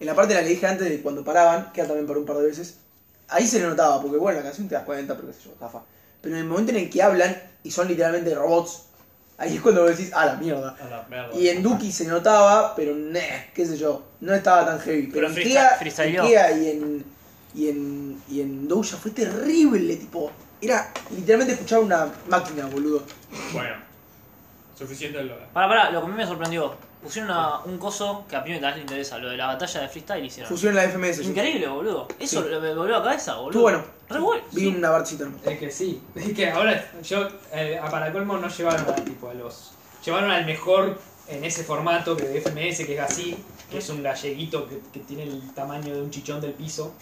B: En la parte en la que dije antes de cuando paraban, que también paró un par de veces. Ahí se le notaba, porque bueno, la canción te das cuenta, pero qué sé yo, zafa. Pero en el momento en el que hablan y son literalmente robots, ahí es cuando vos decís, ah, la mierda.
D: A la mierda.
B: Y en Duki se notaba, pero nah, qué sé yo, no estaba tan heavy. Pero,
C: Pero
B: en
C: freesta-
B: Kea,
C: freestyleó.
B: en Kea y en, y en, y en Doja fue terrible, tipo. Era literalmente escuchar una máquina, boludo.
D: Bueno, suficiente lo
C: Pará, pará, lo que a mí me sorprendió. Pusieron una- un coso que a Pino también le interesa, lo de la batalla de freestyle hicieron.
B: Fusión en la FMS. sí.
C: Increíble, boludo. Eso
B: Sí.
C: lo- me volvió a la cabeza, boludo.
B: Estuvo bueno.
C: Re bueno.
B: Vi
C: sí.
B: una barcita hermano.
J: Es que sí, es que ahora yo, eh, a para colmo no llevaron a, tipo, a los, llevaron al mejor en ese formato que de FMS, que es así, que es un galleguito que, que tiene el tamaño de un chichón del piso,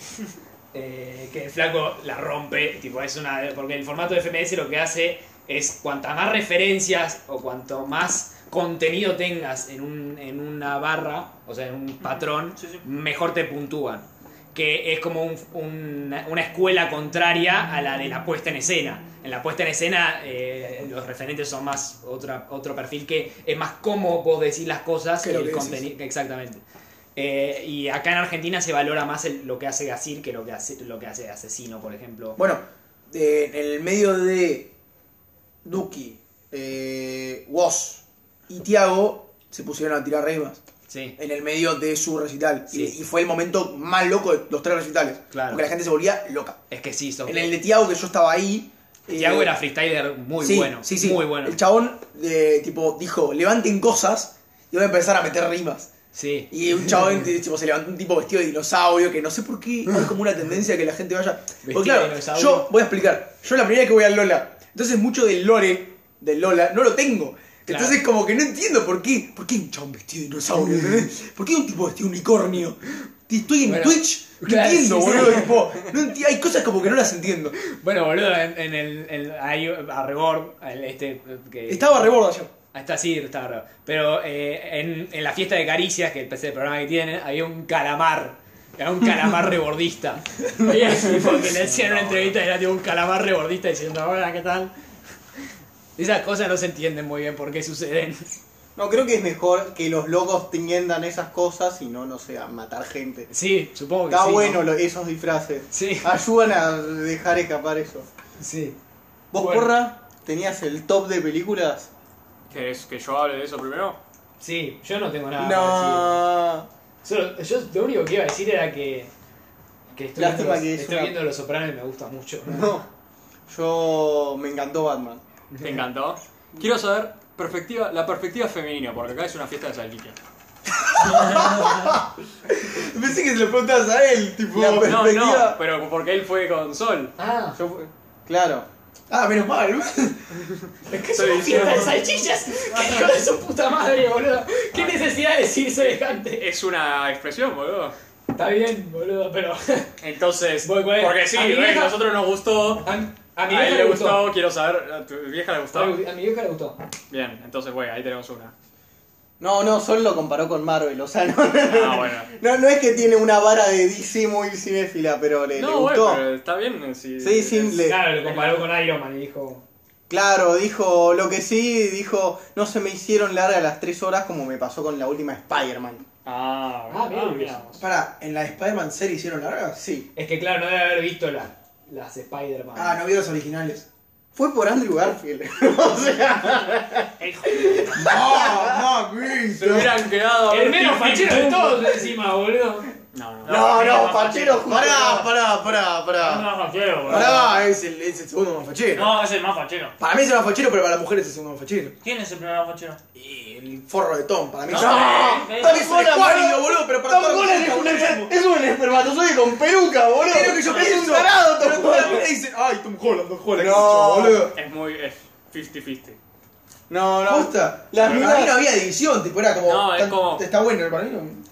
J: eh, que el flaco la rompe, tipo, es una, porque el formato de FMS lo que hace es cuanta más referencias o cuanto más contenido tengas en, un, en una barra, o sea, en un patrón,
C: Sí, sí.
A: mejor te puntúan. Que es como un- un- una escuela contraria a la de la puesta en escena. En la puesta en escena eh, los referentes son más otra, otro perfil que es más cómo vos decís las cosas
B: Que
A: y
B: lo
A: el
B: que decís.
A: contenido. Exactamente. Eh, y acá en Argentina se valora más el- lo que hace Gasir que lo que hace, lo que hace Asesino, por ejemplo.
B: Bueno, eh, en el medio de Duki, eh, Woz y Tiago se pusieron a tirar rimas
A: Sí.
B: en el medio de su recital.
A: Sí.
B: Y, y fue el momento más loco de los tres recitales.
A: Claro.
B: Porque la gente se volvía loca.
A: Es que sí, son.
B: En el de Tiago, que yo estaba ahí. eh,
A: Tiago era freestyler muy
B: sí,
A: bueno.
B: sí, sí.
A: Muy bueno.
B: El chabón eh, tipo, dijo, levanten cosas y voy a empezar a meter rimas.
A: Sí.
B: Y un chabón tipo, se levantó un tipo vestido de dinosaurio, que no sé por qué hay como una tendencia que la gente vaya.
A: Vestido
B: Porque
A: de
B: claro,
A: dinosaurio.
B: yo voy a explicar. Yo la primera vez que voy al Lola, entonces mucho del lore, del Lola, no lo tengo.
A: Claro.
B: Entonces como que no entiendo por qué. ¿Por qué un chabón vestido de dinosaurio? ¿entendés? ¿Por qué un tipo vestido de unicornio? Estoy en
A: Bueno,
B: Twitch, no
A: claro,
B: entiendo,
A: sí, sí.
B: boludo. tipo, no enti- hay cosas como que no las entiendo.
A: Bueno, boludo, en, en el. En, hay a Rebord, el- este. Que,
B: Eh, Estaba reborda yo.
A: Ah, está, sí, está raro. Pero eh, en, en la fiesta de caricias, que es el programa que tienen, había un calamar. Era un calamar rebordista. Había un tipo que le hacían una entrevista y era tipo un calamar rebordista diciendo, hola, ¿qué tal? Esas cosas no se entienden muy bien por qué suceden.
E: No, creo que es mejor que los locos tiendan esas cosas y no, no sé, a matar gente.
A: Sí, supongo que
E: Está
A: sí. ¿no?
E: bueno lo- esos disfraces.
A: Sí.
E: Ayudan a dejar escapar eso.
A: Sí.
E: ¿Vos,
A: Bueno.
E: porra, tenías el top de películas?
D: ¿Querés que yo hable de eso primero?
J: sí, yo no tengo nada para
E: no.
J: decir. Solo, yo lo único que iba a decir era que, que estoy, viendo
E: Lástima
J: los,
E: que es
J: estoy
E: una-
J: viendo Los Sopranos y me gusta mucho.
E: No. Yo me encantó Batman.
D: Te encantó. Quiero saber perspectiva, la perspectiva femenina, porque acá es una fiesta de salchicha.
E: Pensé que se lo preguntabas a él, tipo. La
D: No, no,
E: perspectiva.
D: pero porque él fue con Sol.
J: Ah,
E: Yo fui- claro.
B: Ah, menos mal.
J: que es
D: Estoy
J: una fiesta de
D: diciendo-
J: salchichas. ¡Qué hijo de su puta madre, boludo! ¡Qué necesidad de decir semejante!
D: Es una expresión, boludo.
J: Está bien, boludo, pero.
D: Entonces,
J: Voy, voy.
D: porque sí,
J: A mi
D: güey,
J: vieja-
D: nosotros nos gustó.
J: A, a
D: A,
J: mi vieja
D: él
J: le
D: le
J: gustó.
D: gustó, quiero saber. ¿A tu vieja le
J: A
D: gustó?
J: mi- a mi vieja le gustó.
D: Bien, entonces, güey, ahí tenemos una.
E: No, no, Sol lo comparó con Marvel, o sea, no,
D: Ah, bueno.
E: no, no es que tiene una vara de DC muy cinéfila, pero le, le
D: No, güey,
E: gustó.
D: pero está bien. eh, Si,
E: Sí, sí,
D: es-
E: le-
J: Claro, lo comparó con Iron Man y dijo.
E: Claro, dijo lo que sí, dijo, no se me hicieron largas las tres horas como me pasó con la última Spider-Man.
D: Ah,
J: Ah,
D: bueno,
J: mira,
D: ah, mira.
J: mira.
B: Pará, ¿en la Spider-Man serie hicieron largas?
E: Sí.
J: Es que claro, no debe haber visto la- las Spider-Man.
B: Ah, no vi los originales.
E: Fue por Andrew Garfield. o sea,
B: ¡No! ¡No,
D: Se hubieran quedado.
J: El menos fachero de todos encima, boludo.
D: No, no, no.
E: no,
C: no,
E: no, Pachero
B: Pará, pará, pará,
C: Es el
B: pará.
C: más fachero, boludo.
B: Pará, es el, es el segundo más fachero.
C: No, es el más fachero.
B: Para mí es el más fachero, pero para la mujer es el segundo más fachero.
C: ¿Quién es el primer más fachero?
B: Y el forro de Tom, para mí es-
C: No,
B: ¡Ah!
C: eh,
B: Tom es
E: eh,
B: un
E: eh,
B: escuálido,
E: eh,
B: boludo, pero para
E: Tom Holland es un, esper- es un espermatozoide con peluca, boludo.
B: Es lo que yo
E: es un
B: pienso.
E: tarado, Tom
B: Pero toda la
E: Holland.
B: vida dicen, ¡ay, Tom Holland, Tom Holland!
E: No.
B: No, boludo.
D: Es muy. Es 50-50.
E: No, no.
B: Posta.
E: Las
B: Para
E: minas-
B: mí no había división, tipo, era como...
D: No, es
B: tan-
D: como-
B: Está bueno, para mí no.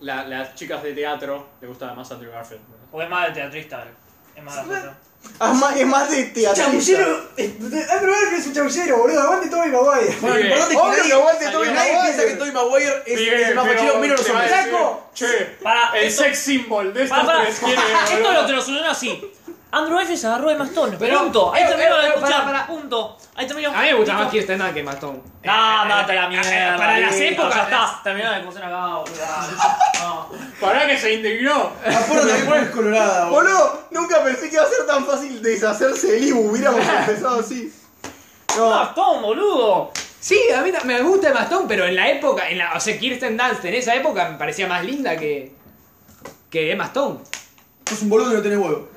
D: La- las chicas de teatro le gusta más Andrew Garfield.
C: O es más de teatrista, él. Es más de fachero.
E: Ah, ma- Es más de teatrista.
B: Andrew Garfield es un chabullero, boludo. Aguante Tobey Maguire. Bueno, lo
D: Pibe,
B: importante es que
E: obvio
B: nadie,
E: que aguante Tobey
B: nadie
E: Maguire.
B: piensa que Tobey Maguire es,
D: Pibe,
B: es el más
D: pero
B: fachero, menos los
D: te va a
B: hombres.
D: decir,
B: ¡Saco!
D: Che,
C: Para,
D: el
C: esto-
D: sex symbol de estos
C: Pará, pará.
D: tres. ¿Quién es,
C: Esto
D: boludo?
C: lo soluciona así. Andrew F se agarró de Mastón.
J: Pero-
C: punto. Ahí
J: pero-
C: terminaron de
J: pero-
C: escuchar.
J: pará, pará.
C: Punto. Ahí terminaron.
A: A mí me gusta más Kirsten Dunst que Mastón.
C: No, mate la
A: Eh,
C: mierda.
A: para las
C: listo,
A: épocas,
C: Ya
A: las-
C: está. Terminaron de coser acá, boludo. No.
D: Pará que se indignó.
B: Acuérdate que es colorada, boludo.
E: Boludo, nunca pensé que iba a ser tan fácil deshacerse del Ibu. Hubiéramos empezado así. No,
C: Mastón, boludo.
A: Sí, a mí ta- me gusta el Mastón, pero en la época, en la, o sea, Kirsten Dunst en esa época me parecía más linda que. que Emma Stone.
B: sos un boludo y no tenés huevo.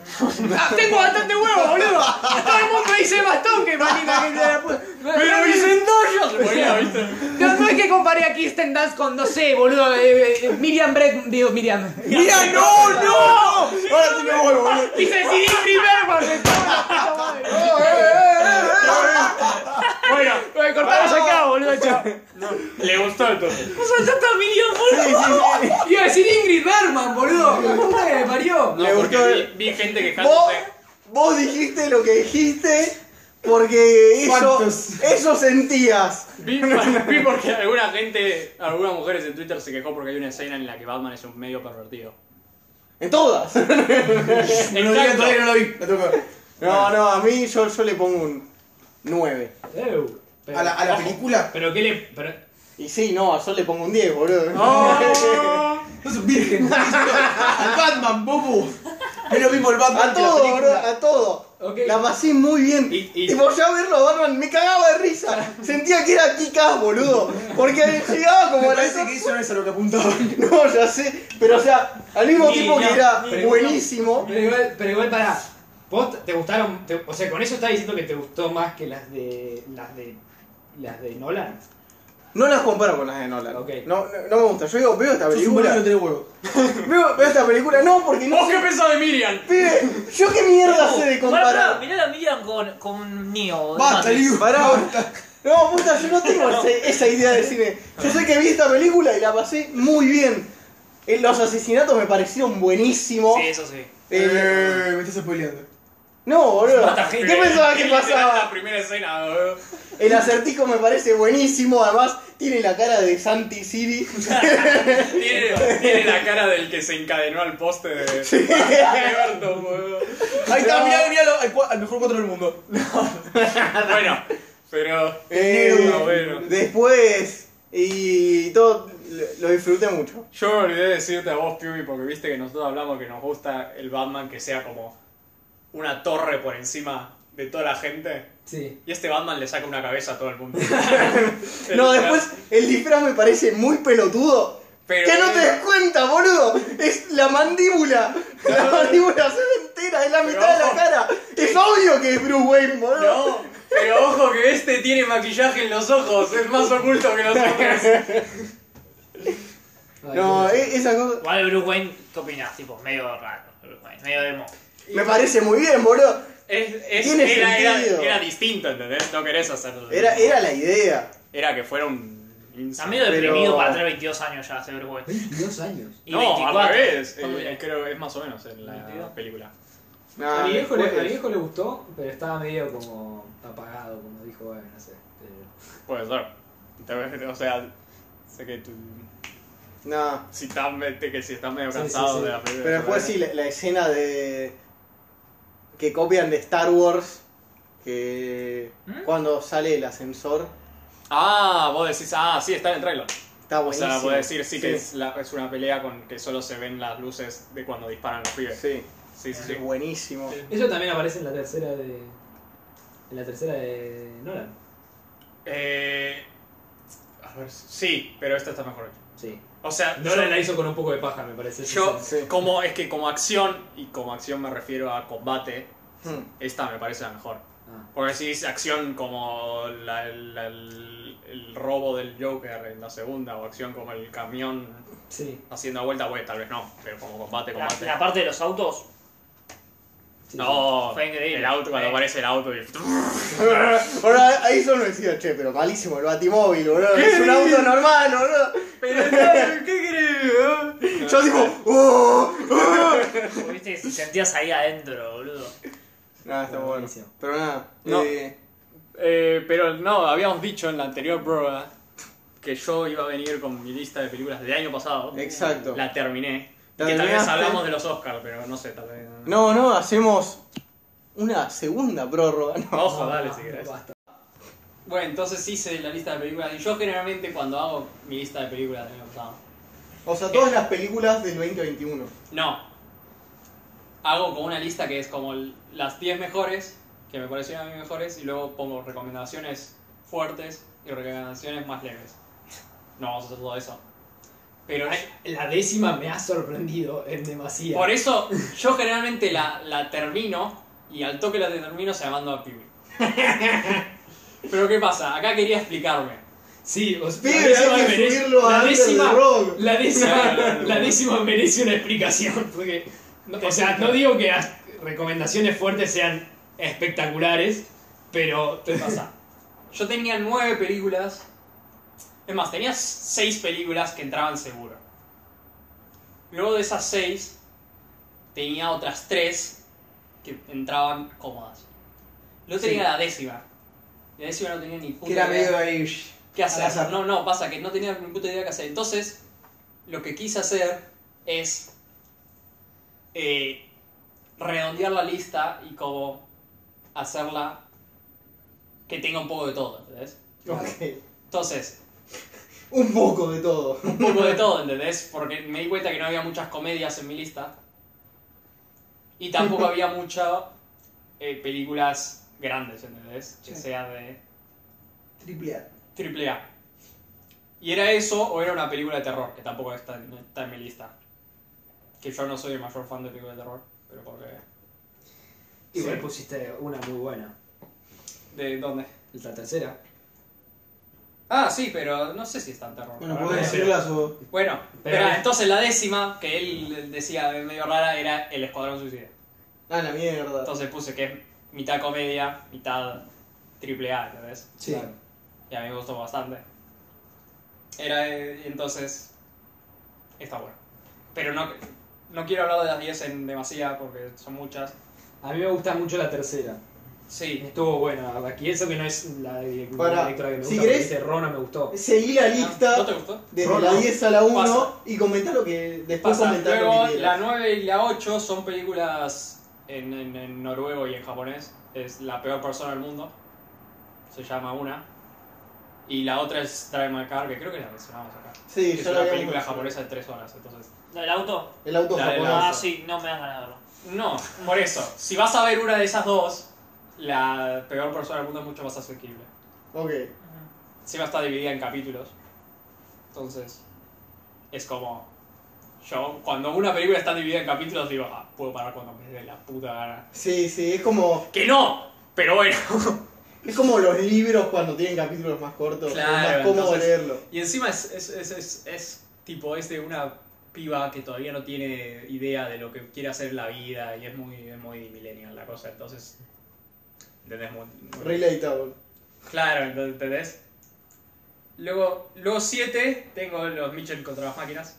F: Ah, tengo bastante huevo, boludo. Todo el mundo dice bastón que manita que de la puta.
E: Pero Vicentoyo se ponía, ¿viste?
F: No, no es que comparé a Kirsten Dance con, no sé, boludo, eh, eh, Miriam Breck, digo, Miriam.
B: ¡Mira, no, no! Ahora tenés huevo, boludo.
F: Y decidí primero porque estaba la puta madre. Bueno, eh, cortamos acá, boludo, chao.
D: Le gustó entonces.
F: ¡Saltaste a Miriam, boludo! Iba a decir Ingrid Bergman, boludo. La puta que me parió.
D: No,
E: Le
D: porque
E: gustó
D: vi, vi gente
E: Vos,
D: quejándose.
E: vos dijiste lo que dijiste porque eso,
B: ¿Cuántos?
E: eso sentías.
D: Vi, vi porque alguna gente, algunas mujeres en Twitter se quejó porque hay una escena en la que Batman es un medio pervertido.
E: En todas.
B: No lo digan todavía, no lo vi. La tengo que ver.
E: No, no, a mí yo, yo le pongo un 9.
H: Ew. Pero,
B: A la, a la
H: ojo,
B: película.
H: Pero qué le. Pero,
E: Y sí, no, yo le pongo un 10, boludo.
B: Oh. No sos virgen. Al Batman, bobo. Es lo mismo el Batman
E: A
B: que la
E: todo, bro,
B: película.
E: a todo.
H: Ok.
E: La pasé muy bien.
D: Y- y-
E: Tipo, ya verlo a Batman me cagaba de risa. Sentía que era Kikas, boludo. Porque llegaba como
B: Me
E: a la
B: parece que eso no es a lo que apuntaban.
E: No, ya sé. Pero o sea, al mismo tiempo que era
H: pero-
E: buenísimo.
H: pero igual, pero igual pará. ¿Vos te gustaron? te- o sea, con eso estás diciendo que te gustó más que las de. las de. las de Nolan.
E: No las comparo con las de Nolan.
H: Ok.
E: No, no, no me gusta. Yo digo, veo esta
B: Sos un boludo y no
E: película.
B: tenés huevo.
E: Veo, veo esta película, no, porque no.
D: ¿Vos
E: sé-
D: qué pensás de Miriam?
E: Pibe, yo qué mierda sé de
C: Pará,
E: comparar.
C: Mirá la Miriam con, con Neo. de
B: Basta,
C: Matrix.
B: Liu.
E: Pará, No, puta, yo no tengo ese- esa idea de cine. Yo sé que vi esta película y la pasé muy bien. Eh, Los asesinatos me parecieron buenísimos.
C: Sí, eso sí.
E: Eh,
B: Eh, me estás spoileando.
E: no, boludo.
D: Mata
E: ¿Qué
D: gente.
E: pensabas que
D: Es literal
E: pasaba?
D: La primera escena, boludo.
E: El acertijo me parece buenísimo. Además, tiene la cara de Santi Siri.
D: Tiene, tiene la cara del que se encadenó al poste de. de Berto, boludo.
B: Ahí está,
E: No.
B: mirá, mirá, lo- al, cua- al mejor cuatro del mundo.
D: Bueno, pero.
E: Eh,
D: Negro, bueno.
E: después, y todo, lo- lo disfruté mucho.
D: Yo me olvidé decirte a vos, Piumi, porque viste que nosotros hablamos que nos gusta el Batman que sea como una torre por encima de toda la gente.
H: Sí.
D: Y este Batman le saca una cabeza a todo el mundo.
E: No, después, el disfraz me parece muy pelotudo.
D: Pero-
E: que no te des cuenta, boludo. Es la mandíbula. La mandíbula se ve entera, es la mitad de la
D: ojo.
E: cara. Es obvio que es Bruce Wayne, boludo.
D: No, Oh, pero ojo que este tiene maquillaje en los ojos, es más oculto que los otros.
E: No, e- esa cosa.
C: Igual Bruce Wayne, ¿qué opinás? Tipo, medio raro. Bruce Wayne, medio demo.
E: Me parece muy bien, boludo.
D: Es, es-
E: Tiene
D: era, era-
E: sentido.
D: era distinto, ¿entendés? No querés hacerlo.
E: Era, era la idea.
D: Era que fuera un.
C: Está
D: insano.
C: medio
E: Pero-
C: deprimido para tener 22 años ya, ese Bruce Wayne.
A: ¿Eh?
H: 22 años.
C: Y
D: no,
C: 24.
D: al revés.
C: ¿Cuándo
D: Eh,
C: viene?
D: creo que es más o menos en la
C: 22.
D: película.
E: Nah,
H: a,
D: Ah,
H: mi viejo le,
E: después-
H: a mi viejo le gustó, pero estaba medio como apagado, como dijo, bueno, no sé. este". Pero-
D: Puede ser. Te- O sea, sé que tú.
E: Nah.
D: Si estás, vete que si estás medio
H: Sí,
D: cansado
H: sí, sí.
D: de la película.
E: Pero después sí, la, la escena de. que copian de Star Wars. Que.
D: ¿Mm?
E: cuando sale el ascensor.
D: Ah, vos decís, ah, sí, está en el trailer.
E: Está
D: O
E: buenísimo.
D: sea, puedo decir sí que
E: Sí.
D: Es, la- es una pelea con que solo se ven las luces de cuando disparan los pibes.
E: Sí,
D: Sí, sí, sí.
E: es buenísimo.
H: Eso también aparece en la tercera de. En la tercera de Nolan.
D: Eh, a ver, sí, pero esta está mejor hecho.
H: Sí.
D: O sea,
H: Nolan
D: yo-
H: la hizo con un poco de paja, me parece. esa
D: yo,
H: escena.
E: Sí.
D: como es que como acción, y como acción me refiero a combate,
E: Hmm.
D: esta me parece la mejor.
H: Ah.
D: Porque si es acción como la- la- el, el robo del Joker en la segunda, o acción como el camión
H: Sí.
D: haciendo vuelta, pues tal vez no, pero como combate,
C: La,
D: combate.
C: la parte de los autos.
H: sí,
D: no,
C: Fue increíble.
D: el auto, cuando
C: Fue-
D: aparece el auto y...
E: Ahora, ahí solo decía, che, pero malísimo el Batimóvil, boludo. Es un auto normal, boludo.
D: ¿Qué crees?
E: Yo tipo, ¡oh!
C: sí. ¿Viste? Si sentías ahí adentro, boludo.
E: Nada, está bueno.
H: Buenísimo.
E: Pero nada,
D: No.
E: eh,
D: Eh, pero no, habíamos dicho en la anterior prueba que yo iba a venir con mi lista de películas del año pasado.
E: exacto.
D: La terminé. Y
E: ¿La
D: que tal vez
E: terminaste?
D: hablamos de los Oscars, pero no sé, tal vez.
E: No, no, hacemos una segunda prórroga, no.
D: Ojo,
H: No,
D: dale
H: no,
D: si
H: no,
D: querés.
H: basta.
D: Bueno, entonces hice la lista de películas. Y yo generalmente cuando hago mi lista de películas del año pasado.
E: O sea, todas las películas del 2021.
D: No. Hago como una lista que es como el- las 10 mejores, que me parecieron a mí mejores, y luego pongo recomendaciones fuertes y recomendaciones más leves. No vamos a hacer todo eso. Pero
H: Ay, La décima me ha sorprendido en demasía.
D: por eso yo generalmente la, la termino y al toque la termino se la mando a Pibi. Pero ¿qué pasa? Acá quería explicarme.
H: Sí, os
E: Pibe,
H: la
E: hay
H: décima
E: que
H: merece-
E: subirlo a
H: la
E: Under the
H: décima-
E: Rock.
H: La décima,
D: Claro.
H: la décima merece una explicación. Porque, no- o sea, no digo que las recomendaciones fuertes sean espectaculares, pero
D: ¿Qué pasa? Yo tenía nueve películas. Es más, tenía seis películas que entraban seguro. Luego de esas seis, tenía otras tres que entraban cómodas. Luego tenía la décima. La décima no tenía ni puta
B: Que era
D: idea
B: medio ahí.
D: qué
B: al
D: hacer.
B: azar.
D: No, no, pasa que no tenía ni puta idea qué hacer. Entonces, lo que quise hacer es eh, redondear la lista y como hacerla que tenga un poco de todo, ¿entendés?
E: Ok.
D: Entonces,
E: Un poco de todo.
D: un poco de todo, ¿entendés? Porque me di cuenta que no había muchas comedias en mi lista. Y tampoco había muchas películas grandes, ¿entendés? Que
B: Sí.
D: sean de
B: Triple A.
D: triple A. Y era eso o era una película de terror, que tampoco está, no está en mi lista. Que yo no soy el mayor fan de películas de terror, pero porque...
H: igual pusiste una muy buena.
D: ¿De dónde?
H: La tercera.
D: Ah, sí, pero no sé si está en terror.
B: Bueno,
D: Ahora
B: puedo
D: no sé.
B: decirlas o.
D: Bueno,
H: Pero-
D: pero entonces la décima, que él decía medio rara, era El Escuadrón Suicida.
E: Ah, la mierda.
D: Entonces puse que es mitad comedia, mitad triple A, ¿entendés?
B: Sí.
E: Claro.
D: Y a mí me gustó bastante. Era eh, y entonces. Está bueno. Pero no, no quiero hablar de las 10 en demasía porque son muchas.
H: A mí me gusta mucho la tercera.
D: Sí.
H: Estuvo buena. Aquí eso que no es la de- la
E: Pará,
H: directora que me
E: si
H: gusta.
E: querés-
H: porque este Rona me gustó.
E: Seguí la
D: Ah, ¿No te
E: lista
D: gustó?
E: desde
B: Rolo.
E: la 10 a la 1
D: Pasa.
E: y comentá lo que. Después
D: Pasa.
E: comentá
D: Luego
E: lo que
D: la
E: quieras.
D: 9 y la 8 son películas en, en- en noruego y en japonés. Es La peor persona del mundo. Se llama una. Y la otra es Drive My Car, que creo que la mencionamos acá.
E: Sí,
D: Es
E: ya
D: una
E: la
D: película
E: habíamos
D: japonesa de 3 horas, entonces.
C: ¿La del auto?
E: El auto
D: La de
E: japonés.
D: la-
C: Ah, sí, no me dan ganas de verlo.
D: No, por eso. Si vas a ver una de esas dos, la peor persona del mundo es mucho más asequible.
E: Ok.
D: Encima está dividida en capítulos. Entonces, es como. Yo, cuando una película está dividida en capítulos, digo, ah, puedo parar cuando me dé la puta gana.
E: Sí, sí, es como,
D: ¡Que no! Pero bueno.
E: es como los libros cuando tienen capítulos más cortos.
D: Claro,
E: es más cómodo
D: entonces-
E: leerlo.
D: Y encima es, es, es, es, es tipo, es de una piba que todavía no tiene idea de lo que quiere hacer en la vida y es muy, es muy millennial la cosa. Entonces, ¿entendés? Muy- muy-
E: Relatable.
D: Claro, ent- ¿entendés? Luego, luego 7, tengo los Mitchell contra las máquinas.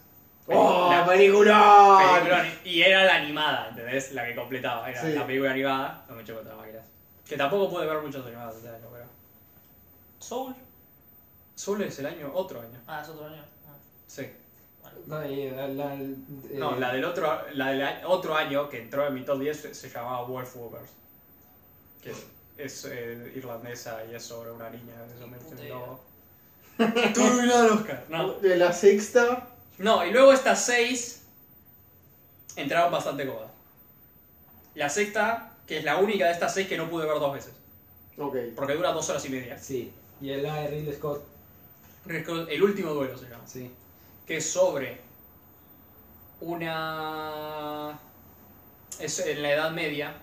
D: Oh,
E: Oh,
D: la
E: película!
D: película ani- y era la animada, ¿entendés? La que completaba, era
E: Sí.
D: la película animada, los Mitchell contra las máquinas. Que tampoco pude ver muchos animados este año, pero...
C: ¿Soul?
D: Solo es el año, otro año.
C: Ah, es otro año. Ah.
D: Sí.
H: No, y la- la- eh,
D: No, la del otro, la del a- otro año que entró en mi top 10 se, se llamaba Wolf Walkers. Que es eh, irlandesa y es sobre una niña que se mete en lobo. Tú no al Oscar. No.
E: De la sexta.
D: No, y luego estas seis entraron bastante cómodas. La sexta, que es la única de estas seis que no pude ver dos veces,
E: Ok.
D: porque dura dos horas y media.
H: Sí. Y el A de Ridley Scott.
D: El último duelo se llama.
H: Sí.
D: Que es sobre una... Es en la Edad Media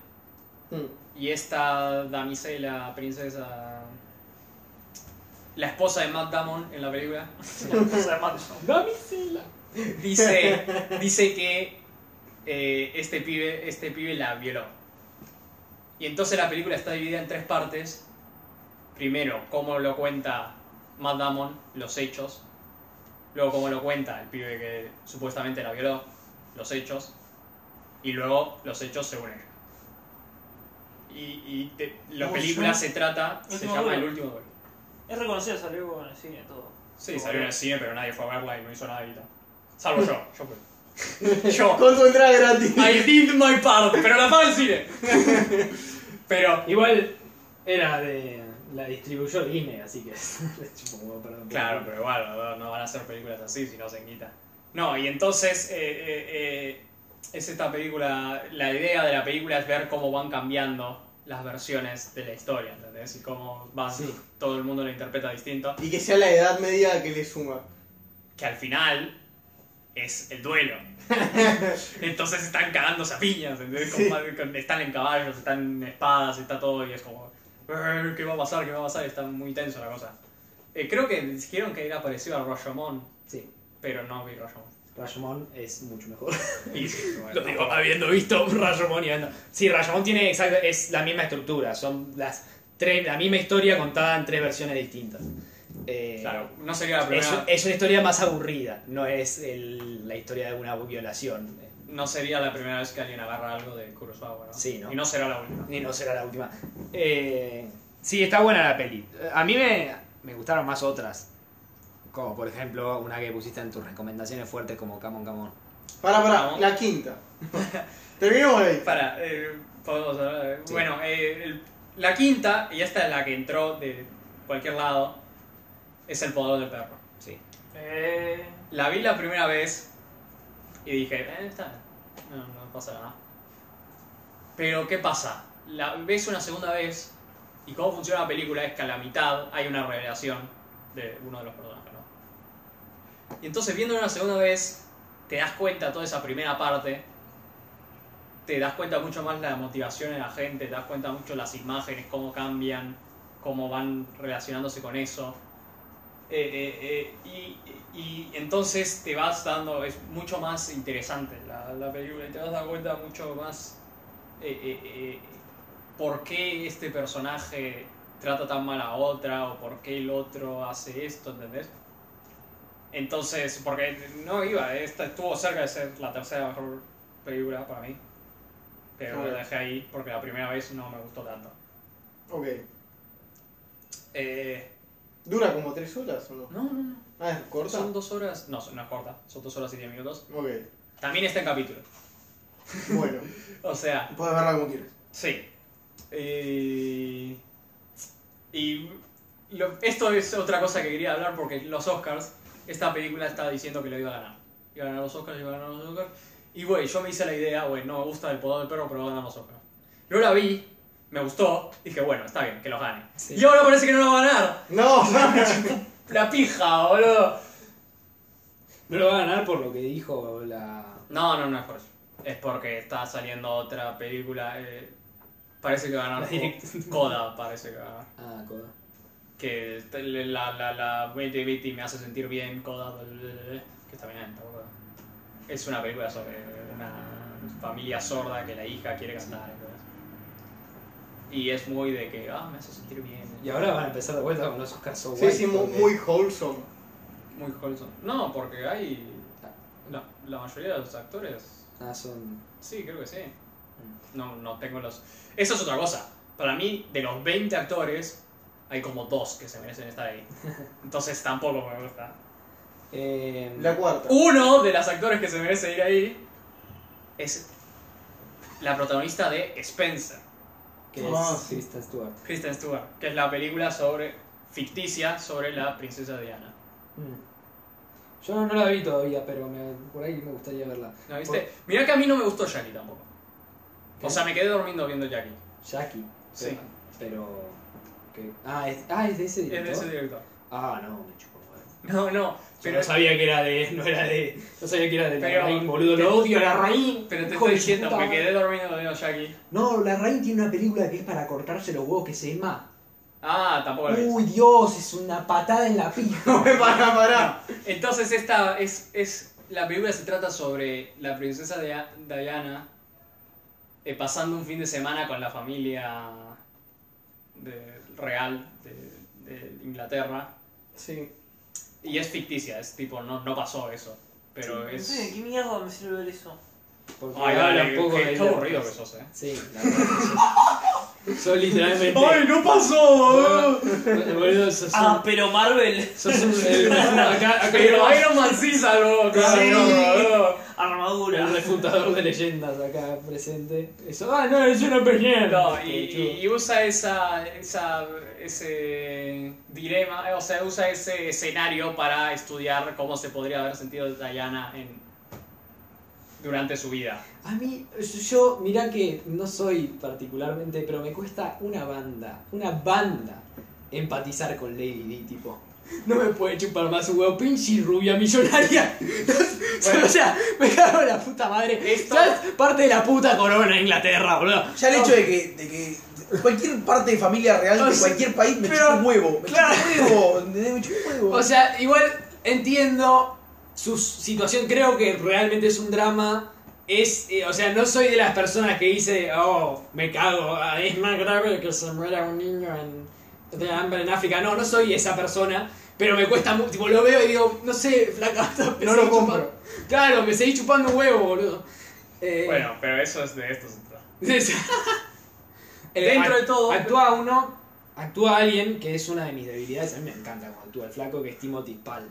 E: Mm.
D: y esta damisela, princesa... La esposa de Matt Damon en la película.
H: Damisela.
D: dice, dice que eh, este, pibe, este pibe la violó. Y entonces la película está dividida en tres partes. Primero, cómo lo cuenta Matt Damon, los hechos. Luego, cómo lo cuenta el pibe que supuestamente la violó, los hechos. Y luego, los hechos según ella. Y, y te- la
C: Oh,
D: película
C: yo-
D: se trata, se
C: Último
D: llama
C: duelo.
D: El último duelo.
C: Es reconocido, salió con el cine y todo.
D: Sí, salió en el cine, pero nadie fue a verla y no hizo nada de guita. Salvo yo, yo fui. Yo.
E: Con tu entrada gratis.
D: I did my part, pero la paga el cine. Pero,
H: Igual era de. La distribuyó Disney, así que. le chupo un huevo, perdón.
D: claro, pero igual, no- no van a hacer películas así si no se quita. No, y entonces eh, eh, eh, es esta película, la idea de la película es ver cómo van cambiando las versiones de la historia, ¿entendés? Y cómo van,
H: Sí.
D: todo el mundo la interpreta distinto.
E: Y que sea la edad media que le suma.
D: Que al final, es el duelo. Entonces están cagándose a piñas, ¿entendés? Como- con- están en caballos, están en espadas, está todo y es como, "Arr, ¿qué va a pasar? ¿Qué va a pasar? Está muy tenso la cosa. Eh, creo que dijeron que era parecido a Rashomon,
A: Sí,
D: pero no vi Rashomon.
A: Rashomon es mucho mejor.
D: Y sí, bueno,
A: Lo digo habiendo visto Rashomon y anda. Sí, Rashomon tiene exacto, es la misma estructura, son las tres, la misma historia contada en tres versiones distintas. Eh,
D: Claro, no sería la
A: Es,
D: primera,
A: es una historia más aburrida, no es el- la historia de una violación. eh,
D: no sería la primera vez que alguien agarra algo de Kurosawa, ¿no?
A: Sí, ¿no?
D: Y no será la última.
A: Y no será la última. Eh, sí, está buena la peli. Eh, A mí me, me gustaron más otras. Como por ejemplo una que pusiste en tus recomendaciones fuertes como Camon Camon.
E: Pará, pará,
D: Vamos.
E: la quinta. Terminemos ahí.
D: Para, eh, podemos hablar de- Bueno, eh, el- la quinta, y esta es la que entró de cualquier lado, es El Poder del Perro.
C: Eh,
D: La vi la primera vez y dije, eh, está bien. no, no pasa nada. Pero, ¿qué pasa? La ves una segunda vez y cómo funciona la película es que a la mitad hay una revelación de uno de los personajes, ¿no? Y entonces, viendo una segunda vez, te das cuenta toda esa primera parte, te das cuenta mucho más la motivación de la gente, te das cuenta mucho las imágenes, cómo cambian, cómo van relacionándose con eso. Eh, eh, eh, y, y entonces te vas dando, es mucho más interesante la, la película, y te vas dando cuenta mucho más eh, eh, eh, por qué este personaje trata tan mal a otra o por qué el otro hace esto, ¿entendés? Entonces, porque no iba, esta estuvo cerca de ser la tercera mejor película para mí, pero la dejé ahí porque la primera vez no me gustó tanto.
E: Ok.
D: Eh,
E: ¿Dura como tres horas o no?
D: no, no, no.
E: Ah, es corta.
D: Son dos horas, no, no es corta, son dos horas y diez minutos.
E: Ok,
D: También está en capítulo.
E: bueno.
D: O sea,
K: Puedes verla como quieras.
D: sí. Eh, y lo- esto es otra cosa que quería hablar porque los Oscars, esta película estaba diciendo que lo iba a ganar. Iba a ganar los Oscars, iba a ganar los Oscars. Y güey, yo me hice la idea, güey, no me gusta el poder del perro, pero va a ganar los Oscars. Yo la vi, me gustó, dije, bueno, está bien, que los gane. Y ahora parece que no lo va a ganar.
E: No,
D: La pija, boludo.
A: No lo va a ganar por lo que dijo la...
D: No, no, no es por eso. Es porque está saliendo otra película. eh, parece que va a ganar Co- Coda, parece que va a ganar.
A: Ah, Coda.
D: Que te- la, la, la Beauty Beauty me hace sentir bien, Coda, bla, bla, bla, bla, que está bien, está bueno. Es una película sobre una familia sorda que la hija quiere cantar. entonces. Y es muy de que, ah, me hace sentir bien.
A: Y ahora van a empezar de vuelta con los Oscars so
E: sí,
A: white,
E: sí, muy,
A: porque-
E: muy wholesome.
D: Muy wholesome. No, porque hay. La, la mayoría de los actores
A: Ah, son...
D: Sí, creo que sí. No, no tengo los. Eso es otra cosa. Para mí, de los 20 actores, hay como dos que se merecen estar ahí. Entonces tampoco me gusta.
A: eh,
E: La cuarta.
D: Uno de los actores que se merece ir ahí es la protagonista de Spencer,
A: que
K: Ah,
A: es
K: sí.
A: Kristen Stewart.
D: Kristen Stewart, que es la película sobre ficticia sobre la princesa Diana.
A: Mm. Yo no, no la vi todavía, pero me- por ahí me gustaría verla.
D: ¿No viste? Mirá que a mí no me gustó Jackie tampoco. O sea, me quedé durmiendo viendo Jackie.
A: Jackie.
D: Sí.
A: Pero... que- Ah, es, ah, es de ese
D: Es
A: director.
D: de ese director.
A: Ah, no, me chupó. huevo.
D: No, no.
A: Pero no sabía que era de. No era de. No sabía que era de
D: Pero-
A: la Rain, boludo. Lo odio a la Rain.
D: Pero te
A: Hijo
D: estoy
A: de
D: diciendo,
A: puta
D: me
A: madre.
D: quedé dormido viendo Jackie.
A: No, la Rain tiene una película que es para cortarse los huevos que se llama.
D: Ah, tampoco la vi.
A: Uy, Dios, es una patada en la pija.
E: pará, pará.
D: Entonces esta es, es la película se trata sobre la princesa Dia- Diana eh, pasando un fin de semana con la familia de- real de, de Inglaterra
E: Sí.
D: y es ficticia, es tipo no, no pasó eso, pero
C: no
D: es
C: sé, ¿qué mierda me sirve ver eso?
A: Porque
D: Ay,
A: habla
D: dale,
A: un poco
D: qué,
A: de
D: qué aburrido que sos, eh.
A: Sí, la verdad que sí. Yo literalmente. eh,
D: no pasó!
A: Boludo, sos un-
C: Ah, pero Marvel.
A: sos un- el- acá- acá
D: Pero
A: hay
D: Iron Man sí salvó, claro,
E: Sí.
D: boludo.
C: Armadura.
A: el refutador de leyendas acá presente. Eso, ah, no, es una peña.
D: No, y, y- y usa esa, esa, ese dilema, eh, o sea, usa ese escenario para estudiar cómo se podría haber sentido Diana en, durante su vida.
A: A mí, yo, mirá que no soy particularmente, pero me cuesta una banda, una banda empatizar con Lady D, tipo. No me puede chupar más un huevo, pinche rubia millonaria. o sea, me cago en la puta madre.
D: Esto-
A: ¿Sabes? Parte de la puta corona de Inglaterra, boludo.
B: Ya el hecho de que, de que cualquier parte de familia real de
A: sí,
B: cualquier país me
A: pero-
B: chupa un huevo. Me
A: claro.
B: chupa un huevo, ¿entendés? Me chupa un huevo.
A: O sea, igual entiendo su situación, creo que realmente es un drama. Es, eh, o sea, no soy de las personas que dice, oh, me cago, ah, es más grave que se muera un niño en, de hambre en África. No, no soy esa persona, pero me cuesta mucho. Tipo, lo veo y digo, no sé, flaca, me
B: No
A: seguí
B: lo compro.
A: chupando- Claro, me seguís chupando un huevo, boludo. Eh,
D: Bueno, pero eso es de esto se trata.
A: Eh,
D: Dentro
A: act-
D: de todo-
A: Actúa uno, actúa alguien que es una de mis debilidades. A mí me encanta cuando actúa el flaco, que es Timothy Pal.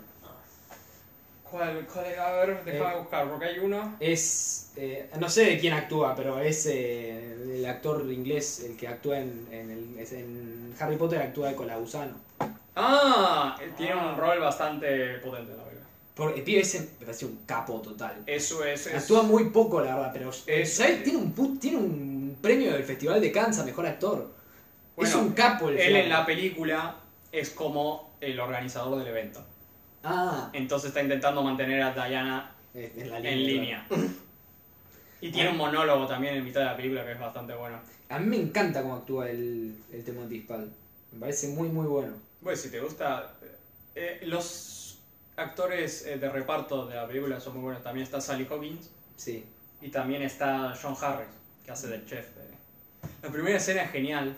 D: ¿Cuál, cuál era? A ver,
A: Eh.
D: déjame buscar, porque hay uno.
A: Es. eh, no sé de quién actúa, pero es eh, el actor inglés, el que actúa en, en el- es- en Harry Potter, actúa de Colagusano.
D: Ah, él tiene un rol bastante potente en la película.
A: Porque el pibe ese me parece un capo total.
D: Eso es. es-
A: Actúa muy poco, la verdad, pero.
D: Es- eh,
A: ¿Sabes? Tiene un, pu- tiene un premio del Festival de Kansas, mejor actor. es
D: Bueno,
A: un capo el
D: Él en la
A: flaco.
D: película es como el organizador del evento.
A: Ah,
D: Entonces está intentando mantener a Diana
A: en en la línea.
D: en línea. Y tiene un monólogo también en mitad de la película que es bastante bueno.
A: A mí me encanta cómo actúa el, el Timothy Spall. Me parece muy, muy bueno.
D: Bueno, Pues si te gusta. eh, los actores eh, de reparto de la película son muy buenos. También está Sally Hawkins
A: Sí.
D: y también está John Harris, que hace del chef. eh. La primera escena es genial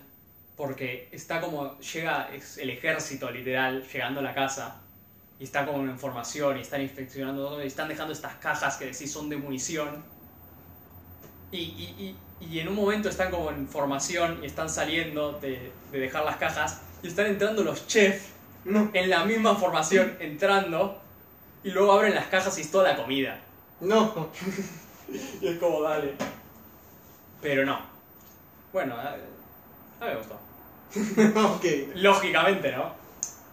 D: porque está como. Llega es el ejército, literal, llegando a la casa. Y está como en formación y están inspeccionando todo. Y están dejando estas cajas que decís son de munición. Y, y- y- y en un momento están como en formación y están saliendo de, de dejar las cajas. Y están entrando los chefs
E: No.
D: en la misma formación, entrando. Y luego abren las cajas y es toda la comida.
E: No.
D: Y es como, dale. Pero no. Bueno, eh, a mí me gustó.
E: ok.
D: Lógicamente, ¿no?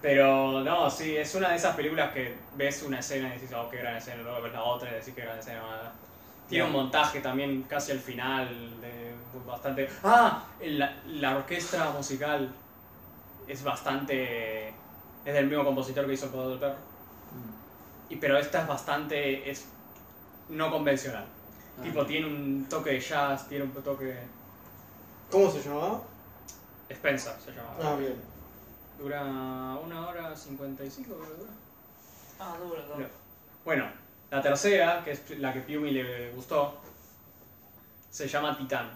D: Pero no, sí, es una de esas películas que ves una escena y decís, oh, qué gran escena, luego ves la otra y decís, qué gran escena. ah. Tiene un montaje también casi al final, de bastante... Ah, la, la orquesta musical es bastante... Es del mismo compositor que hizo El Poder del Perro. Y, pero esta es bastante... es no convencional.
A: Ah.
D: Tipo, tiene un toque de jazz, tiene un toque...
E: ¿Cómo se llamaba?
D: Spencer se llama.
E: Ah, bien.
D: Dura una hora 55, creo que dura.
L: Ah, duro, duro.
D: No. Bueno, la tercera, que es la que Piumi le gustó, se llama Titán,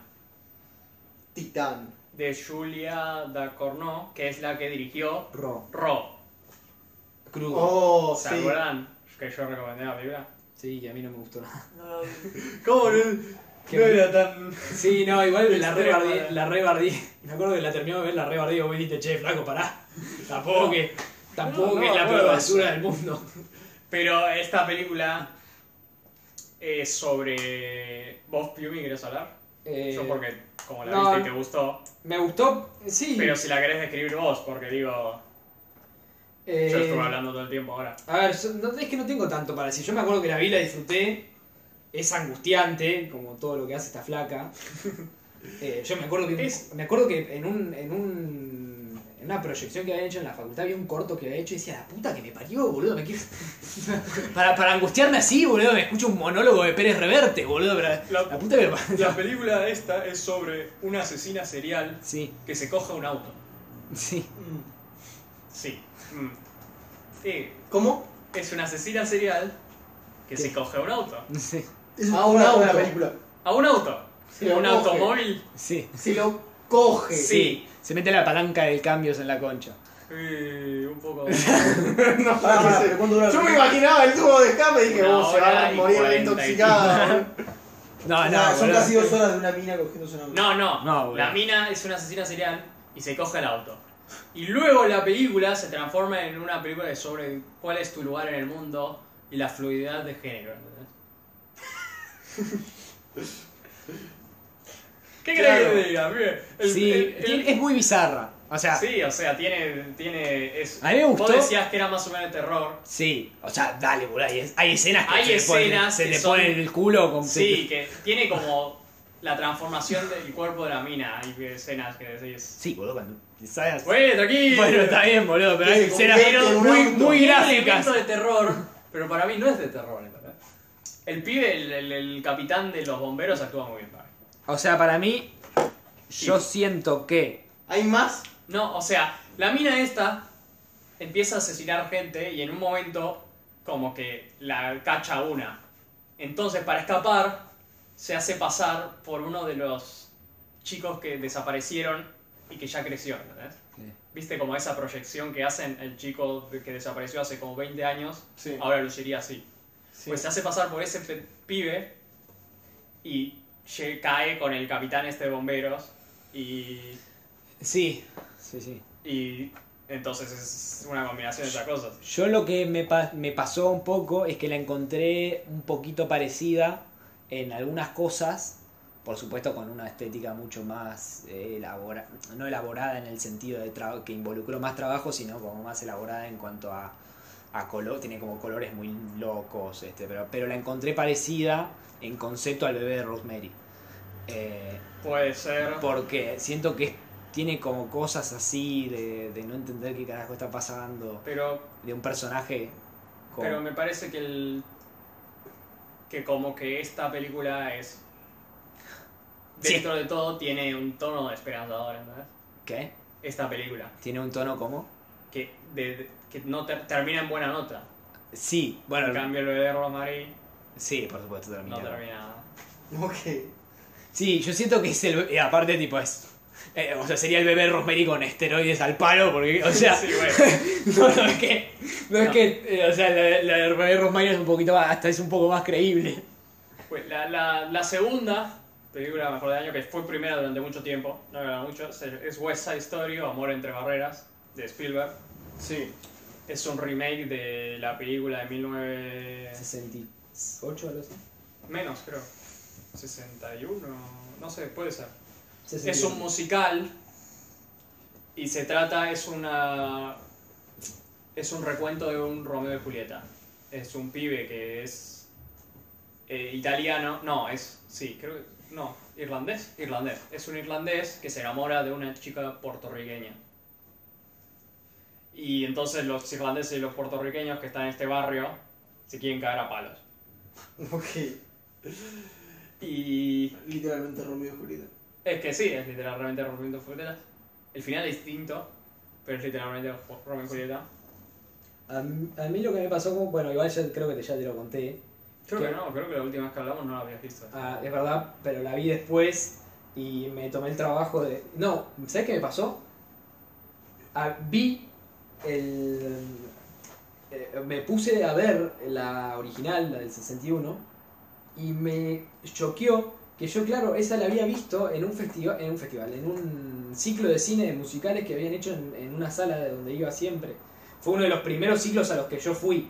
E: Titán.
D: de Julia Dacorno, que es la que dirigió
A: Ro.
D: Ro.
A: Crudo.
E: Oh,
D: ¿Se
E: sí.
D: acuerdan? Que yo recomendé la película.
A: Sí, que a mí no me gustó nada.
L: No lo vi.
E: ¿Cómo no?
A: Qué
E: no
A: bueno.
E: era tan.
A: Sí, no, igual la
D: Extrema.
A: rebardí. La rebardí. Me acuerdo que la terminó de ver, la rebardí. Vos dijiste, che, flaco, pará. Tampoco que. Tampoco
D: No,
A: que
D: no,
A: es la
D: bueno.
A: peor basura del mundo.
D: Pero esta película es sobre. ¿Vos, Piumi, querés hablar?
A: Eh,
D: yo, porque como la
A: no.
D: viste y te gustó.
A: Me gustó, sí.
D: Pero si la querés describir vos, porque digo.
A: eh,
D: Yo estuve hablando todo el tiempo ahora.
A: A ver, yo- no- es que no tengo tanto para decir. Yo me acuerdo que la vi, la disfruté. Es angustiante, como todo lo que hace esta flaca. Eh, yo me acuerdo que,
D: Es-
A: me acuerdo que en, un, en, un, en una proyección que había hecho en la facultad había un corto que había hecho y decía, la puta que me parió, boludo. Me quiero... para, para angustiarme así, boludo, me escucho un monólogo de Pérez Reverte, boludo. pero la,
D: La-
A: puta que me parió.
D: La película esta es sobre una asesina serial
A: Sí,
D: que se coja un auto.
A: sí.
D: Sí. Mm. Sí,
E: ¿Cómo?
A: Ah,
D: es una asesina serial que se coge un auto.
A: Sí,
B: es
E: Ah, un
B: una
E: auto.
B: buena película.
D: ¿A un auto?
E: Sí,
D: ¿A un
E: lo coge.
D: automóvil?
A: sí.
E: Se lo coge.
D: Sí.
C: Se mete la palanca del cambios en la concha.
D: Eh, un poco.
B: Pará,
E: no,
B: pará,
E: no sé.
B: pero ¿cuánto dura la
E: Ah, Yo me
B: película?
E: imaginaba el tubo de escape y dije, "Oh,
D: Una
E: vos se
D: hora
E: va a
D: y
E: morir
D: cuarenta y-
E: intoxicado.
C: No,
B: O
C: no,
B: sea, son
C: boludo.
B: casi dos horas de una mina cogiéndose una
D: No, no.
C: No, bueno.
D: la mina es una asesina serial y se coge el auto. Y luego la película se transforma en una película de sobre cuál es tu lugar en el mundo y la fluidez de género. ¿entendés? ¿Qué crees
E: Claro.
D: que te diga? Mire, el-
C: Sí,
D: el- el-
C: tiene- es muy bizarra. O sea, sí.
D: Sí, o sea, tiene. tiene es-
C: A mí me
D: Vos
C: gustó.
D: decías que era más o menos de terror.
C: O sea, dale, boludo. Hay, hay escenas que
D: Hay
C: se, te ponen-
D: escenas
C: se
D: que
C: te
D: son-
C: ponen el culo. Con,
D: Sí, que tiene como. la transformación del cuerpo de la mina. Hay escenas que decís.
A: Sí, boludo, cuando. ¿sabes?
D: ¡Güey, tranquilo!
F: Bueno, está bien, boludo, pero hay
E: se
F: escenas
E: convierte en un
F: muy,
E: auto.
F: muy
D: Tiene un
F: gráficas.
D: elemento de terror, pero para mí no es de terror. ¿verdad? El pibe, el, el- el capitán de los bomberos, actúa muy bien para mí.
A: O sea, para mí, yo siento que.
E: Hay más.
D: No, o sea, la mina esta empieza a asesinar gente y en un momento como que la cacha una. Entonces, para escapar, se hace pasar por uno de los chicos que desaparecieron y que ya creció, ¿entendés?
A: Sí.
D: ¿Viste como esa proyección que hacen el chico que desapareció hace como 20 años?
E: Sí.
D: Ahora lo sería así.
E: Sí.
D: Pues se hace pasar por ese pe- pibe y lle- cae con el capitán este de bomberos y
A: Sí, sí, sí.
D: y entonces es una combinación de esas cosas.
A: Yo lo que me, pa- me pasó un poco es que la encontré un poquito parecida en algunas cosas, por supuesto con una estética mucho más eh, elabora- no elaborada en el sentido de tra- que involucró más trabajo, sino como más elaborada en cuanto a, a color, tiene como colores muy locos, este, pero, pero la encontré parecida en concepto al bebé de Rosemary. Eh,
D: Puede ser.
A: porque siento que tiene como cosas así de, de no entender qué carajo está pasando
D: Pero,
A: de un personaje con...
D: pero me parece que el. que como que esta película es.
A: Sí.
D: Dentro de todo tiene un tono esperanzador, ¿entendés?
A: ¿Qué?
D: Esta película.
A: ¿Tiene un tono como?
D: Que, de- de- que no ter- termina en buena nota.
A: Sí,
D: En
A: bueno,
D: cambio, el bebé de Rosemary
A: sí, por supuesto, termina.
D: no termina.
E: Ok.
A: Sí, yo siento que es el... y aparte, tipo, es... eh, o sea, sería el bebé Rosemary con esteroides al palo, porque, o sea,
D: Sí, bueno.
A: no, no es que, no, es que, eh, o sea, la, la del bebé Rosemary es un poquito más, hasta es un poco más creíble.
D: Pues la, la, la segunda película mejor de año, que fue primera durante mucho tiempo, no era mucho, es el- es West Side Story o Amor entre Barreras, de Spielberg.
E: Sí.
D: Es un remake de la película de 19...
H: 68 o algo así.
D: menos, creo. 61, no sé, puede ser.
H: 68.
D: Es un musical y se trata, es una... Es un recuento de un Romeo y Julieta. Es un pibe que es eh, italiano, no, es, sí, creo que, no, irlandés, irlandés. Es un irlandés que se enamora de una chica puertorriqueña. Y entonces los irlandeses y los puertorriqueños que están en este barrio se quieren cagar a palos.
E: Ok.
D: Y
B: Literalmente Romeo y Julieta.
D: es que sí, es literalmente Romeo y Julieta. El final es distinto, pero es literalmente Romeo y Julieta.
H: A, mí- a mí lo que me pasó, como, bueno, igual ya creo que te- ya te lo conté.
D: Creo
H: ¿Qué?
D: que no, creo que la última vez que hablamos no la habías visto.
H: Ah, es verdad, pero la vi después y me tomé el trabajo de. No, ¿sabes qué me pasó? Ah, vi el. eh, me puse a ver la original, la del 61, y me choqueó que yo, claro, esa la había visto en un, festival en un festival, en un ciclo de cine de musicales que habían hecho en, en una sala de donde iba siempre. Fue uno de los primeros ciclos a los que yo fui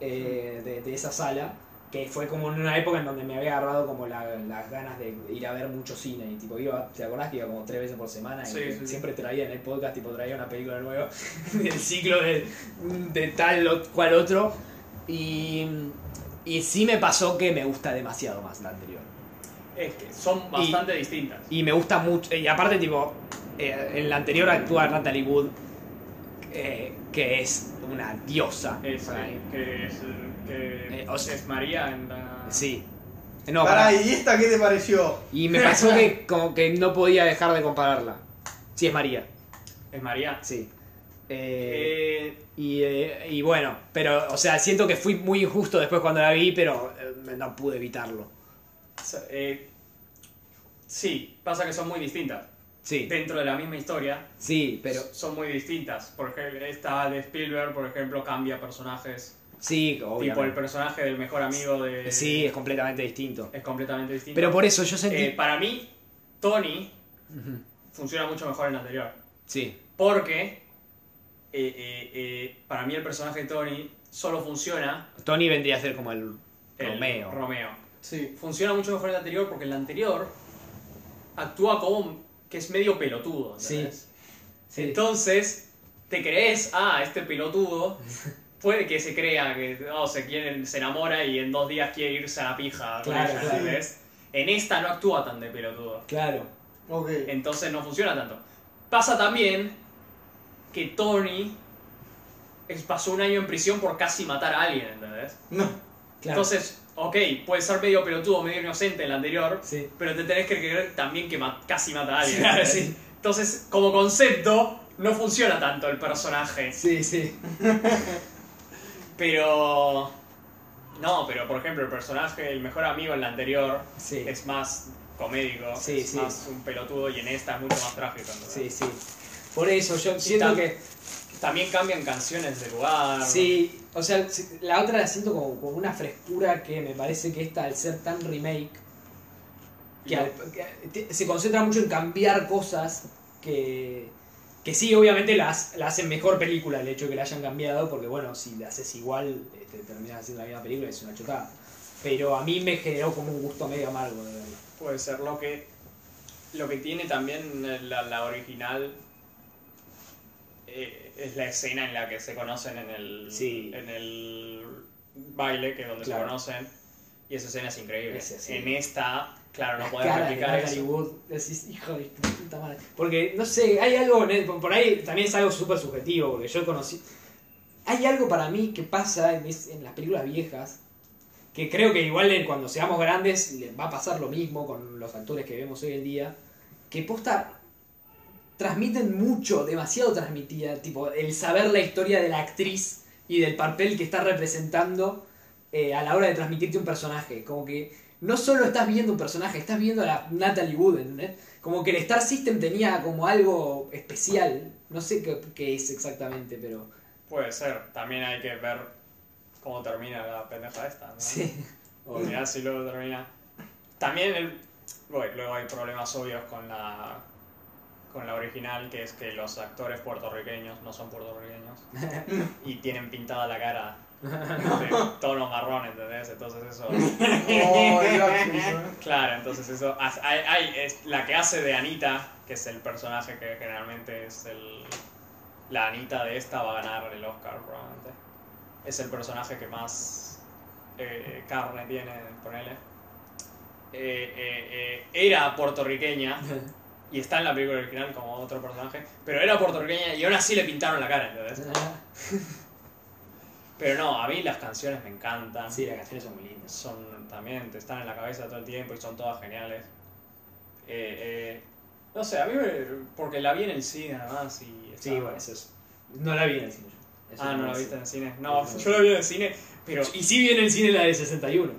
H: eh, de- de esa sala que fue como en una época en donde me había agarrado como la- las ganas de ir a ver mucho cine y tipo iba, ¿te acordás que iba como tres veces por semana? y
D: Sí,
H: que
D: sí, sí.
H: siempre traía en el podcast, tipo traía una película nueva del ciclo de, de tal o cual otro
A: Y, y sí me pasó que me gusta demasiado más la anterior.
D: Es que son bastante distintas.
A: Y me gusta mucho. Y aparte, tipo, eh, en la anterior actúa Natalie Wood, eh, que es una diosa.
D: Es,
A: para mí.
D: eh, que es, eh, que
A: Eh, o sea-
D: es María en la...
A: Sí. No,
E: Pará,
A: para.
E: ¿y esta qué te pareció?
A: Y me pasó que como que no podía dejar de compararla. Sí, es María.
D: Es María.
A: Sí. Eh,
D: Eh,
A: y, eh, y bueno, pero, o sea, siento que fui muy injusto después cuando la vi, pero eh, no pude evitarlo.
D: so- eh, sí, pasa que son muy distintas.
A: Sí,
D: Dentro de la misma historia,
A: sí, pero
D: son muy distintas. Por ejemplo, esta de Spielberg, por ejemplo, cambia personajes.
A: sí,
D: Tipo el
A: obviamente.
D: personaje del mejor amigo de...
A: Sí, es completamente distinto.
D: Es completamente distinto.
A: Pero por eso yo sentí...
D: Eh, para mí, Tony funciona mucho mejor en la anterior.
A: sí,
D: Porque eh, eh, eh, para mí el personaje de Tony solo funciona
A: Tony vendría a ser como el,
D: el
A: Romeo.
E: Sí.
D: Funciona mucho mejor en la anterior porque en la anterior actúa como un- que es medio pelotudo. ¿entendés?
H: Sí.
D: Entonces, te crees, ah, este pelotudo puede que se crea que oh, se, quieren, se enamora y en dos días quiere irse a la pija. con
H: Claro,
D: ella,
H: claro.
D: ¿entendés? En esta no actúa tan de pelotudo.
A: Claro.
E: Ok. Oh,
D: Entonces no funciona tanto. Pasa también que Tony es- pasó un año en prisión por casi matar a alguien, ¿entendés?
A: claro.
D: Entonces, ok, puede ser medio pelotudo, medio inocente en la anterior,
A: Sí.
D: pero te tenés que creer también que ma- casi mata a alguien.
A: Claro,
D: ¿entendés?
A: sí.
D: Entonces, como concepto, no funciona tanto el personaje.
A: Sí, sí.
D: Pero... No, pero por ejemplo, el personaje, el mejor amigo en la anterior,
A: Sí.
D: es más comédico,
A: Sí,
D: es
A: sí.
D: más un pelotudo y en esta es mucho más trágico. ¿entendés?
A: Sí, sí. Por eso yo siento
D: tam-
A: que.
D: También cambian canciones de lugar.
A: Sí. O sea, si- la otra la siento como, como una frescura que me parece que esta, al ser tan remake, que,
D: No.
A: al- que te- se concentra mucho en cambiar cosas que. Que sí, obviamente las, la hacen mejor película el hecho de que la hayan cambiado, porque bueno, si la haces igual, este, terminas haciendo la misma película, es una chotada. Pero a mí me generó como un gusto medio amargo de verla.
D: Puede ser lo que lo que tiene también la, la original eh, es la escena en la que se conocen en el
A: Sí.
D: en el baile que es donde
A: Claro.
D: se conocen y esa escena es increíble.
A: Es así.
D: En esta, claro, no
A: Las
D: podemos
A: caras de
D: replicar
A: Natalie
D: eso.
A: Wood, decís, hijo de tu puta madre. Porque, no sé, hay algo en él, por ahí también es algo súper subjetivo, porque yo conocí... Hay algo para mí que pasa en, es- en las películas viejas, que creo que igual en- cuando seamos grandes le va a pasar lo mismo con los actores que vemos hoy en día, que posta transmiten mucho, demasiado transmitida, tipo el saber la historia de la actriz y del papel que está representando eh, a la hora de transmitirte un personaje, como que no solo estás viendo un personaje, estás viendo a la Natalie Wood, ¿entendés? Como que el Star System tenía como algo especial, no sé qué, qué es exactamente, pero...
D: Puede ser. También hay que ver cómo termina la pendeja esta. ¿no?
A: Sí.
D: O mirá si luego termina. También, el- bueno, luego hay problemas obvios con la con la original, que es que los actores puertorriqueños no son puertorriqueños y tienen pintada la cara de tono marrón, ¿entendés? Entonces eso...
E: Oh, el Axel, ¿eh?
D: Claro, entonces eso... ha- Hay, hay- es la que hace de Anita, que es el personaje que generalmente es el... La Anita de esta va a ganar el Oscar probablemente. Es el personaje que más eh, carne tiene, ponele. Eh, eh, eh, era puertorriqueña y está en la película original como otro personaje, pero era puertorriqueña y aún así le pintaron la cara, ¿entendés? Pero no, a mí las canciones me encantan.
A: sí, las canciones son muy lindas.
D: Son también, te están en la cabeza todo el tiempo y son todas geniales. Eh, eh, no sé, a mí me- porque la vi en el cine nada más y
A: Sí,
D: estaba-
A: bueno, eso es... No la vi en el cine. yo. Eso
D: Ah, no
A: me
D: la
A: parece.
D: viste en el cine. No,
A: Sí.
D: yo la vi en el cine, pero
A: Y sí vi en el cine la de 61.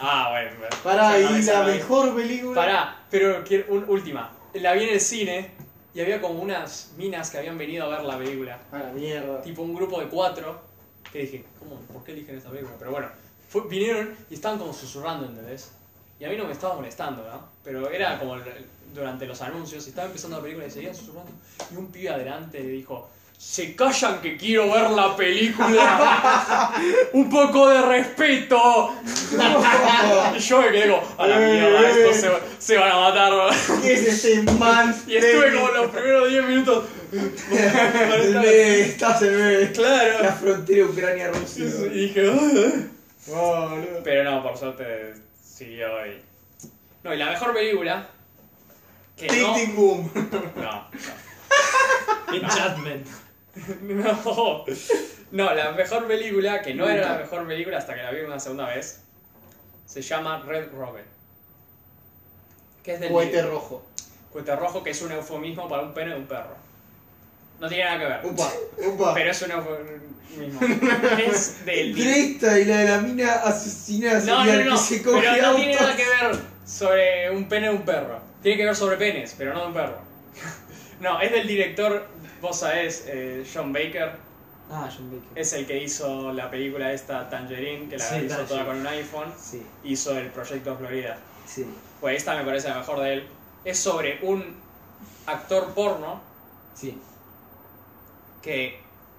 D: ah, bueno. bueno.
M: Pará,
D: Esa no,
M: y
D: esa
M: la
D: no vi.
M: mejor película.
D: Pará, pero quiero un- última. La vi en el cine y había como unas minas que habían venido a ver la película.
M: A la mierda.
D: tipo un grupo de cuatro que dije, ¿cómo? ¿Por qué eligen esta película? Pero bueno, fue- vinieron y estaban como susurrando, ¿entendés? Y a mí no me estaba molestando, ¿no? Pero era como el- durante los anuncios, y estaba empezando la película y seguían susurrando. Y un pibe adelante le dijo, se callan que quiero ver la película. un poco de respeto. y yo me quedé como, a la mierda, estos se, se van a matar. ¿no?
M: Eh. ¿Qué es ese man?
D: y estuve como los primeros 10 minutos.
E: El B, Eh, estás el B.
D: claro.
E: La frontera Ucrania-Rusia.
D: Y dije, "Ah". Pero no, por suerte siguió y. No, y la mejor película. Que no.
M: Tic tic boom.
D: No,
A: Enchantment.
D: no. No. No, la mejor película, que no era la mejor película hasta que la vi una segunda vez, se llama Red Robin. Que es del.
M: Cohete rojo.
D: Cohete rojo, que es un eufemismo para un pene de un perro. No tiene nada que ver.
M: Upa, upa.
D: Pero es un eufemismo. es del.
E: Cresta y la de la mina asesina
D: No,
E: serial
D: no, no.
E: que se coge
D: Pero no
E: autos.
D: tiene nada que ver sobre un pene de un perro. Tiene que ver sobre penes, pero no de un perro. No, es del director, vos sabés, eh, John Baker.
A: Ah, John Baker.
D: Es el que hizo la película esta Tangerine, que la
A: Sí,
D: hizo
A: Tangerine.
D: toda con un iPhone.
A: Sí,
D: Hizo el proyecto Florida.
A: sí.
D: Pues esta me parece la mejor de él. Es sobre un actor porno
A: Sí.
D: que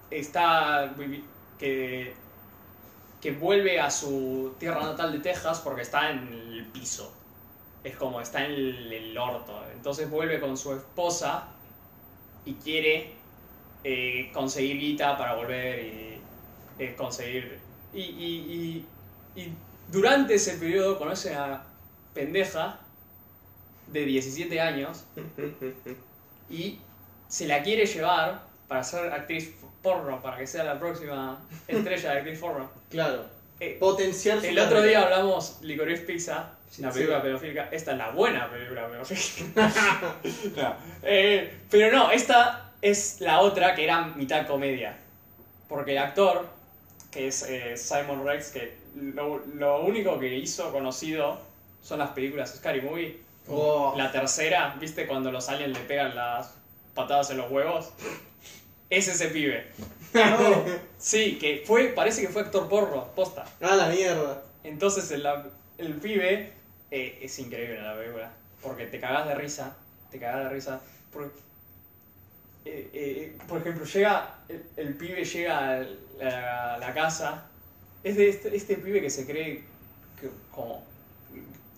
D: está vivi- que que vuelve a su tierra natal de Texas porque está en el piso es como está en el, el orto entonces vuelve con su esposa y quiere eh, conseguir guita para volver y eh, conseguir y, y- y- y durante ese periodo conoce a pendeja de 17 años y se la quiere llevar para ser actriz porno, para que sea la próxima estrella de actriz porno.
E: Claro.
D: Eh,
E: Potenciar su
D: el otro
E: carrera.
D: día hablamos Licorice Pizza, una película pedofílica. Esta es la buena película pedofílica. No. Eh, pero no, esta es la otra que era mitad comedia. Porque el actor, que es eh, Simon Rex, que lo, lo único que hizo conocido son las películas Scary Movie.
E: Oh.
D: La tercera, ¿viste cuando los aliens le pegan las patadas en los huevos? Es ese pibe. Sí, que fue, parece que fue actor porno, posta.
E: A la mierda.
D: Entonces el, el pibe eh, es increíble la película. Porque te cagás de risa. Te cagás de risa. Por, eh, eh, por ejemplo, llega. El, el pibe llega a la, a la casa. Es de este, este pibe que se cree que- como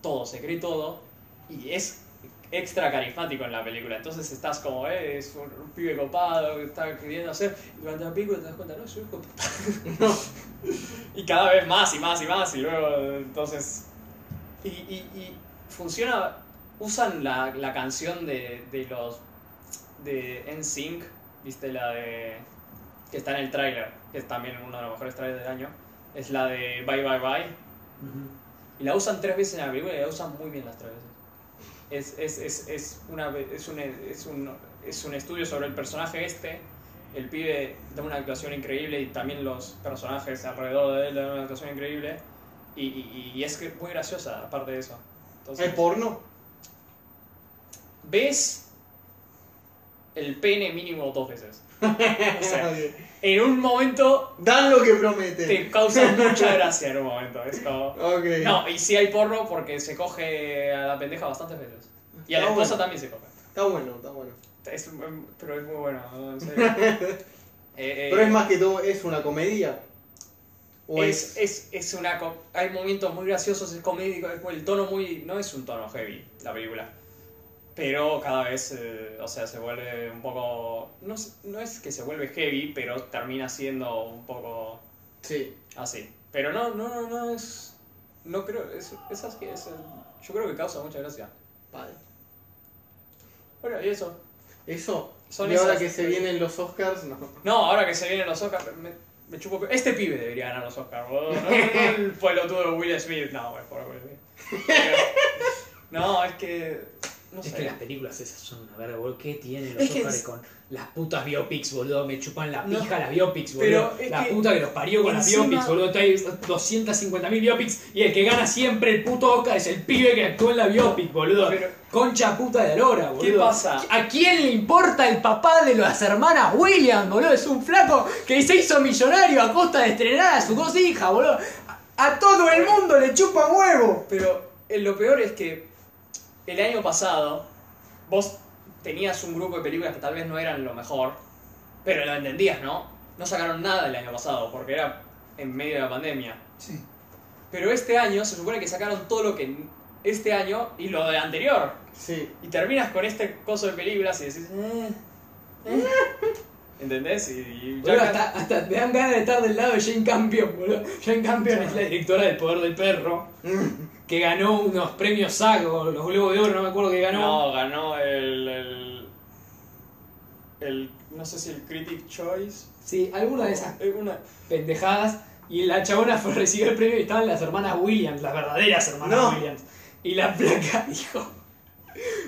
D: todo, se cree todo. Y es extra carismático en la película. Entonces estás como, eh, es un, un pibe copado que está queriendo hacer. Y durante la película te das cuenta, no, soy hijo de puta. No. Y cada vez más y más y más, y luego entonces. Y, y- y funciona. Usan la, la canción de, de los. de NSYNC, viste la de. que está en el tráiler, que es también uno de los mejores trailers del año. Es la de Bye Bye Bye. Y la usan tres veces en la película y la usan muy bien las tres veces. Es, es, es, es, una, ve- es, un, es, un, es un estudio sobre el personaje este el pibe da una actuación increíble y también los personajes alrededor de él dan una actuación increíble. Y, y- y es que muy graciosa, aparte de eso. Entonces,
E: ¿Hay porno?
D: ves el pene mínimo dos veces. O sea, en un momento
E: Dan lo que prometen.
D: te causa mucha gracia en un momento. Es como-
E: Ok.
D: No, y sí hay porno porque se coge a la pendeja bastantes veces. Y a la
E: Está
D: esposa
E: bueno.
D: también se coge.
E: Está bueno, está bueno.
D: Es un- pero es muy bueno, ¿no? En serio. Eh, eh,
E: Pero es más que todo, ¿es una comedia? ¿O
D: Es,
E: es, eh,
D: es, es una. co- Hay momentos muy graciosos, es comédico, es el tono muy. No es un tono heavy la película. Pero cada vez, eh, o sea, se vuelve un poco. No es, no es que se vuelve heavy, pero termina siendo un poco
E: Sí.
D: así. Pero no, no, no, no es. No creo. Es, es así, es, eh, yo creo que causa mucha gracia.
E: Vale.
D: Bueno, y eso.
E: ¿Eso?
D: Son
E: y ahora
D: esas-
E: que se vienen los Oscars, no.
D: No, ahora que se vienen los Oscars, me, me chupo. pe- Este pibe debería ganar los Oscars, boludo. No, no, no, el pelotudo de Will Smith. No, es por Will Smith. Pero- no, es que. No
A: Es
D: sé.
A: que las películas esas son una verga, boludo. ¿Qué tienen los
D: Es que
A: Oscars
D: es-
A: con las putas biopics, boludo? Me chupan la
D: No.
A: pija las biopics,
D: Pero
A: boludo.
D: es
A: La
D: que
A: puta que los parió con
D: encima-
A: las biopics, boludo. Hay 250.000 biopics y el que gana siempre el puto Oscar es el pibe que actuó en la biopic, boludo.
D: Pero-
A: Concha puta de Alora, boludo.
D: ¿Qué pasa?
A: ¿A quién le importa el papá de las hermanas Williams, boludo? Es un flaco que se hizo millonario a costa de estrenar a sus dos hijas, boludo. A, a todo el mundo le chupan huevo.
D: Pero eh, lo peor es que el año pasado vos tenías un grupo de películas que tal vez no eran lo mejor, pero lo entendías, ¿no? No sacaron nada el año pasado porque era en medio de la pandemia.
N: Sí.
D: Pero este año se supone que sacaron todo lo que este año y lo del anterior.
E: Sí.
D: Y terminas con este coso de películas y decís. "Eh, eh". ¿Entendés? Y, y ya
A: Boludo,
D: acá-
A: hasta, hasta te dan ganas de estar del lado de Jane Campion, boludo. Jane Campion es la directora del Poder del Perro, que ganó unos premios SAG o los Globos de Oro, no me acuerdo que ganó.
D: No, ganó el, el. el- No sé si el Critic Choice.
A: Sí, alguna de esas
D: Eh, una-
A: pendejadas. Y la chabona fue, recibió el premio y estaban las hermanas Williams, las verdaderas hermanas
E: No.
A: Williams. Y la placa dijo,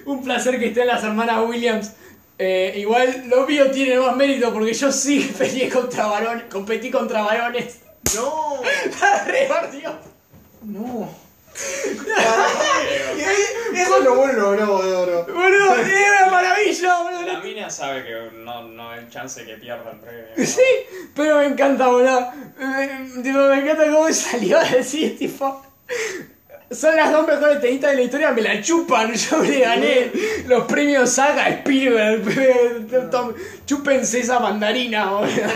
A: un placer que estén las hermanas Williams. Eh, igual lo mío tiene más mérito porque yo sí peleé contra varones, competí contra varones.
E: ¡No!
A: Repartió.
N: No.
E: ¿Qué? Eso es lo bueno, no, no, no, no.
A: Boludo, es una maravilla, boludo.
D: La mina sabe que no, no hay chance que pierda el premio. ¿no?
A: Sí, pero me encanta, boludo. Me, tipo, me encanta cómo salió a decir, tipo. Son las dos mejores tenistas de la historia, me la chupan. Yo le gané los premios Saga Spielberg. Tom, chúpense esa mandarina, boludo.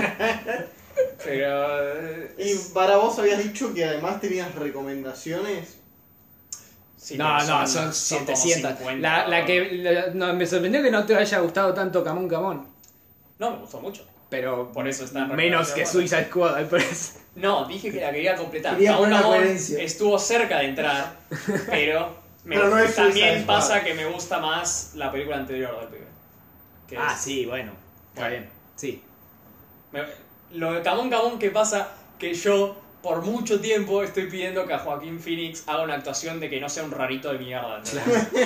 D: Pero. eh,
E: Y para vos habías dicho que además tenías recomendaciones.
D: sí,
A: No,
D: pero
A: no, son,
D: son como
A: 700.
D: 50,
A: La, la
D: ¿no?
A: que. la- no, me sorprendió que no te haya gustado tanto Camón Camón.
D: No, me gustó mucho.
A: Pero.
D: Por eso está en
A: Menos que
D: recomendación.
A: Suicide Squad, al parecer.
D: No, dije que la quería completar.
N: Quería
D: Aún
N: poner la
D: no,
N: coherencia.
D: estuvo cerca de entrar, pero me-
E: Pero no es Suicide
D: también
E: Squad.
D: pasa que me gusta más la película anterior del pibe. Que
A: Ah,
D: es-
A: sí, bueno. Está bien. Sí.
D: Me- lo de Camón Camón que pasa que yo por mucho tiempo estoy pidiendo que a Joaquín Phoenix haga una actuación de que no sea un rarito de mierda. ¿entendés?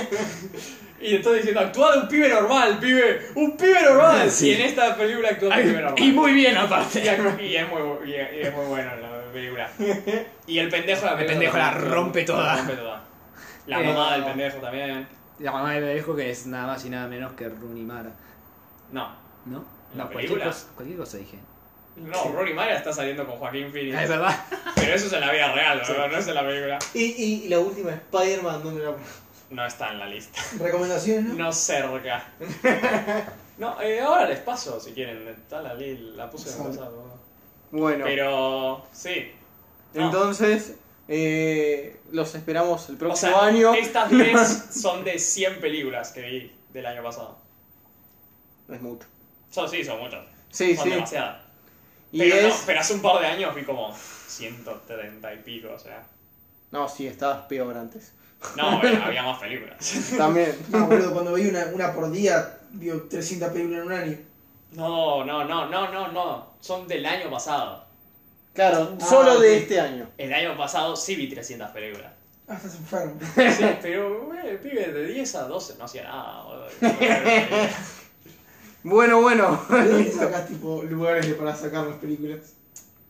D: y estoy diciendo, actúa de un pibe normal, pibe, un pibe normal. Y en esta película actúa de un pibe normal.
F: Y muy bien,
D: Y,
F: aparte.
D: ac- y es muy, bu- y es- y es muy bueno la película. Y el pendejo la
A: El pendejo la rompe toda.
D: rompe toda. La
A: Eh,
D: mamá del
A: no.
D: pendejo también.
A: La mamá de dijo que es nada más y nada menos que Rooney Mara.
D: No.
A: ¿No?
D: ¿La
A: No, cualquier
D: película?
A: cosa, cualquier cosa dije.
D: No, Rory Mara está saliendo con Joaquín
A: Ah, Es
D: Phoenix.
A: verdad.
D: Pero eso es en la vida real, ¿no? no es en la película.
E: Y, y la última, Spider-Man, ¿dónde la
D: No está en la lista.
B: Recomendaciones, ¿no?
D: No cerca. no, eh, ahora les paso si quieren. Está la, li- la puse en el
E: Sale.
D: pasado.
E: Bueno,
D: Pero sí. No.
E: entonces eh, los esperamos el
D: O
E: próximo
D: sea,
E: año.
D: estas 10 son de 100 películas que vi del año pasado.
E: No es mucho.
D: Son, sí, son muchas.
E: Sí,
D: son
E: sí.
D: demasiadas.
E: Y
D: Pero, no,
E: es.
D: pero hace un par de años vi como 130 y pico, o sea.
E: No, sí, estabas peor antes.
D: No, bueno, había más películas.
E: También.
B: No, boludo, cuando veía una, una por día, vio 300 películas en un año.
D: No, no, no, no, no, no. Son del año pasado.
E: Claro,
B: Ah,
E: solo de
B: ok.
E: este año.
D: El año pasado sí vi 300 películas.
B: Ah, estás enfermo.
D: Sí, pero, güey, el pibe de 10 a 12 no hacía nada, boludo.
E: Bueno, bueno.
B: ¿De dónde sacás, tipo, lugares para sacar las películas?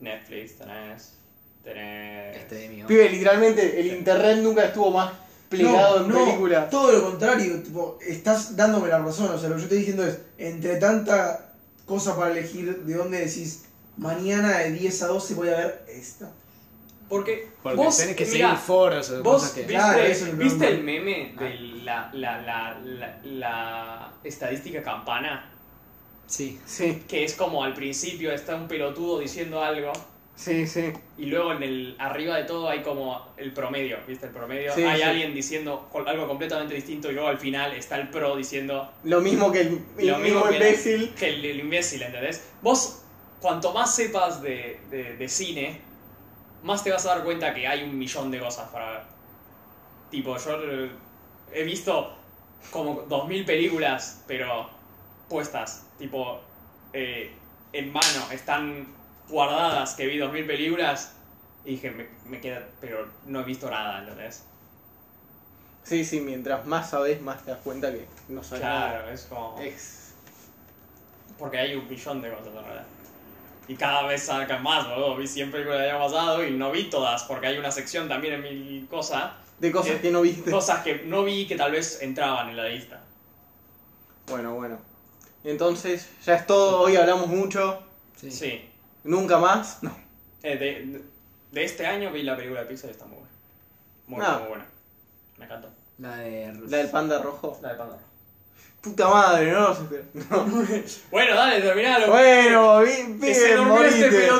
D: Netflix tenés. Tenés.
A: Este de mío.
E: Pibe, literalmente el internet nunca estuvo más plegado en películas.
B: Todo lo contrario, tipo, estás dándome la razón. O sea, lo que yo estoy diciendo es, entre tanta cosa para elegir, ¿de dónde decís? Mañana de 10 a 12 voy a ver esta.
D: Porque,
A: Porque
D: vos,
A: tenés que
D: mirá,
A: seguir foros o
D: vos
A: cosas que.
D: viste,
B: Claro, eso es lo
D: ¿viste
B: normal.
D: el meme de la, la, la, la, la estadística campana?
A: Sí.
E: Sí,
D: Que es como al principio está un pelotudo diciendo algo
E: sí, sí.
D: y luego en el arriba de todo hay como el promedio, ¿viste? El promedio.
E: Sí,
D: hay
E: sí.
D: alguien diciendo col- algo completamente distinto y luego al final está el pro diciendo
E: Lo mismo que el,
D: lo
E: el
D: mismo
E: mismo
D: que,
E: imbécil.
D: que el, el imbécil, ¿entendés? Vos, cuanto más sepas de, de- de cine, más te vas a dar cuenta que hay un millón de cosas para ver. Tipo, yo eh, he visto como 2000 películas, pero puestas, tipo, eh, en mano, están guardadas, que vi 2000 películas y dije, me, me queda, pero no he visto nada, ¿entendés?
E: Sí, sí, mientras más sabes, más te das cuenta que no sabes nada.
D: Claro, es como...
E: Es-
D: Porque hay un millón de cosas en realidad. Y cada vez sacan más, boludo. Vi 100 películas del año pasado y no vi todas, porque hay una sección también en mi cosa.
E: de cosas
D: Eh,
E: que no viste.
D: Cosas que no vi que tal vez entraban en la lista.
E: Bueno, bueno. Entonces, ya es todo. Hoy hablamos mucho.
A: Sí.
D: Sí.
E: Nunca más. No.
D: Eh, de, de este año vi la película de Pixar y está muy buena. Muy,
E: Ah.
D: muy buena. Me encantó.
A: La de.
E: La del panda rojo.
D: La de Pandora.
E: Puta madre, no los espero.
D: Bueno, dale, terminalo.
E: Bueno, bien,
D: se durmió este
E: morite.
D: pelotudo.